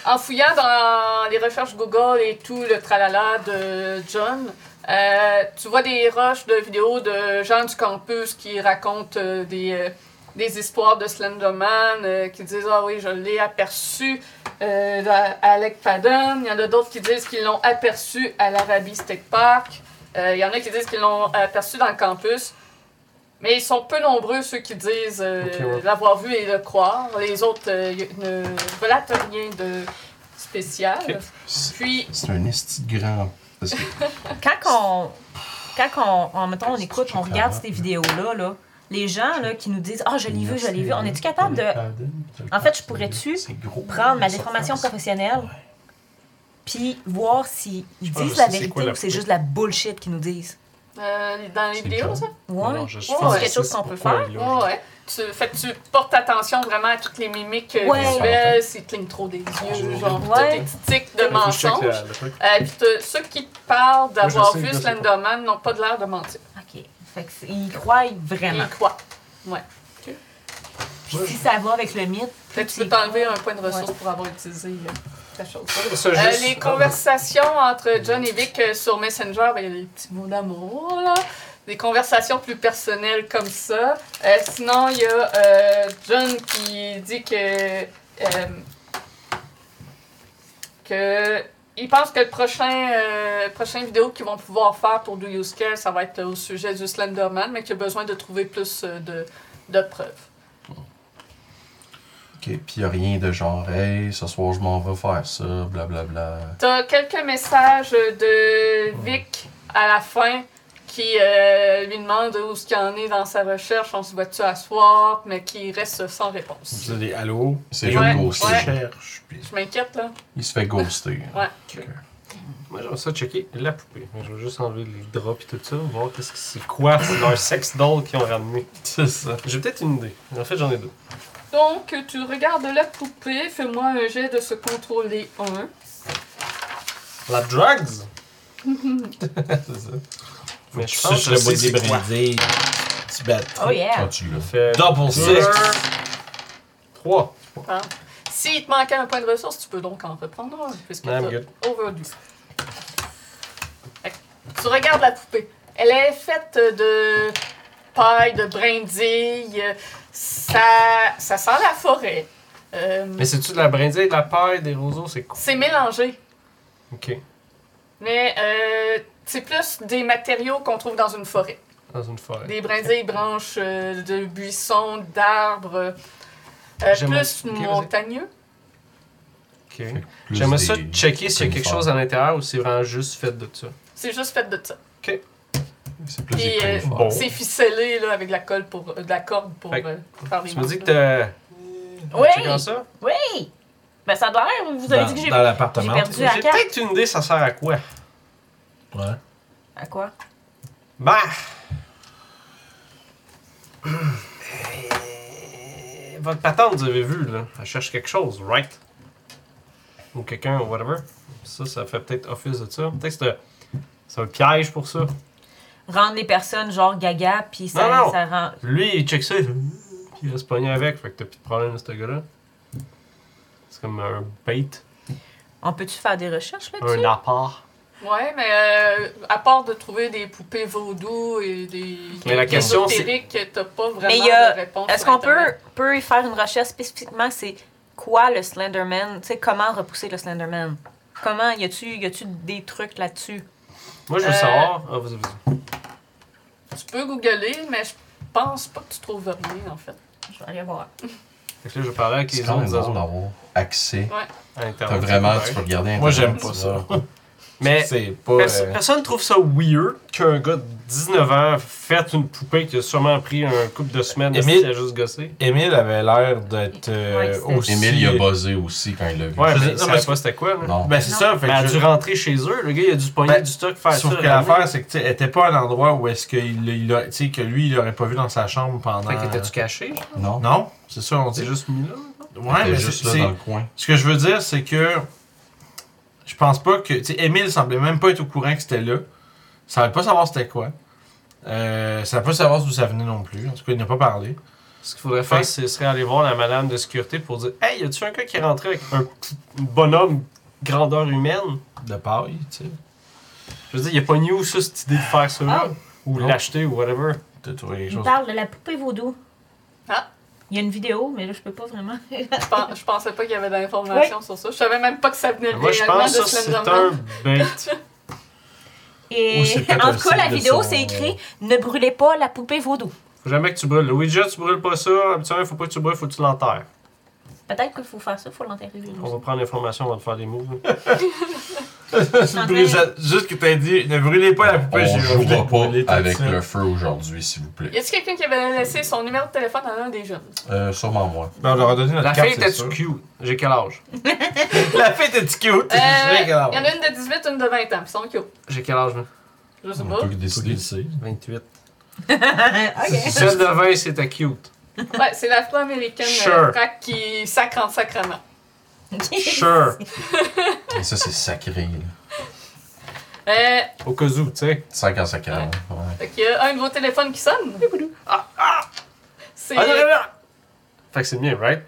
En fouillant dans les recherches Google et tout le tralala de John, euh, tu vois des rushs de vidéos de gens du campus qui racontent euh, des, euh, des histoires de Slenderman, euh, qui disent Ah oui, je l'ai aperçu euh, à à Lake Padden. Il y en a d'autres qui disent qu'ils l'ont aperçu à l'Arabie State Park. Euh, Il y en a qui disent qu'ils l'ont aperçu dans le campus. Mais ils sont peu nombreux ceux qui disent euh, Ok, ouais. l'avoir vu et le croire. Les autres euh, y- ne relatent rien de spécial. Ok. Puis, C'est un esti de grand. Parce que- quand on, quand on, en, mettons, on écoute, on regarde ces vidéos-là, là, les gens là, qui nous disent Ah, je l'ai vu, je l'ai vu, on est-tu capable de En fait, je pourrais-tu C'est gros. prendre ma déformation professionnelle puis voir s'ils pense que disent je la sais c'est vérité quoi la ou c'est juste la bullshit qu'ils nous disent euh, dans les C'est vidéos, John. ça? Ouais. Non, je- je Ouais, pense c'est que quelque chose qu'on peut faire. il Ouais, ouais. Tu, fait que tu portes attention vraiment à toutes les mimiques euh, Ouais. visuelles, s'ils clignent trop des yeux, genre toutes Ouais. les petits tics de Faut que je check mensonges. la- le truc. Euh, puis te- ceux qui te parlent je d'avoir sais, vu je sais pas. Slenderman n'ont pas de l'air de mentir. OK. Fait que c'est- ils croient vraiment. Ils croient. Ouais. Puis si ça va avec le mythe, Fait que tu c'est- peux t'enlever un point de ressource Ouais. pour avoir utilisé. euh, la chose. Ça, Euh, juste- les conversations entre John et Vic euh, sur Messenger, ben, il y a des petits mots d'amour, là. Des conversations plus personnelles comme ça. Euh, sinon, il y a euh, John qui dit que. euh, que. Il pense que le prochain, euh, prochaine vidéo qu'ils vont pouvoir faire pour Do You Scare, ça va être au sujet du Slenderman, mais qu'il a besoin de trouver plus euh, de, de preuves. Ok, puis y a rien de genre, hey, ce soir je m'en vais faire ça, blablabla. T'as quelques messages de Vic à la fin qui euh, lui demande où ce qu'il en est dans sa recherche, on se voit-tu à soir, mais qui reste sans réponse. C'est des allô, C'est Ouais, juste ghosté. ouais. cherche, puis Je m'inquiète là. Il se fait ghoster. Ouais. Ok. Moi, j'aimerais ça checker la poupée. Je vais juste enlever les draps et tout ça, voir qu'est-ce que c'est quoi leur sex doll qu'ils ont ramené. c'est ça. J'ai peut-être une idée. En fait, j'en ai deux. Donc, tu regardes la poupée, fais-moi un jet de se contrôler un. La drugs! C'est ça. Mais je Tu pense suces que le bout des c'est quoi. bridés. Tu battes. Oh yeah. Ah, tu l'as. Fait Double six. 3. Hein? S'il te manquait un point de ressource, tu peux donc en reprendre un, puisque I'm t'as good. overdue. Fait que Tu regardes la poupée. Elle est faite de paille, de brindilles. Ça, ça sent la forêt. Euh, Mais c'est-tu de la brindille, de la paille, des roseaux? C'est quoi? c'est mélangé. Ok. Mais euh, c'est plus des matériaux qu'on trouve dans une forêt. Dans une forêt. Des brindilles, branches euh, de buissons, d'arbres. euh, J'aime- plus ok, vas-y. montagneux. Ok. Plus J'aimerais ça des- checker s'il y a quelque conifères. chose à l'intérieur ou c'est vraiment juste fait de ça. C'est juste fait de ça. C'est plus Puis, des euh, conifères. bon. C'est ficelé là, avec de la, colle pour, euh, de la corde pour Fait que euh, faire les Tu me dis que marques, là. t'as. Oui! Tu checkes ça? Ben ça doit l'air, vous avez dit que j'ai. Dans l'appartement. j'ai perdu. J'ai Du haka. peut-être une idée, ça sert à quoi? Ouais. À quoi? Bah! Euh, Votre patente, vous avez vu, là, elle cherche quelque chose, right? Ou quelqu'un, ou whatever. Ça, ça fait peut-être office de ça. Peut-être que c'est un- c'est un piège pour ça. Rendre les personnes genre gaga, puis ça, Non, non. ça rend. Lui, il check ça, il fait, puis il reste pogné avec, fait que t'as plus de problème de ce gars-là. C'est comme un bait, On peut-tu faire des recherches là-dessus? un appart. Ouais, mais euh, à part de trouver des poupées vaudou et des. Mais la des question, c'est- ésotériques, t'as pas vraiment Mais il y a- de réponse. Est-ce sur qu'on peut, Internet. peut y faire une recherche spécifiquement, c'est quoi le Slenderman? Tu sais, comment repousser le Slenderman? Comment, y a-tu y a-tu des trucs là-dessus? Moi, je veux Euh, savoir. Ah, vas-y, vas-y. Tu peux googler, mais je pense pas que tu trouves rien en fait. Je vais aller voir. Fait que là, je parlais avec C'est les quand même autres bon agents d'avoir accès. à T'as Internet. vraiment, tu peux regarder Moi, Internet, j'aime pas tu ça. vois. Mais C'est pas. Perso- euh, personne trouve ça weird qu'un gars de 19 ans fait une poupée qui a sûrement pris un couple de semaines et Émile- a juste gossé. Émile avait l'air d'être euh, Ouais, c'était- aussi. Émile, il a buzzé aussi quand il l'a vu. Ouais, Je mais sais- il non, savait mais c'est- pas c'était quoi. là. Non. Ben, c'est ça. Fait Mais elle a que dû je- rentrer chez eux. Le gars, il a dû pogner Ben, du stock, faire Sauf ça. que l'affaire, c'est que tu sais, elle était pas à l'endroit où est-ce qu'il il l'a- tu sais, que lui, il l'aurait pas vu dans sa chambre pendant. Fait qu'il était-tu caché? genre? Non. Non, c'est ça, euh, on C'est dit. juste mis là? Ouais, T'es mais juste c'est- là dans le c'est- coin. ce que je veux dire, c'est que je pense pas que. Tu sais, Émile semblait même pas être au courant que c'était là. Ça savait pas savoir c'était quoi. Euh, ça peut savoir d'où ça venait non plus. En tout cas, il n'a pas parlé. Ce qu'il faudrait faire, Fait- ce serait aller voir la madame de sécurité pour dire Hey, y a-tu un gars qui est rentré avec un petit bonhomme grandeur humaine De paille, tu sais. Je veux dire, y a pas ni où ça, cette idée de faire ça là, Ah. Oh. Ou Non. l'acheter ou whatever. T'as trouvé quelque Il chose. parle de la poupée vaudou. Ah. Il y a une vidéo, mais là, je peux pas vraiment. Je, pen- je pensais pas qu'il y avait d'informations sur ça. Je savais même pas que ça venait Mais Moi, je réellement pense de que ça, c'est un Slenderman. bait. Et Ou c'est peut-être en un tout cas, la signe de vidéo, son- c'est écrit Ne brûlez pas la poupée vaudou. Faut jamais que tu brûles. Le Ouija, tu brûles pas ça. Habituellement, faut pas que tu brûles, faut que tu l'enterres. Peut-être qu'il faut faire ça, faut l'enterrer. lui On aussi. va prendre l'information avant de faire des moves. Enfin. Juste que t'as dit, ne brûlez pas la poupée. On Ben, j'ai jouera envie de brûler pas tout avec ça. le feu aujourd'hui, s'il vous Y plaît. a-t-il quelqu'un qui avait laissé son numéro de téléphone à l'un des jeunes? Euh, sûrement moi. Ben, on leur a donné notre La carte, fille c'est était sûr. cute. J'ai quel âge La fille était cute. Euh, Je sais Il y en qu'elle a une de 18, une de 20 ans. Ils sont cute. J'ai quel âge, moi Je sais Ah, C'est pas. toi qui décides. 28. ok. Celle de 20, c'était cute. Ouais, c'est l'afro-américaine Sure. euh, frac qui sacre en sacrement. Sure. Et ça, c'est sacré. là. Euh, Au cas où, tu sais. 5 en sacré. hein. Ouais. fait qu'il y a un de vos téléphones qui sonne. Ah, ah! C'est euh, Ah non, non, non Fait que c'est le mien, right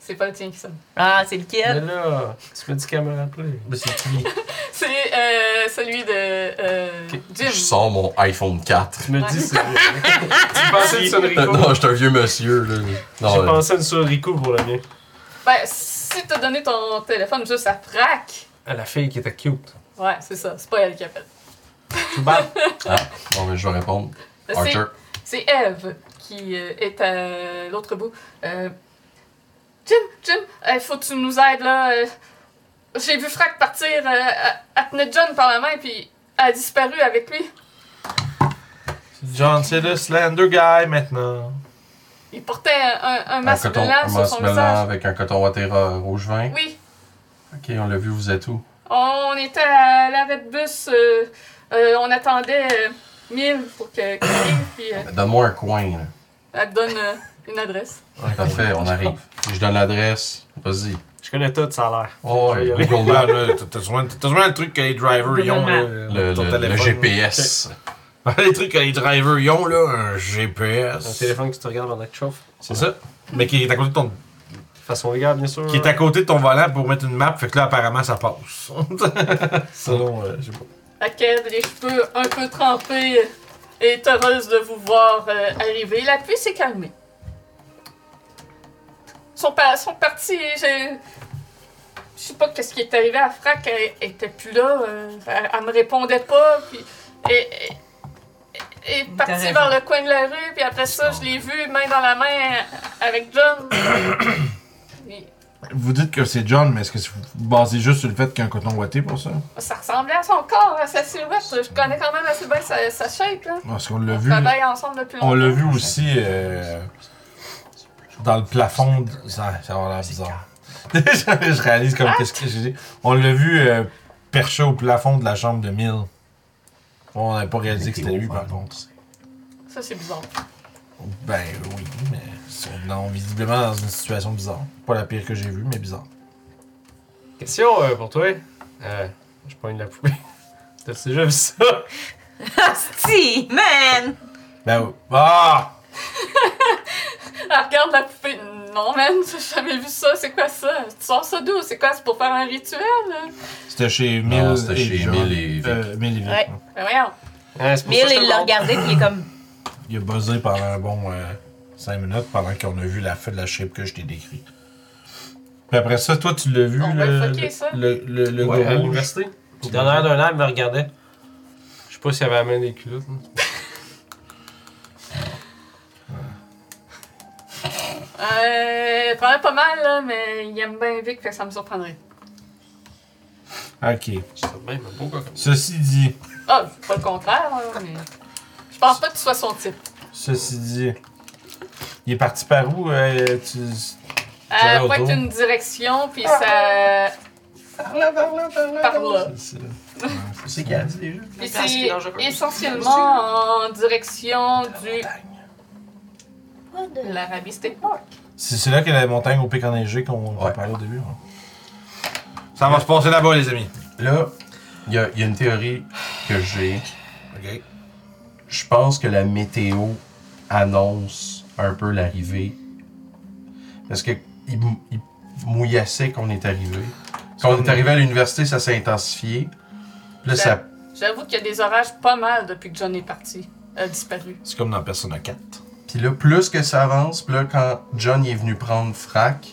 C'est pas le tien qui sonne. Ah, c'est Mais lequel? là, tu m'as dit qu'elle me rappelait. Mais c'est qui? C'est euh, celui de euh, Jim. Je sors mon iPhone 4. Tu me dis, c'est. tu pensais une Euh, Sonrico. non, je suis un vieux monsieur, là. J'ai Non, euh, pensé à une Sonrico pour le mien. Ben, si t'as donné ton téléphone juste à Frac, À Euh, la fille qui était cute. ouais, c'est ça. C'est pas elle qui appelle. Tout bad. bon, ben, je vais répondre. Ben, c'est- Archer. C'est Eve qui euh, est à l'autre bout. Euh, Jim, Jim, il faut que tu nous aides là. Euh, J'ai vu Frac partir. euh, elle, elle tenait John par la main puis elle a disparu avec lui. John, c'est le Slender Guy maintenant. Il portait un, un- un Un masque Ah, coton, blanc un sur masque son blanc visage. avec un coton Watera rouge vin. Oui, Ok, on l'a vu, vous êtes où? on était à l'arrêt de bus. euh, euh, on attendait euh, Mille pour que- qu'elle arrive puis euh, Ben, Donne-moi un coin, là. elle te donne euh, une adresse. Parfait, on arrive. Je donne l'adresse. Vas-y. Je connais tout, ça a l'air. Oh, Je vais y aller. Google Là, Maps. là, t'as- t'as besoin, t'as besoin le truc que les drivers ils ont, là, euh, Le, ton le- le téléphone. GPS. les trucs que les drivers ils ont, là, un GPS. Un téléphone qui te regarde pendant que tu chauffes. C'est ça. Mais qui est à côté de ton, De façon légale, bien sûr. qui est à côté de ton volant pour mettre une map, fait que là, apparemment, ça passe. Selon, euh, je sais pas. Laquelle les cheveux un peu trempés est heureuse de vous voir euh, arriver. La pluie s'est calmée. Ils sont, pa- sont partis. Je... je sais pas qu'est-ce qui est arrivé à Frac. Elle, elle était plus là. euh, elle, elle me répondait pas. Puis, et, et, et- et T'as partie raison. vers le coin de la rue. Puis après ça, je l'ai vue main dans la main avec John. Puis, Vous dites que c'est John, mais est-ce que vous basez juste sur le fait qu'il y a un coton ouaté pour ça? ça ressemblait à son corps, à sa silhouette. Je connais quand même assez bien sa, sa shape. Là. Parce qu'on l'a On vu. travaille ensemble depuis longtemps. On l'a vu aussi euh, dans le plafond. de- Ça, ça va l'air bizarre. je réalise comme qu'est-ce que j'ai dit. On l'a vu euh, perché au plafond de la chambre de Mill. On n'avait pas réalisé que c'était lui par contre. Ça, c'est bizarre. Ben oui, mais c'est- non, visiblement dans une situation bizarre. Pas la pire que j'ai vue, mais bizarre. Question euh, pour toi. Euh, je pogne la poupée. T'as déjà vu ça? Euh, Si, man! Ben oui. Ah! Elle Ah, regarde la poupée. Non, man, j'ai jamais vu ça. C'est quoi ça? Tu sors ça d'où? C'est quoi? C'est pour faire un rituel? là? C'était chez Mill. Non, c'était et chez John. Mill et Vic. Euh, Mill et Vic, Ouais. hein. Ben voyons. Ouais, c'est pour ça Mill, que je te il l'a demande. regardé puis il est comme. Il a buzzé pendant un bon 5 minutes pendant qu'on a vu la fin de la shape que je t'ai décrit. Puis après ça, toi, tu l'as vu, On va le, le fucker, ça. le, le, le Ouais, gars à rouge. l'université. Le dernier d'un an, il me regardait. Je sais pas s'il avait la main des culottes. hein. Euh, prenait pas mal, là, mais il aime bien Vic, fait que ça me surprendrait. Ok. Je sais bien, mais bon, quoi, comme ça. Ceci dit, Ah, c'est pas le contraire, là, mais. Je pense pas que tu sois son type. ceci dit, il est parti par où? euh, tu... Elle autour. Euh, pointe une direction, puis ça. Par là. c'est- C'est qu'elle dit déjà. Puis c'est essentiellement en direction du. L'Arabie State Park. C'est c'est là que la montagne au pic enneigé qu'on qu'on Ouais. parlait au début. hein. Ça va se passer là-bas, les amis. Là, il y, a- il y a une théorie que j'ai. Ok. Je pense que la météo annonce un peu l'arrivée. Parce que il, mou- il mouillassait qu'on est arrivé. Quand on est arrivé à l'université, ça s'est intensifié. Puis Là, ça. J'avoue qu'il y a des orages pas mal depuis que John est parti. Elle a disparu. C'est comme dans Persona 4. Puis là, plus que ça avance, puis là, quand John y est venu prendre frac,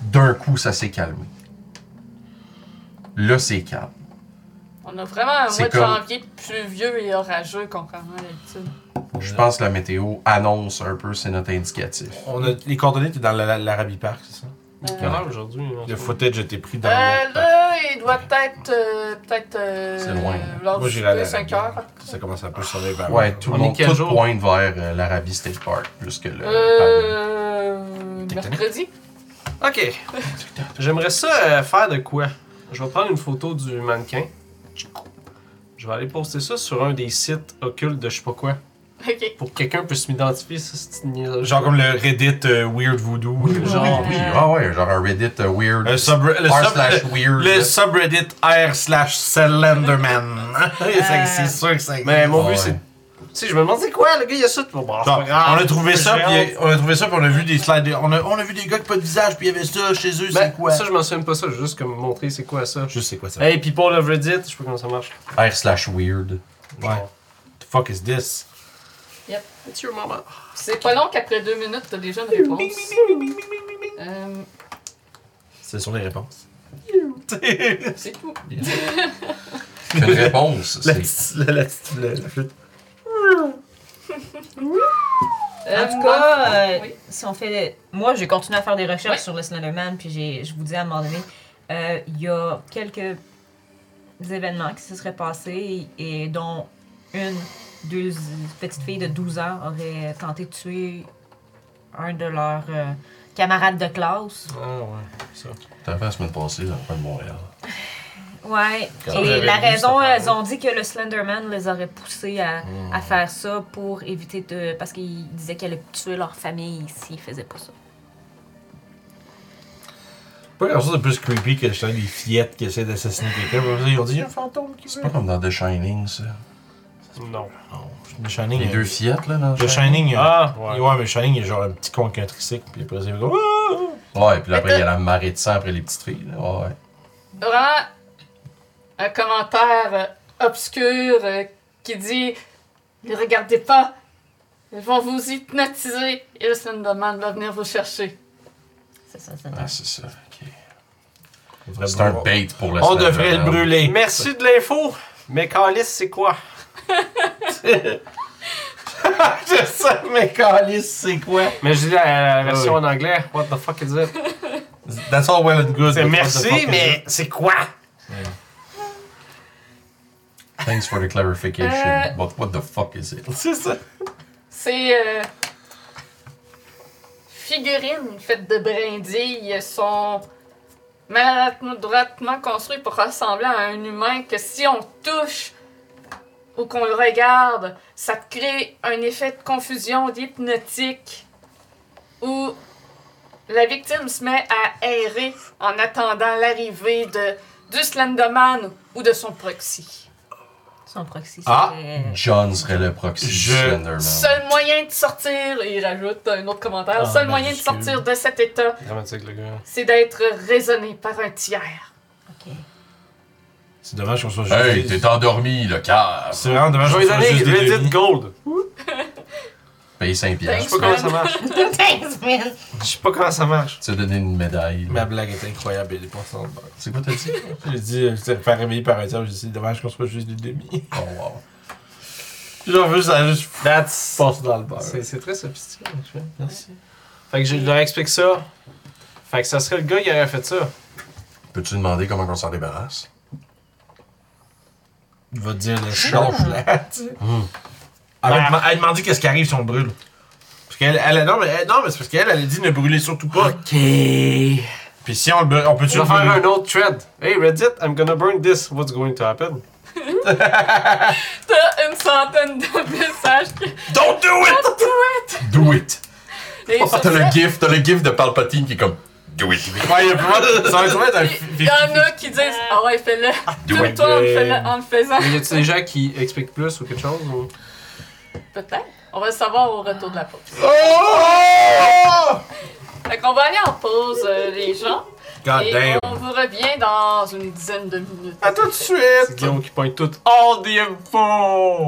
d'un coup, ça s'est calmé. Là, c'est calme. On a vraiment un C'est mois comme- de janvier pluvieux et orageux, contrairement à l'habitude. Je pense que la météo annonce un peu, c'est notre indicatif. On a, les coordonnées étaient dans la- la- l'Arabie Park, c'est ça? Quelle heure aujourd'hui? hein, Le c'est- footage était pris dans. Euh, l'autre parc. là, il doit être euh, peut-être euh, C'est loin. lors Moi, du j'irai à souper, la 5 heures. Ça commence un peu sur les vers. Ouais, tout On le est monde quel tout jour? pointe vers euh, l'Arabie State Park, plus que le. Euh, mercredi. Ok. J'aimerais ça euh, faire de quoi? Je vais prendre une photo du mannequin. Je vais aller poster ça sur un des sites occultes de je sais pas quoi. Ok. Pour que quelqu'un puisse m'identifier, ça c'est une niaiserie. Genre comme le Reddit euh, Weird Voodoo. euh, genre. Genre, oui, ah ouais, genre un Reddit euh, weird. Le, sub, le, R sub- slash le- weird. le subreddit R slash Slenderman. Ah, C'est- c'est sûr que ça existe. Mais mon Ouais. but c'est sais, je me demande, c'est quoi, le gars, il a ça. Bon, bah, c'est Genre, pas grave. on a trouvé ça, J'ai puis hâte. on a trouvé ça, puis on a vu des slides. On a, on a vu des gars qui pas de visage, puis il y avait ça chez eux, Ben, c'est quoi? Ça, je m'en souviens pas ça. Je veux juste comme montrer c'est quoi ça. Je sais quoi ça. Hey, people of Reddit, je sais pas comment ça marche. R slash weird. Ouais. The fuck is this? Yep. It's your mama. C'est pas long qu'après deux minutes, t'as déjà une réponse. Euh, C'est sur les réponses. c'est tout. Une réponse, La, c'est. la, la, la, la flûte. Euh, En tout cas, euh, oui. si on fait. Moi, j'ai continué à faire des recherches Ouais. sur le Slenderman, puis j'ai, je vous dis à un moment donné, euh, il y a quelques événements qui se seraient passés et, et dont une, deux petites filles de 12 ans auraient tenté de tuer un de leurs euh, camarades de classe. Ah ouais, ça. T'as fait la semaine passée dans le coin de Montréal. Ouais, Quand et j'avais la lu cette raison, affaire-là. Hmm. elles ont dit que le Slenderman les aurait poussés à, à faire ça pour éviter de. parce qu'ils disaient qu'elle allait tuer leur famille s'ils faisaient pas ça. Pas grand chose de plus creepy que justement des fillettes qui essaient d'assassiner quelqu'un. Puis après ça, Ils ont dit, il y a un fantôme qui C'est pas comme dans The Shining, ça. Non. Non, le Shining. Les il- deux fillettes, là, dans Le Mm. Shining, il y a- Ah, ouais. ouais. mais le Shining, il y a genre un petit con avec un tricycle, puis après, c'est comme. Ah! Ouais, puis là, après, il y a la marée de sang après les petites filles, là. Ouais, ouais. Vraiment, un commentaire euh, obscur euh, qui dit Ne regardez pas, ils vont vous hypnotiser et le Slenderman va venir vous chercher. C'est ça, c'est Ah, c'est ça. ok. On devrait C'est un brûler. bait pour le On devrait le Slenderman. brûler. Merci de l'info, mais Calis, c'est quoi? Je sais, mais calice, c'est quoi? Mais je dis la, la version Ah en anglais. What the fuck is it? That's all well and good. C'est but what the merci, fuck is mais it? c'est quoi? Thanks for the clarification. Euh. But what the fuck is it? C'est ça. Ces euh, figurines faites de brindilles sont maladroitement construites pour ressembler à un humain que si on touche ou qu'on le regarde, ça te crée un effet de confusion d'hypnotique où la victime se met à errer en attendant l'arrivée de du Slenderman ou de son proxy. Son proxy, Ah. c'était. euh, John serait le proxy du Je- Slenderman. Seul moyen de sortir, et il rajoute un autre commentaire, Ah, seul moyen de minuscule. sortir de cet état, Dramatique, le gars. c'est d'être raisonné par un tiers. Ok. C'est dommage qu'on soit Hey, juste. t'es endormi, le cœur! C'est vraiment dommage Je qu'on vais les soit donner juste des Reddit denis. Gold. Paye 5 Je piastres. sais pas comment ça marche. Thanks, man! Je sais pas comment ça marche. Tu as donné une médaille. là. Ma blague est incroyable, elle est pas sans barre. C'est quoi t'as dit? J'ai dit, euh, j'étais faire réveiller par un tiers, j'ai dit, dommage qu'on soit juste du demi. Oh wow. Genre, veux ça juste That's. passe dans le bar. C'est c'est très sophistiqué, je fais. Merci. Fait que je leur explique ça. Fait que ça serait le gars qui aurait fait ça. Peux-tu demander comment on s'en débarrasse? Il va te dire le Ah. change, là. tu sais. Elle Ben, m'a Hmm. elle m'a dit qu'est-ce qui arrive si on le brûle. Parce qu'elle, elle, non, mais, elle- non, mais c'est parce qu'elle, elle a dit ne brûler surtout pas. Ok. Je Puis si on le brûle, on peut-tu vais le faire brûler? un autre thread. Hey Reddit, I'm gonna burn this. What's going to happen? T'as une centaine de messages qui... Don't do it! Do it! Et Oh, sur t'as ça, le gif, t'as le gif de Palpatine qui est comme Do it! Ouais, il y a pas- ça va être un Il y en a qui disent « Ah ouais, fais-le! Tue-toi en, le fais- en le faisant! Mais y a-tu des gens qui expliquent plus ou quelque chose? ou- » Peut-être. On va le savoir au retour de la pause. Oh! Fait qu'on va aller en pause, euh, les gens. God et Ah, damn. on vous revient dans une dizaine de minutes. À tout de suite! C'est Guillaume qui pointe tout. All the info!